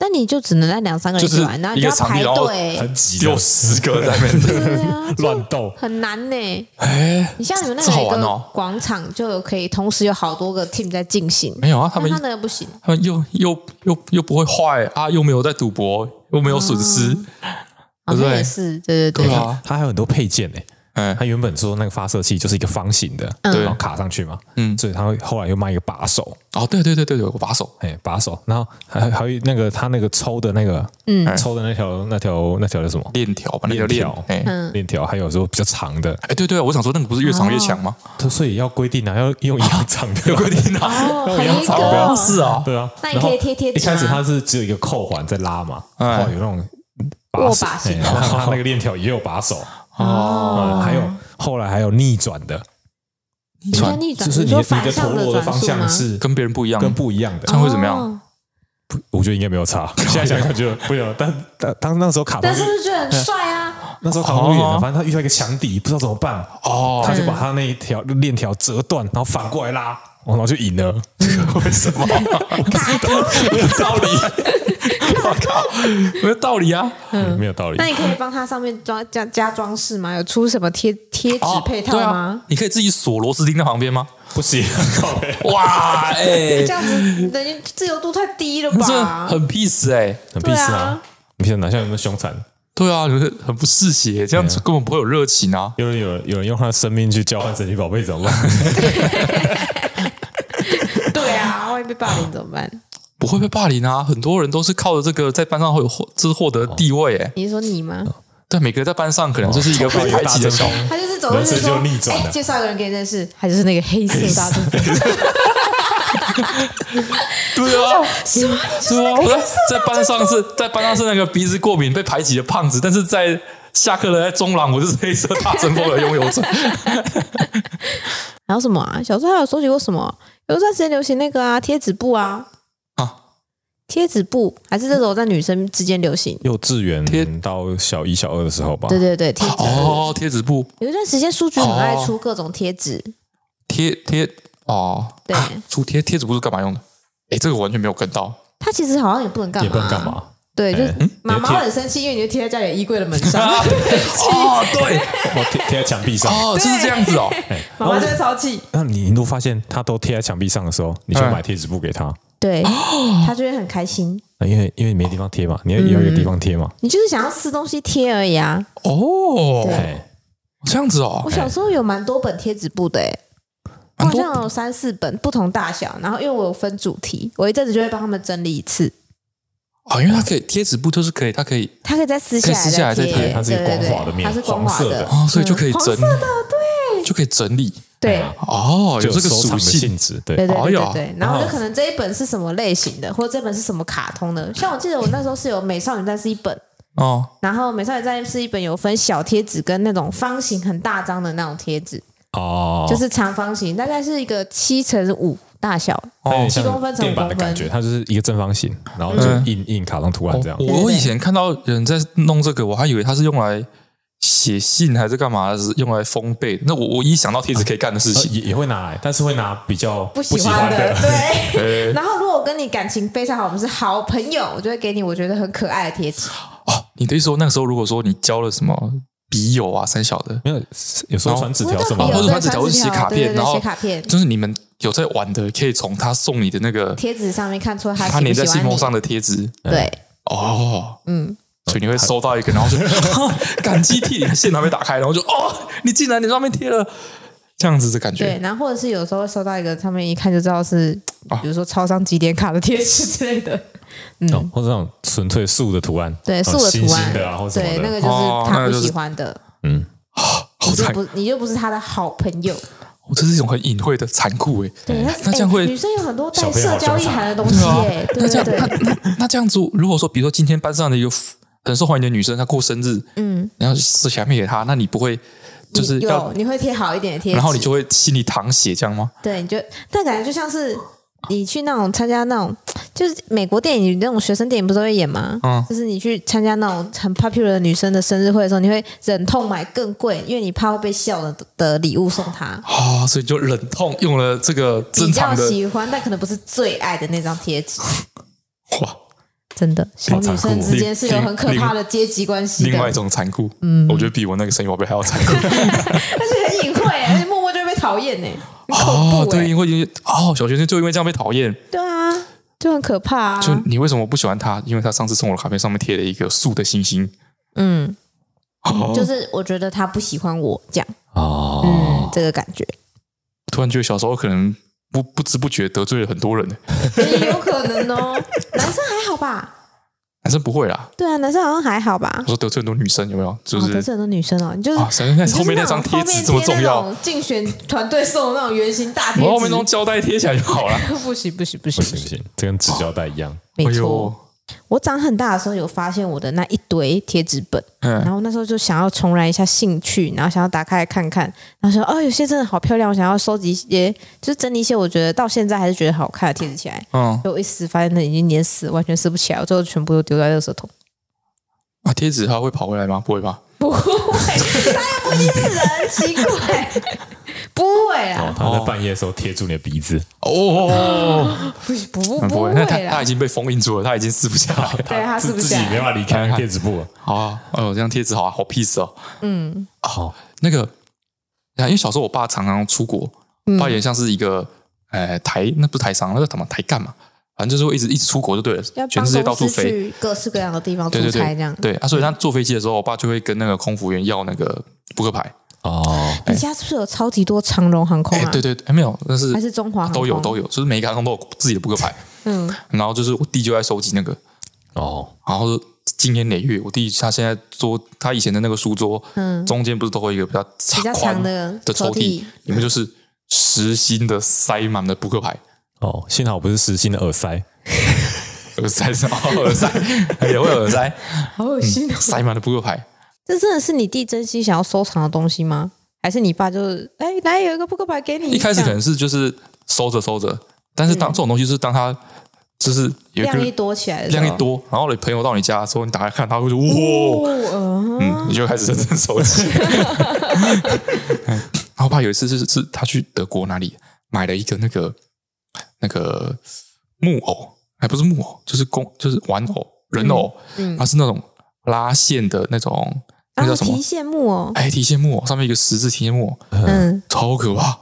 Speaker 1: 那你就只能那两三个人
Speaker 3: 就是
Speaker 1: 一起玩，然后你
Speaker 3: 一
Speaker 1: 就要
Speaker 3: 个场地
Speaker 1: 排
Speaker 3: 然后
Speaker 1: 队，
Speaker 2: 很挤的，
Speaker 3: 六十个在那边，
Speaker 1: 对啊，
Speaker 2: 乱斗。
Speaker 1: 很难呢。
Speaker 3: 哎，
Speaker 1: 你像你们那
Speaker 3: 这
Speaker 1: 个
Speaker 3: 好
Speaker 1: 有一
Speaker 3: 玩
Speaker 1: 个
Speaker 3: 哦
Speaker 1: 广场就有可以同时有好多个 team 在进行，
Speaker 3: 没有啊，他
Speaker 1: 那
Speaker 3: 们
Speaker 1: 他那个不行，
Speaker 3: 他们又又又又不会坏啊，又没有在赌博，又没有损失，
Speaker 1: 好
Speaker 3: 对不
Speaker 1: 像也
Speaker 3: 对？
Speaker 1: 是，对对
Speaker 3: 对
Speaker 1: 对，
Speaker 3: 啊，
Speaker 2: 哎它还有很多配件呢、
Speaker 3: 哎
Speaker 2: 它原本说那个发射器就是一个方形的，
Speaker 1: 嗯
Speaker 2: 然后卡上去嘛，
Speaker 3: 嗯
Speaker 2: 所以它会后来又卖一个把手，
Speaker 3: 哦，对对对对对，有个把手，
Speaker 2: 哎，把手，然后还还有那个它那个抽的那个，
Speaker 1: 嗯
Speaker 3: 哎
Speaker 2: 抽的那条那条那条叫什么？
Speaker 3: 链条吧，那个链
Speaker 2: 链条，
Speaker 3: 哎
Speaker 1: 嗯
Speaker 2: 链条，还有说比较长的，
Speaker 3: 哎，对对，我想说那个不是越长越强吗？
Speaker 2: 它所以要规定啊，要用一样长的，
Speaker 3: 有规定啊，
Speaker 1: 哦，很
Speaker 2: 要
Speaker 1: 严
Speaker 2: 找不要
Speaker 1: 格，
Speaker 3: 是啊，
Speaker 2: 对啊。
Speaker 1: 那你可以
Speaker 2: 然后
Speaker 1: 贴贴
Speaker 2: 一
Speaker 1: 纸
Speaker 2: 开始
Speaker 1: 啊
Speaker 2: 它是只有一个扣环在拉嘛，后
Speaker 3: 哎
Speaker 2: 来有那种把
Speaker 1: 握
Speaker 2: 手，
Speaker 1: 把型
Speaker 2: 哎然后它那个链条也有把手，
Speaker 1: 哦
Speaker 2: 嗯还有后来还有逆转的，
Speaker 1: 你说逆转，
Speaker 2: 就是你
Speaker 1: 说
Speaker 2: 你
Speaker 1: 反
Speaker 2: 的陀
Speaker 1: 向
Speaker 2: 螺的
Speaker 1: 转
Speaker 2: 方
Speaker 1: 速吗
Speaker 2: 向？是
Speaker 3: 跟别人不一样，
Speaker 2: 跟不一样的
Speaker 3: 这，样会怎么样？
Speaker 1: 哦？
Speaker 2: 我觉得应该没有 差。现在想想觉得不有，但但当那时候卡通
Speaker 1: 但是不是觉得很
Speaker 3: 嗯
Speaker 1: 帅啊？
Speaker 2: 那时候卡通演了，反正他遇到一个强敌，不知道怎么办，
Speaker 3: 哦，
Speaker 2: 他就把他那一条链条折断，然后反过来拉，哦然后就赢 了。为什 么？
Speaker 3: 没有道理，我靠，没有道理啊！
Speaker 2: 没有道理
Speaker 1: 那。你可以帮他上面装加加装饰吗？有出什么贴贴纸
Speaker 3: 哦，
Speaker 1: 配套
Speaker 3: 对
Speaker 1: 吗
Speaker 3: 啊？，你可以自己锁螺丝钉在旁边吗？
Speaker 2: 不行，靠北
Speaker 3: 哇，哎
Speaker 1: 这，样子等于自由度太低了
Speaker 3: 这
Speaker 1: 吧？
Speaker 3: 很 peace 哎，
Speaker 2: 很鄙视
Speaker 1: 对
Speaker 2: 啊
Speaker 1: 啊！
Speaker 2: 你想哪像有没有凶残？
Speaker 3: 对啊，你会很不嗜血，这样子根本不会有热情啊。
Speaker 2: 有人有人有人用他的生命去交换神奇宝贝怎么办？
Speaker 1: 啊被霸凌怎么办？
Speaker 3: 不会被霸凌啊！很多人都是靠着这个在班上会有获，就是获得地位哎、
Speaker 1: 你是说你吗？
Speaker 3: 对，每个人在班上可能哦就是一个被排挤的小，
Speaker 1: 他就是走过去
Speaker 2: 人生
Speaker 1: 说
Speaker 2: 就逆：“转了
Speaker 1: 哎，介绍一个人给你认识，他就是那个黑色大哥。
Speaker 3: 对啊，对啊，我在在班上是 在班上是那个鼻子过敏被排挤的胖子，但是在下课的在中廊，我就是黑色大针锋的拥 有者。
Speaker 1: 还有什么啊？小时候还有收集过什么？有一段时间流行那个啊，贴纸布啊，
Speaker 3: 啊，
Speaker 1: 贴纸布还是这种在女生之间流行。
Speaker 2: 幼稚
Speaker 3: 贴
Speaker 2: 园到小一、小二的时候吧，
Speaker 1: 对对对，贴纸布。
Speaker 3: 哦，贴纸布
Speaker 1: 有一段时间书局很爱出各种贴纸，
Speaker 3: 贴贴哦，
Speaker 1: 对
Speaker 3: 啊出贴贴纸布是干嘛用的？哎，这个我完全没有跟到。
Speaker 1: 它其实好像也不能干嘛，
Speaker 2: 也不能干。嘛。
Speaker 1: 对，就
Speaker 2: 哎嗯
Speaker 1: 妈妈
Speaker 2: 贴
Speaker 1: 很生气，因为你就贴在家里的衣柜的门上，
Speaker 3: 啊哦，对，
Speaker 2: 我贴贴在墙壁上。
Speaker 3: 哦，就是这样子哦。
Speaker 1: 妈妈就会超气。
Speaker 2: 那你如果发现他都贴在墙壁上的时候，你就
Speaker 3: 嗯
Speaker 2: 买贴纸布给他，
Speaker 1: 对，
Speaker 2: 哦
Speaker 1: 他就会很开心。
Speaker 2: 那因为因为你没地方贴嘛，你要有一个地方贴嘛。
Speaker 1: 你就是想要撕东西贴而已啊。
Speaker 3: 哦，
Speaker 1: 对
Speaker 2: 哎，
Speaker 3: 这样子哦
Speaker 1: 我，小时候有蛮多本贴纸布的、欸，我
Speaker 3: 蛮
Speaker 1: 好
Speaker 3: 多
Speaker 1: 像有三四本不同大小，然后因为我有分主题，我一阵子就会帮他们整理一次。
Speaker 3: 啊，因为它可以贴纸布，就是可以，哦它可以
Speaker 1: 它可以再撕下
Speaker 3: 可以撕下
Speaker 1: 来
Speaker 3: 来再
Speaker 1: 贴，
Speaker 3: 贴
Speaker 1: 对
Speaker 2: 它是一个
Speaker 1: 对对
Speaker 2: 光滑的面
Speaker 1: 它是光
Speaker 2: 黄
Speaker 1: 滑
Speaker 2: 色的
Speaker 1: 的，
Speaker 3: 哦，所以就可以
Speaker 1: 嗯
Speaker 3: 整，对，就可以整理。
Speaker 2: 哎
Speaker 1: 对
Speaker 3: 哦，有
Speaker 2: 就
Speaker 3: 这个
Speaker 2: 收藏的
Speaker 3: 属性
Speaker 2: 性质，对
Speaker 1: 对对
Speaker 3: 哎
Speaker 1: 对
Speaker 3: 呀
Speaker 1: 对对。然后我就可能这一本是什么类型的，或者这本是什么卡通的。像我记得我那时候是有《美少女战士》一本，
Speaker 3: 哦
Speaker 1: 然后《美少女战士》一本有分小贴纸跟那种方形很大张的那种贴纸，
Speaker 2: 哦，
Speaker 1: 就是长方形，大概是一个七乘五大小，
Speaker 2: 它有
Speaker 3: 哦
Speaker 2: 点
Speaker 1: 七
Speaker 2: 像
Speaker 1: 公分乘
Speaker 2: 电
Speaker 1: 五
Speaker 2: 板
Speaker 1: 公
Speaker 2: 的感觉，
Speaker 1: 分。
Speaker 2: 它就是一个正方形，然后就
Speaker 3: 嗯
Speaker 2: 印印卡通图案这样
Speaker 3: 我。
Speaker 1: 对对
Speaker 3: 我
Speaker 1: 对
Speaker 3: 以前看到人在弄这个，我还以为他是用来写信还是干嘛，是用来封背的。那我我一想到贴纸可以干的事
Speaker 2: 呃
Speaker 3: 情，
Speaker 2: 也也会拿来，但是会拿比较
Speaker 1: 不
Speaker 2: 喜
Speaker 1: 喜欢的，
Speaker 2: 的，
Speaker 1: 对。
Speaker 3: 呃，
Speaker 1: 然后，如果我跟你感情非常好，我们是好朋友，我就会给你我觉得很可爱的贴纸。
Speaker 3: 哦，你的意思说那个时候如果说你交了什么笔友啊、三小的，
Speaker 2: 没有是有时候传纸条什么
Speaker 3: 哦
Speaker 1: 我
Speaker 3: 或
Speaker 1: 有对
Speaker 3: 者
Speaker 2: 的，
Speaker 3: 传纸条，或者写卡
Speaker 1: 对对
Speaker 3: 片，
Speaker 1: 对
Speaker 3: 然后
Speaker 1: 写卡片
Speaker 3: 就是你们有在玩的，可以从他送你的那个
Speaker 1: 贴纸上面看出他
Speaker 3: 他
Speaker 1: 喜不
Speaker 3: 粘在
Speaker 1: 喜
Speaker 3: 信
Speaker 1: 欢
Speaker 3: 封
Speaker 1: 你。
Speaker 3: 上的贴纸
Speaker 1: 对，
Speaker 3: 哦。
Speaker 1: 嗯，
Speaker 3: 所以你会收到一个，然后就 感激涕零，信还没打开，然后就哦，你竟然你上面贴了这样子的感
Speaker 1: 对
Speaker 3: 觉，。
Speaker 1: 然后或者是有时候会收到一个，他们一看就知道是，比如说超商几点卡的贴纸之类的。
Speaker 2: 哦或者那种纯粹素的图案，
Speaker 1: 嗯对，
Speaker 2: 哦
Speaker 1: 是我的
Speaker 2: 星
Speaker 1: 图
Speaker 2: 星
Speaker 1: 案
Speaker 2: 的啊，或什
Speaker 1: 对，
Speaker 2: 么
Speaker 1: 那
Speaker 2: 的，
Speaker 1: 个就
Speaker 3: 哦
Speaker 1: 是
Speaker 3: 那
Speaker 1: 他
Speaker 3: 个
Speaker 1: 不
Speaker 3: 就是
Speaker 1: 喜欢的，
Speaker 3: 好
Speaker 1: 你就
Speaker 3: 惨
Speaker 1: 不，你就不是他的好朋友。
Speaker 3: 我、这是一种很隐晦的残酷欸诶、
Speaker 1: 对，那
Speaker 3: 那这样
Speaker 1: 哎
Speaker 3: 会
Speaker 1: 女生有很多带
Speaker 2: 小朋友
Speaker 1: 社
Speaker 2: 好
Speaker 1: 交意
Speaker 2: 纠缠
Speaker 1: 涵的东西耶，对
Speaker 3: 啊 那这
Speaker 1: 对
Speaker 3: 样
Speaker 1: 对，
Speaker 3: 那那那这样子，如果说比如说今天班上的一个很受欢迎的女生，她过生日，
Speaker 1: 嗯，
Speaker 3: 然后撕卡片给她，那你不会就
Speaker 1: 你
Speaker 3: 是
Speaker 1: 有
Speaker 3: 要，
Speaker 1: 你会贴好一点的贴纸，
Speaker 3: 然后你就会心里淌血这样吗？
Speaker 1: 对，你就但感觉就像是你去那种参加那种，就是美国电影那种学生电影不是都会演吗？
Speaker 3: 嗯
Speaker 1: 就是你去参加那种很 popular 的女生的生日会的时候，你会忍痛买更贵，因为你怕会被笑的的礼物送她。
Speaker 3: 啊、所以你就忍痛用了这个
Speaker 1: 比
Speaker 3: 珍
Speaker 1: 较
Speaker 3: 藏的
Speaker 1: 喜欢，但可能不是最爱的那张贴纸。
Speaker 3: 哇，
Speaker 1: 真的，小女
Speaker 2: 残酷
Speaker 1: 生
Speaker 2: 哦
Speaker 1: 之间是有很可怕的阶级关系
Speaker 3: 另
Speaker 1: 的，
Speaker 3: 外一种残酷。嗯，我觉得比我那个生意宝贝还要残酷。
Speaker 1: 而且很隐晦，哎而且默默就会被讨厌呢，很
Speaker 3: 哦
Speaker 1: 恐，怖
Speaker 3: 对，
Speaker 1: 哎。
Speaker 3: 因为因为哦，小学生就因为这样被讨厌。
Speaker 1: 对啊，就很可怕啊。
Speaker 3: 就哦你为什么不喜欢他？因为他上次送我的卡片上面贴了一个素的星星。
Speaker 1: 嗯，
Speaker 3: 哦，
Speaker 1: 就是我觉得他不喜欢我这样，
Speaker 2: 哦，
Speaker 1: 嗯，这个感觉。
Speaker 3: 突然觉得小时候可能不不知不觉得罪了很多人。
Speaker 1: 也有可能哦。 男生还好吧？
Speaker 3: 男生不会啦，
Speaker 1: 对啊，男生好像还好吧
Speaker 3: 我。说得罪很多女生有没有？就
Speaker 1: 哦，得
Speaker 3: 是
Speaker 1: 罪很多女生哦，你就是
Speaker 3: 啊，想想
Speaker 1: 你就是
Speaker 3: 后面那张
Speaker 1: 种
Speaker 3: 贴
Speaker 1: 后
Speaker 3: 纸
Speaker 1: 面
Speaker 3: 这么
Speaker 1: 贴
Speaker 3: 重
Speaker 1: 那
Speaker 3: 要，
Speaker 1: 种竞选团队送的那种圆形大贴
Speaker 3: 我
Speaker 1: 纸，
Speaker 3: 后面用胶带贴起来就好了。
Speaker 1: 不行不行不
Speaker 2: 不
Speaker 1: 行
Speaker 2: 行不，行，这跟纸胶带一样，
Speaker 1: 没
Speaker 3: 哎
Speaker 1: 错。
Speaker 3: 呦，
Speaker 1: 我长很大的时候有发现我的那一堆贴纸本，然
Speaker 3: 嗯，
Speaker 1: 后那时候就想要重燃一下兴趣，然后想要打开来看看，然后说哦，有些真的好漂亮，我想要收集一些，就是整理一些我觉得到现在还是觉得好看的贴纸起来。
Speaker 3: 嗯，
Speaker 1: 结果我一撕发现那已经粘死了，完全撕不起来，我最后全部都丢在垃圾桶。
Speaker 3: 啊，贴纸它会跑回来吗？不会吧？
Speaker 1: 不会，他又不是人，奇怪，不会
Speaker 2: 哦
Speaker 1: 啊，，
Speaker 2: 他在半夜的时候贴住你的鼻子，
Speaker 3: 哦，
Speaker 1: 不不
Speaker 3: 嗯
Speaker 1: 不
Speaker 3: 不会，那它
Speaker 1: 会
Speaker 3: 它
Speaker 1: 啦
Speaker 3: 已，经被封印住了，它已经撕不下来了。
Speaker 1: 对，啊他是
Speaker 2: 自
Speaker 1: 不
Speaker 2: 自
Speaker 1: 是
Speaker 2: 己？没办法离开贴纸布了。
Speaker 3: 好啊，哎呦，这张贴纸好啊，好 peace 哦。
Speaker 1: 嗯，
Speaker 2: 好，
Speaker 3: 那个，啊因为小时候我爸常常出国，
Speaker 1: 嗯
Speaker 3: 爸也像是一个呃台，那不是台商，那叫什么台干嘛？反正就是会一直一直出国就对了
Speaker 1: 要，
Speaker 3: 全世界到处飞。，
Speaker 1: 各式各样的地方出
Speaker 3: 对对
Speaker 1: 差
Speaker 3: 对
Speaker 1: 这样，，
Speaker 3: 对啊，所以他坐飞机的时候，我爸就会跟那个空服员要那个扑克牌，
Speaker 2: 哦，
Speaker 1: 你家是不是有超级多长荣航空
Speaker 3: 哎、
Speaker 1: 啊？
Speaker 3: 对对，哎、没有，但是
Speaker 1: 还是中华航空啊
Speaker 3: 都有都有，就是每一个航空都有自己的扑克牌。
Speaker 1: 嗯，
Speaker 3: 然后就是我弟就在收集那个，
Speaker 2: 哦，
Speaker 3: 然后经年累月，我弟他现在桌，他以前的那个书桌，
Speaker 1: 嗯
Speaker 3: 中间不是都会有一个比较
Speaker 1: 比较
Speaker 3: 宽
Speaker 1: 长的
Speaker 3: 的抽
Speaker 1: 抽屉
Speaker 3: 里面就是实心的塞满了扑克牌，
Speaker 2: 哦，幸好不是实心的耳塞，
Speaker 3: 耳塞是吗？耳塞也会有耳塞，
Speaker 1: 好恶心哦！
Speaker 3: 塞满了扑克牌。
Speaker 1: 这真的是你弟真心想要收藏的东西吗？还是你爸就是哎，来有一个扑克牌给你？
Speaker 3: 一开始可
Speaker 1: 这样
Speaker 3: 能是就是收着收着，但是当这种东西就是当他就是有
Speaker 1: 嗯
Speaker 3: 一
Speaker 1: 量一
Speaker 3: 个
Speaker 1: 多起来的时候，
Speaker 3: 量一多，然后你朋友到你家的时候，你打开看，他会说哇。
Speaker 1: 哦，呃
Speaker 3: 嗯，你就开始认真收集。 然后我爸有一次是是他去德国哪里买了一个那个那个木偶，还不是木偶，就是公就是玩偶人偶，
Speaker 1: 嗯
Speaker 3: 它是那种拉线的那种，那
Speaker 1: 然
Speaker 3: 叫
Speaker 1: 后
Speaker 3: 什么
Speaker 1: 提？线木偶，
Speaker 3: 哎，提线木偶上面一个十字提线木偶，
Speaker 1: 哦嗯，
Speaker 3: 超可怕。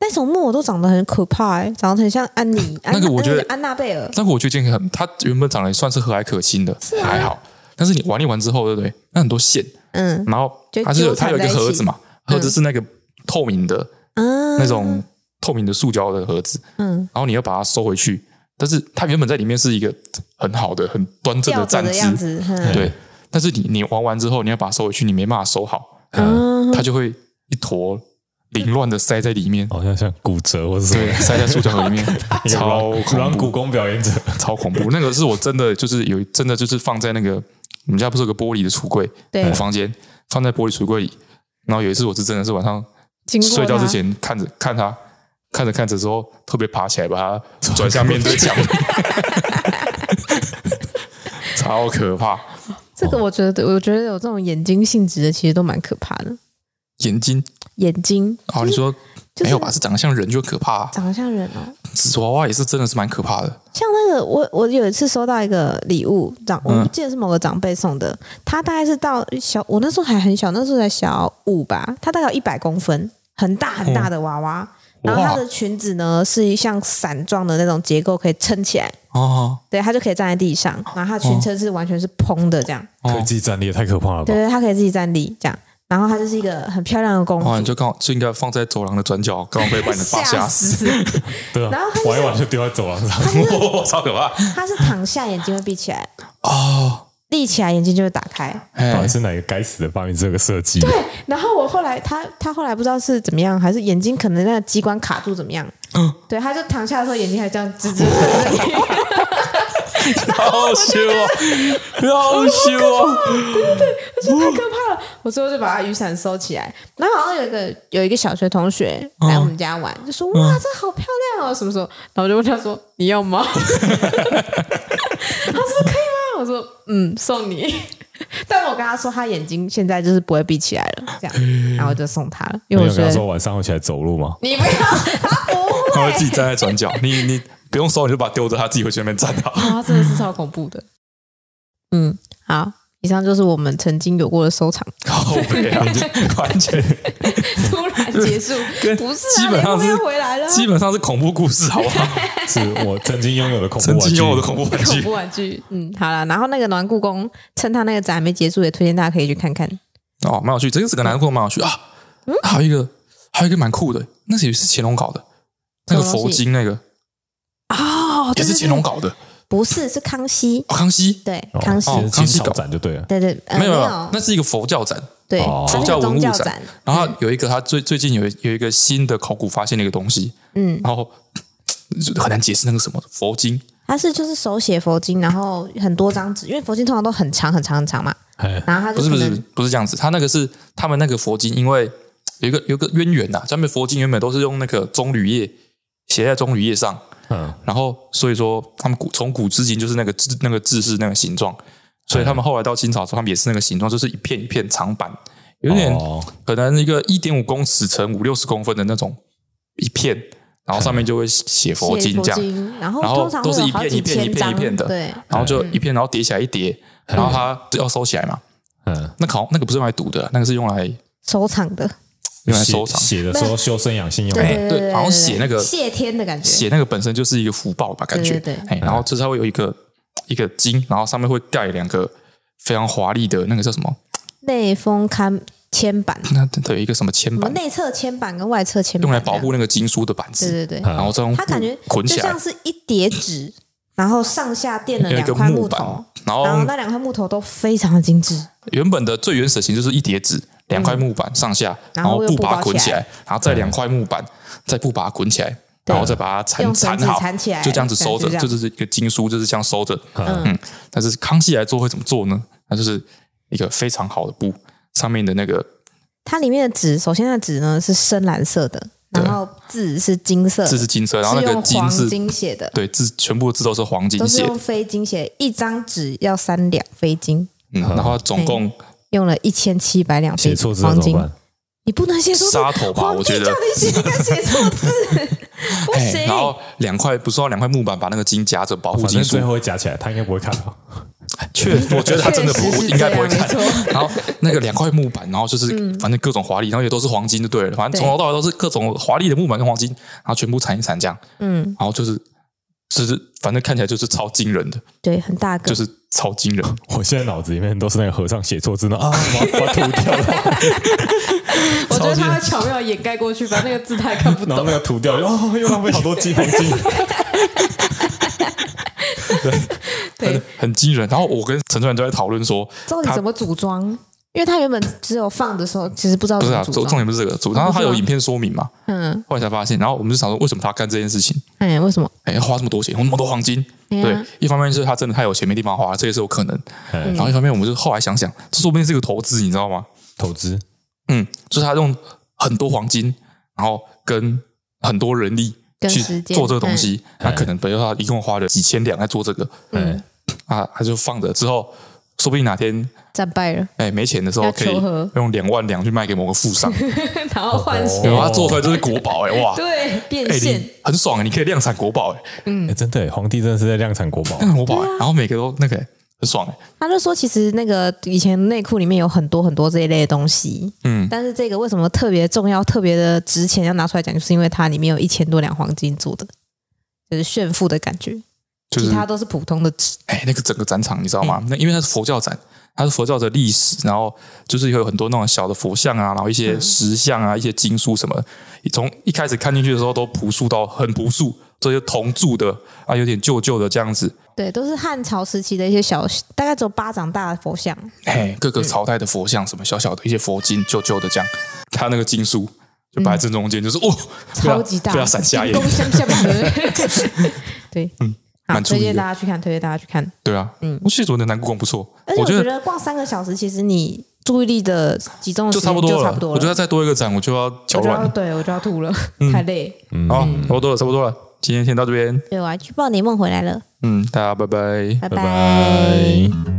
Speaker 1: 那种木偶都长得很可怕，哎，长得很像安妮，安
Speaker 3: 那个我觉得
Speaker 1: 安娜贝尔，
Speaker 3: 但我觉得这个很，它原本长得算是和蔼可亲的，
Speaker 1: 啊
Speaker 3: 还好。但是你玩一玩之后，对不对？那很多线，
Speaker 1: 嗯
Speaker 3: 然后
Speaker 1: 就
Speaker 3: 它是有
Speaker 1: 纠缠
Speaker 3: 它有一个
Speaker 1: 在一
Speaker 3: 盒
Speaker 1: 起
Speaker 3: 子嘛，盒子是那个透明的，
Speaker 1: 嗯，
Speaker 3: 那种透明的塑胶的盒子，
Speaker 1: 嗯
Speaker 3: 然后你要把它收回去，但是它原本在里面是一个很好的、很端正
Speaker 1: 吊着
Speaker 3: 站
Speaker 1: 的样
Speaker 3: 姿，
Speaker 1: 子，嗯
Speaker 3: 对。但是你你玩完之后，你要把它收回去，你没办法收好，
Speaker 1: 嗯
Speaker 3: 它就会一坨凌乱的塞在里面，
Speaker 2: 好像像骨折或者什
Speaker 3: 对，
Speaker 2: 么，
Speaker 3: 塞在塑胶盒里面，超
Speaker 2: 软
Speaker 3: 恐
Speaker 2: 骨
Speaker 3: 怖，
Speaker 2: 功表演者，
Speaker 3: 超恐怖。那个是我真的就是有真的就是放在那个我们家不是有个玻璃的橱柜，
Speaker 1: 对
Speaker 3: 我房间放在玻璃橱柜里。然后有一次我是真的是晚上
Speaker 1: 经过
Speaker 3: 睡觉之
Speaker 1: 它
Speaker 3: 前看着看他，看着看着之后，特别爬起来把它转向面对墙， 超可怕！
Speaker 1: 这
Speaker 3: 哦
Speaker 1: 个我觉得，我觉得有这种眼睛性质的，其实都蛮可怕的。
Speaker 3: 眼睛
Speaker 1: 眼睛
Speaker 3: 哦，你说、
Speaker 1: 就是
Speaker 3: 没有吧？是长得像人就可怕、啊，
Speaker 1: 长得像人哦，
Speaker 3: 纸娃娃也是真的是蛮可怕的。
Speaker 1: 像那个我我有一次收到一个礼物，长我
Speaker 3: 嗯
Speaker 1: 记得是某个长辈送的，他大概是到小我那时候还很小，那时候才小五吧，他大概有一百公分，很大很大的娃娃，然后
Speaker 3: 哇
Speaker 1: 她的裙子呢是像伞状的那种结构，可以撑起来，
Speaker 3: 哦，
Speaker 1: 对，她就可以站在地上，然后她的裙车是完全是蓬的这样，
Speaker 3: 哦
Speaker 2: 科技战力也太可怕了吧
Speaker 1: 对？对，她可以自己站立这样，然后她就是一个很漂亮的公主
Speaker 3: 哦，，你就刚好就应该放在走廊的转角，刚好可以把你的爸吓死，
Speaker 1: 死！
Speaker 2: 对啊
Speaker 1: 然后他，就
Speaker 2: 玩一玩就丢在走廊上，
Speaker 3: 哇，超可怕
Speaker 1: 他是躺下眼睛会闭起来，
Speaker 3: 哦！
Speaker 1: 立起来眼睛就会打开。
Speaker 2: 到
Speaker 3: 哎
Speaker 2: 底，是哪个该死的发明这个设计的？
Speaker 1: 然后我后来他他后来不知道是怎么样，还是眼睛可能那个机关卡住怎么样？
Speaker 2: 嗯
Speaker 1: 对，他就躺下的时候眼睛还这样直直的。
Speaker 3: 好羞啊，好羞啊！
Speaker 1: 而且太可怕了。我最后就把他雨伞收起来。然后好像有一个有一个小学同学
Speaker 2: 嗯
Speaker 1: 来我们家玩，就说：“哇，这好漂亮哦，什么时候？”然后我就问他说：“你要吗？” 他说：“可以吗？”我说：“嗯，送你。”但我跟他说，他眼睛现在就是不会闭起来了，这样，然后我就送他了，因
Speaker 2: 你
Speaker 1: 为我
Speaker 2: 嗯有
Speaker 1: 觉
Speaker 2: 跟他
Speaker 1: 得
Speaker 2: 说晚上会起来走路吗？
Speaker 1: 你不要，他不会，
Speaker 3: 他会自己站在转角，你你不用收，你就把它丢着，他自己会去那边站 好。
Speaker 1: 啊，真的是超恐怖的。 嗯，好，以上就是我们曾经有过的收藏，
Speaker 3: 靠背啊，完全
Speaker 1: 突然结束，
Speaker 3: 跟
Speaker 1: 不是、啊，
Speaker 3: 基本上
Speaker 1: 你不
Speaker 3: 是
Speaker 1: 要回来了啊，
Speaker 3: 基本上是恐怖故事，好不好？
Speaker 2: 是我曾经拥有的恐怖啊
Speaker 3: 曾
Speaker 2: 玩具，
Speaker 3: 经有我的恐怖玩
Speaker 1: 恐
Speaker 3: 具
Speaker 1: 怖玩具。嗯，好了，然后那个暖故宫，趁它那个展还没结束，也推荐大家可以去看看。
Speaker 3: 哦，蛮有趣，这个整个南宫蛮有趣啊。还有一个，还有一个蛮酷的，那是也是乾隆搞的，那个
Speaker 1: 什么
Speaker 3: 佛
Speaker 1: 东西
Speaker 3: 经那个
Speaker 1: 哦，
Speaker 3: 也
Speaker 1: 对
Speaker 3: 是
Speaker 1: 对
Speaker 3: 乾隆搞的。
Speaker 1: 对不是是康熙，
Speaker 3: 哦康熙
Speaker 1: 对
Speaker 2: 哦
Speaker 1: 康熙，
Speaker 2: 其实
Speaker 3: 康
Speaker 2: 清
Speaker 3: 熙
Speaker 2: 朝
Speaker 3: 搞
Speaker 2: 展就对了。
Speaker 1: 对对，呃
Speaker 3: 没有没有
Speaker 1: 有，，
Speaker 3: 那是一个佛教展，
Speaker 1: 对
Speaker 2: 哦
Speaker 1: 它是
Speaker 3: 佛教
Speaker 1: 个
Speaker 3: 文
Speaker 1: 宗
Speaker 3: 物
Speaker 1: 教
Speaker 3: 展，然后有一个他最最近有有一个新的考古发现的一个东西，
Speaker 1: 嗯，
Speaker 3: 然后 就很难解释那个什么佛经，
Speaker 1: 它是就是手写佛经，然后很多张纸，因为佛经通常都很长很长很长嘛，
Speaker 2: 哎，
Speaker 1: 然后它
Speaker 3: 不
Speaker 1: 就是嗯可
Speaker 3: 不是
Speaker 1: 能
Speaker 3: 不是这样子，他那个是他们那个佛经，因为有一个有一个渊源呐、他们佛经原本都是用那个棕榈叶写在棕榈叶上，
Speaker 2: 嗯，
Speaker 3: 然后所以说他们古从古至今就是那个字那个字是那个形状，所以他们后来到清朝的时候，他们也是那个形状，就是一片一片长板，有点、
Speaker 2: 哦
Speaker 3: 可能一个一点五公尺乘五六十公分的那种一片，然后上面就会写佛
Speaker 1: 写
Speaker 3: 经
Speaker 1: 佛
Speaker 3: 这样，
Speaker 1: 经，然后
Speaker 3: 然后
Speaker 1: 通常会
Speaker 3: 都是
Speaker 1: 有
Speaker 3: 一
Speaker 1: 好
Speaker 3: 片
Speaker 1: 几
Speaker 3: 一片
Speaker 1: 千
Speaker 3: 一片一
Speaker 1: 张，
Speaker 3: 片的
Speaker 1: 对，
Speaker 3: 然后就一片，然后叠起来一叠，然后它就要收起来嘛。
Speaker 2: 嗯，
Speaker 3: 那考那个不是用来读的，那个是用来
Speaker 1: 收藏的，
Speaker 3: 用来收藏。
Speaker 2: 写写的时候修身养性用
Speaker 1: 对
Speaker 2: 的，
Speaker 1: 对
Speaker 3: 对
Speaker 1: 对，
Speaker 3: 好像
Speaker 1: 对
Speaker 3: 写那个
Speaker 1: 谢天的感觉，
Speaker 3: 写那个本身就是一个福报吧，感觉。
Speaker 1: 对对对
Speaker 3: 哎，然后就是它会有一个一个经，然后上面会盖两个非常华丽的那个叫什么？
Speaker 1: 内封堪铅板，
Speaker 3: 那对有一个什么铅
Speaker 1: 什么
Speaker 3: 板，
Speaker 1: 内侧铅板跟外侧铅板
Speaker 3: 用来
Speaker 1: 这
Speaker 3: 保
Speaker 1: 样。
Speaker 3: 护那个经书的板子，
Speaker 1: 对对对，
Speaker 2: 啊
Speaker 3: 然后再用
Speaker 1: 它感觉
Speaker 3: 捆
Speaker 1: 就
Speaker 3: 起来
Speaker 1: 像，是一叠纸，然后上下垫了
Speaker 3: 有一
Speaker 1: 两
Speaker 3: 个
Speaker 1: 块
Speaker 3: 木
Speaker 1: 木
Speaker 3: 板哦
Speaker 1: 头，，
Speaker 3: 然
Speaker 1: 然后
Speaker 3: 后
Speaker 1: 那两块木头都非常的精致，
Speaker 3: 原本的最原始的形就是一叠纸，两块木板上下，
Speaker 1: 然
Speaker 3: 后
Speaker 1: 后用
Speaker 3: 布把它
Speaker 1: 布包
Speaker 3: 捆
Speaker 1: 起
Speaker 3: 起
Speaker 1: 来
Speaker 3: 来，然后再两块木板，再布把它捆起来，
Speaker 1: 对
Speaker 3: 然后再把它缠
Speaker 1: 用绳
Speaker 3: 缠
Speaker 1: 子
Speaker 3: 好，
Speaker 1: 缠起来
Speaker 3: 就这样子收着
Speaker 1: 对，就这
Speaker 3: 这
Speaker 1: 样
Speaker 3: 就是一个经书，就是这样收着。
Speaker 2: 嗯
Speaker 3: 嗯，但是康熙来做会怎么做呢？那就是一个非常好的布，上面的那个
Speaker 1: 它里面的纸，首先它的纸呢是深蓝色的，然后字是金色的，
Speaker 3: 字是金色，然后那
Speaker 1: 是
Speaker 3: 个
Speaker 1: 用黄
Speaker 3: 金字，
Speaker 1: 金写的，
Speaker 3: 对字全部的字都是黄金
Speaker 1: 都是
Speaker 3: 写，
Speaker 1: 用非金写的，一张纸要三两非金，
Speaker 3: 嗯，然后总共
Speaker 1: 用了一千七百两非
Speaker 2: 写错字了
Speaker 1: 黄
Speaker 2: 怎
Speaker 1: 金
Speaker 2: 么。办？哦
Speaker 1: 你不能写错字
Speaker 3: 杀头吧
Speaker 1: 皇
Speaker 3: 我
Speaker 1: 帝
Speaker 3: 觉得
Speaker 1: 叫你写，你敢写 错字，不
Speaker 3: 哎
Speaker 1: 行。
Speaker 3: 然后两块不是要两块木板把那个金夹着保护
Speaker 2: 反
Speaker 3: 金
Speaker 2: 正
Speaker 3: 属
Speaker 2: 最，后会夹起来，他应该不会看吧？
Speaker 3: 确，我觉得他真的
Speaker 1: 确实
Speaker 3: 不
Speaker 1: 是
Speaker 3: 应该不会
Speaker 1: 这
Speaker 3: 看
Speaker 1: 样没。嗯
Speaker 3: 然后那个两块木板，然后就是反正各种华丽，然后也都是黄金就对了，反正从头到尾都是各种华丽的木板跟黄金，然后全部缠一缠这样，
Speaker 1: 嗯，
Speaker 3: 然后就是就是反正看起来就是超惊人的，
Speaker 1: 对，很大个，
Speaker 3: 就是超惊人。
Speaker 2: 我现在脑子里面都是那个和尚写错字呢啊，我要把它涂掉 了，
Speaker 1: 我觉得他会巧妙掩盖过去，把那个字他也看不
Speaker 2: 然后
Speaker 1: 懂
Speaker 2: 那。个涂掉，哦，又浪费好多金黄金。
Speaker 1: 对，
Speaker 3: 很惊人。然后我跟陈川就在讨论说，
Speaker 1: 到底
Speaker 3: 他
Speaker 1: 怎么组装？因为他原本只有放的时候，其实不知道
Speaker 3: 不
Speaker 1: 怎
Speaker 3: 是
Speaker 1: 么
Speaker 3: 啊，
Speaker 1: 组
Speaker 3: 重重
Speaker 1: 装。
Speaker 3: 点不是这个，主然后他有影片说明嘛，
Speaker 1: 嗯，
Speaker 3: 后来才发现，然后我们就想说，为什么他干这件事情？
Speaker 1: 哎，为什么？
Speaker 3: 哎，花这么多钱，花那么多黄金，
Speaker 1: 对啊
Speaker 3: 对，一方面是他真的太有钱没地方花，这也是有可能。
Speaker 2: 嗯
Speaker 3: 然后一方面我们就后来想想，这说不定是个投资，你知道吗？
Speaker 2: 投资
Speaker 3: 嗯，就是他用很多黄金，然后跟很多人力
Speaker 1: 跟
Speaker 3: 去
Speaker 1: 时间
Speaker 3: 做这个东西，
Speaker 2: 嗯
Speaker 3: 他可能比如说他一共花了几千两在做这个，
Speaker 1: 嗯，
Speaker 3: 啊，他就放着之后，说不定哪天
Speaker 1: 战败 了，
Speaker 3: 哎没钱的时候
Speaker 1: 要
Speaker 3: 可以
Speaker 1: 求和
Speaker 3: 用两万两去卖给某个富商，
Speaker 1: 然后换
Speaker 2: 哦
Speaker 1: 血，
Speaker 3: 然后他啊做出来就是国宝哎、哇！
Speaker 1: 对，变
Speaker 3: 哎、
Speaker 1: 现
Speaker 3: 你。很爽、欸，你可以量产国宝哎、
Speaker 1: 嗯
Speaker 2: 哎，真的耶，皇帝真的是在量产国宝。
Speaker 3: 量产国宝哎、
Speaker 1: 啊
Speaker 3: 然后每个都那个、欸、很爽哎、
Speaker 1: 他就说，其实那个以前内裤里面有很多很多这一类的东西，
Speaker 3: 嗯，
Speaker 1: 但是这个为什么特别重要、特别的值钱要拿出来讲，就是因为它里面有一千多两黄金做的，就是炫富的感觉，
Speaker 3: 就是
Speaker 1: 其他都是普通的嗯纸。
Speaker 3: 哎、那个整个展场你知道吗？那因为它是佛教展，它是佛教的历史，然后就是会有很多那种小的佛像啊，然后一
Speaker 1: 嗯
Speaker 3: 些石像啊，一些经书什么的。从一开始看进去的时候都朴素到很朴素，这些铜铸的啊，有点旧旧的这样子。
Speaker 1: 对，都是汉朝时期的一些小，大概只有巴掌大的佛像。
Speaker 3: 嘿，哎各
Speaker 1: 嗯
Speaker 3: 个朝代的佛像什么小小的一些佛经，旧旧的这样。它那个经书就摆在正中间，就是哦， 被它
Speaker 1: 嗯超级大，
Speaker 3: 被它闪瞎眼
Speaker 1: 顶。香下面 的。对，嗯，好，
Speaker 3: 蛮注意
Speaker 1: 推
Speaker 3: 的
Speaker 1: 荐大家去看，推荐大家去看。
Speaker 3: 对啊，嗯，我其实我的南故宫不错，
Speaker 1: 而且
Speaker 3: 我
Speaker 1: 我
Speaker 3: 觉
Speaker 1: 觉
Speaker 3: 得
Speaker 1: 得逛三个小时，其实你注意力的集中的
Speaker 3: 就
Speaker 1: 时
Speaker 3: 差
Speaker 1: 间
Speaker 3: 不
Speaker 1: 就
Speaker 3: 多
Speaker 1: 差
Speaker 3: 了
Speaker 1: 不。多
Speaker 3: 我觉得再多一个展我就要脚
Speaker 1: 我就
Speaker 3: 软
Speaker 1: 要
Speaker 3: 了。嗯
Speaker 1: 对我就要吐了，太累。
Speaker 3: 好，差不多了，差不多了，今天先到这边。
Speaker 1: 对，我要去抱你梦回来了，
Speaker 3: 嗯，大家拜拜。
Speaker 1: 拜
Speaker 2: 拜拜。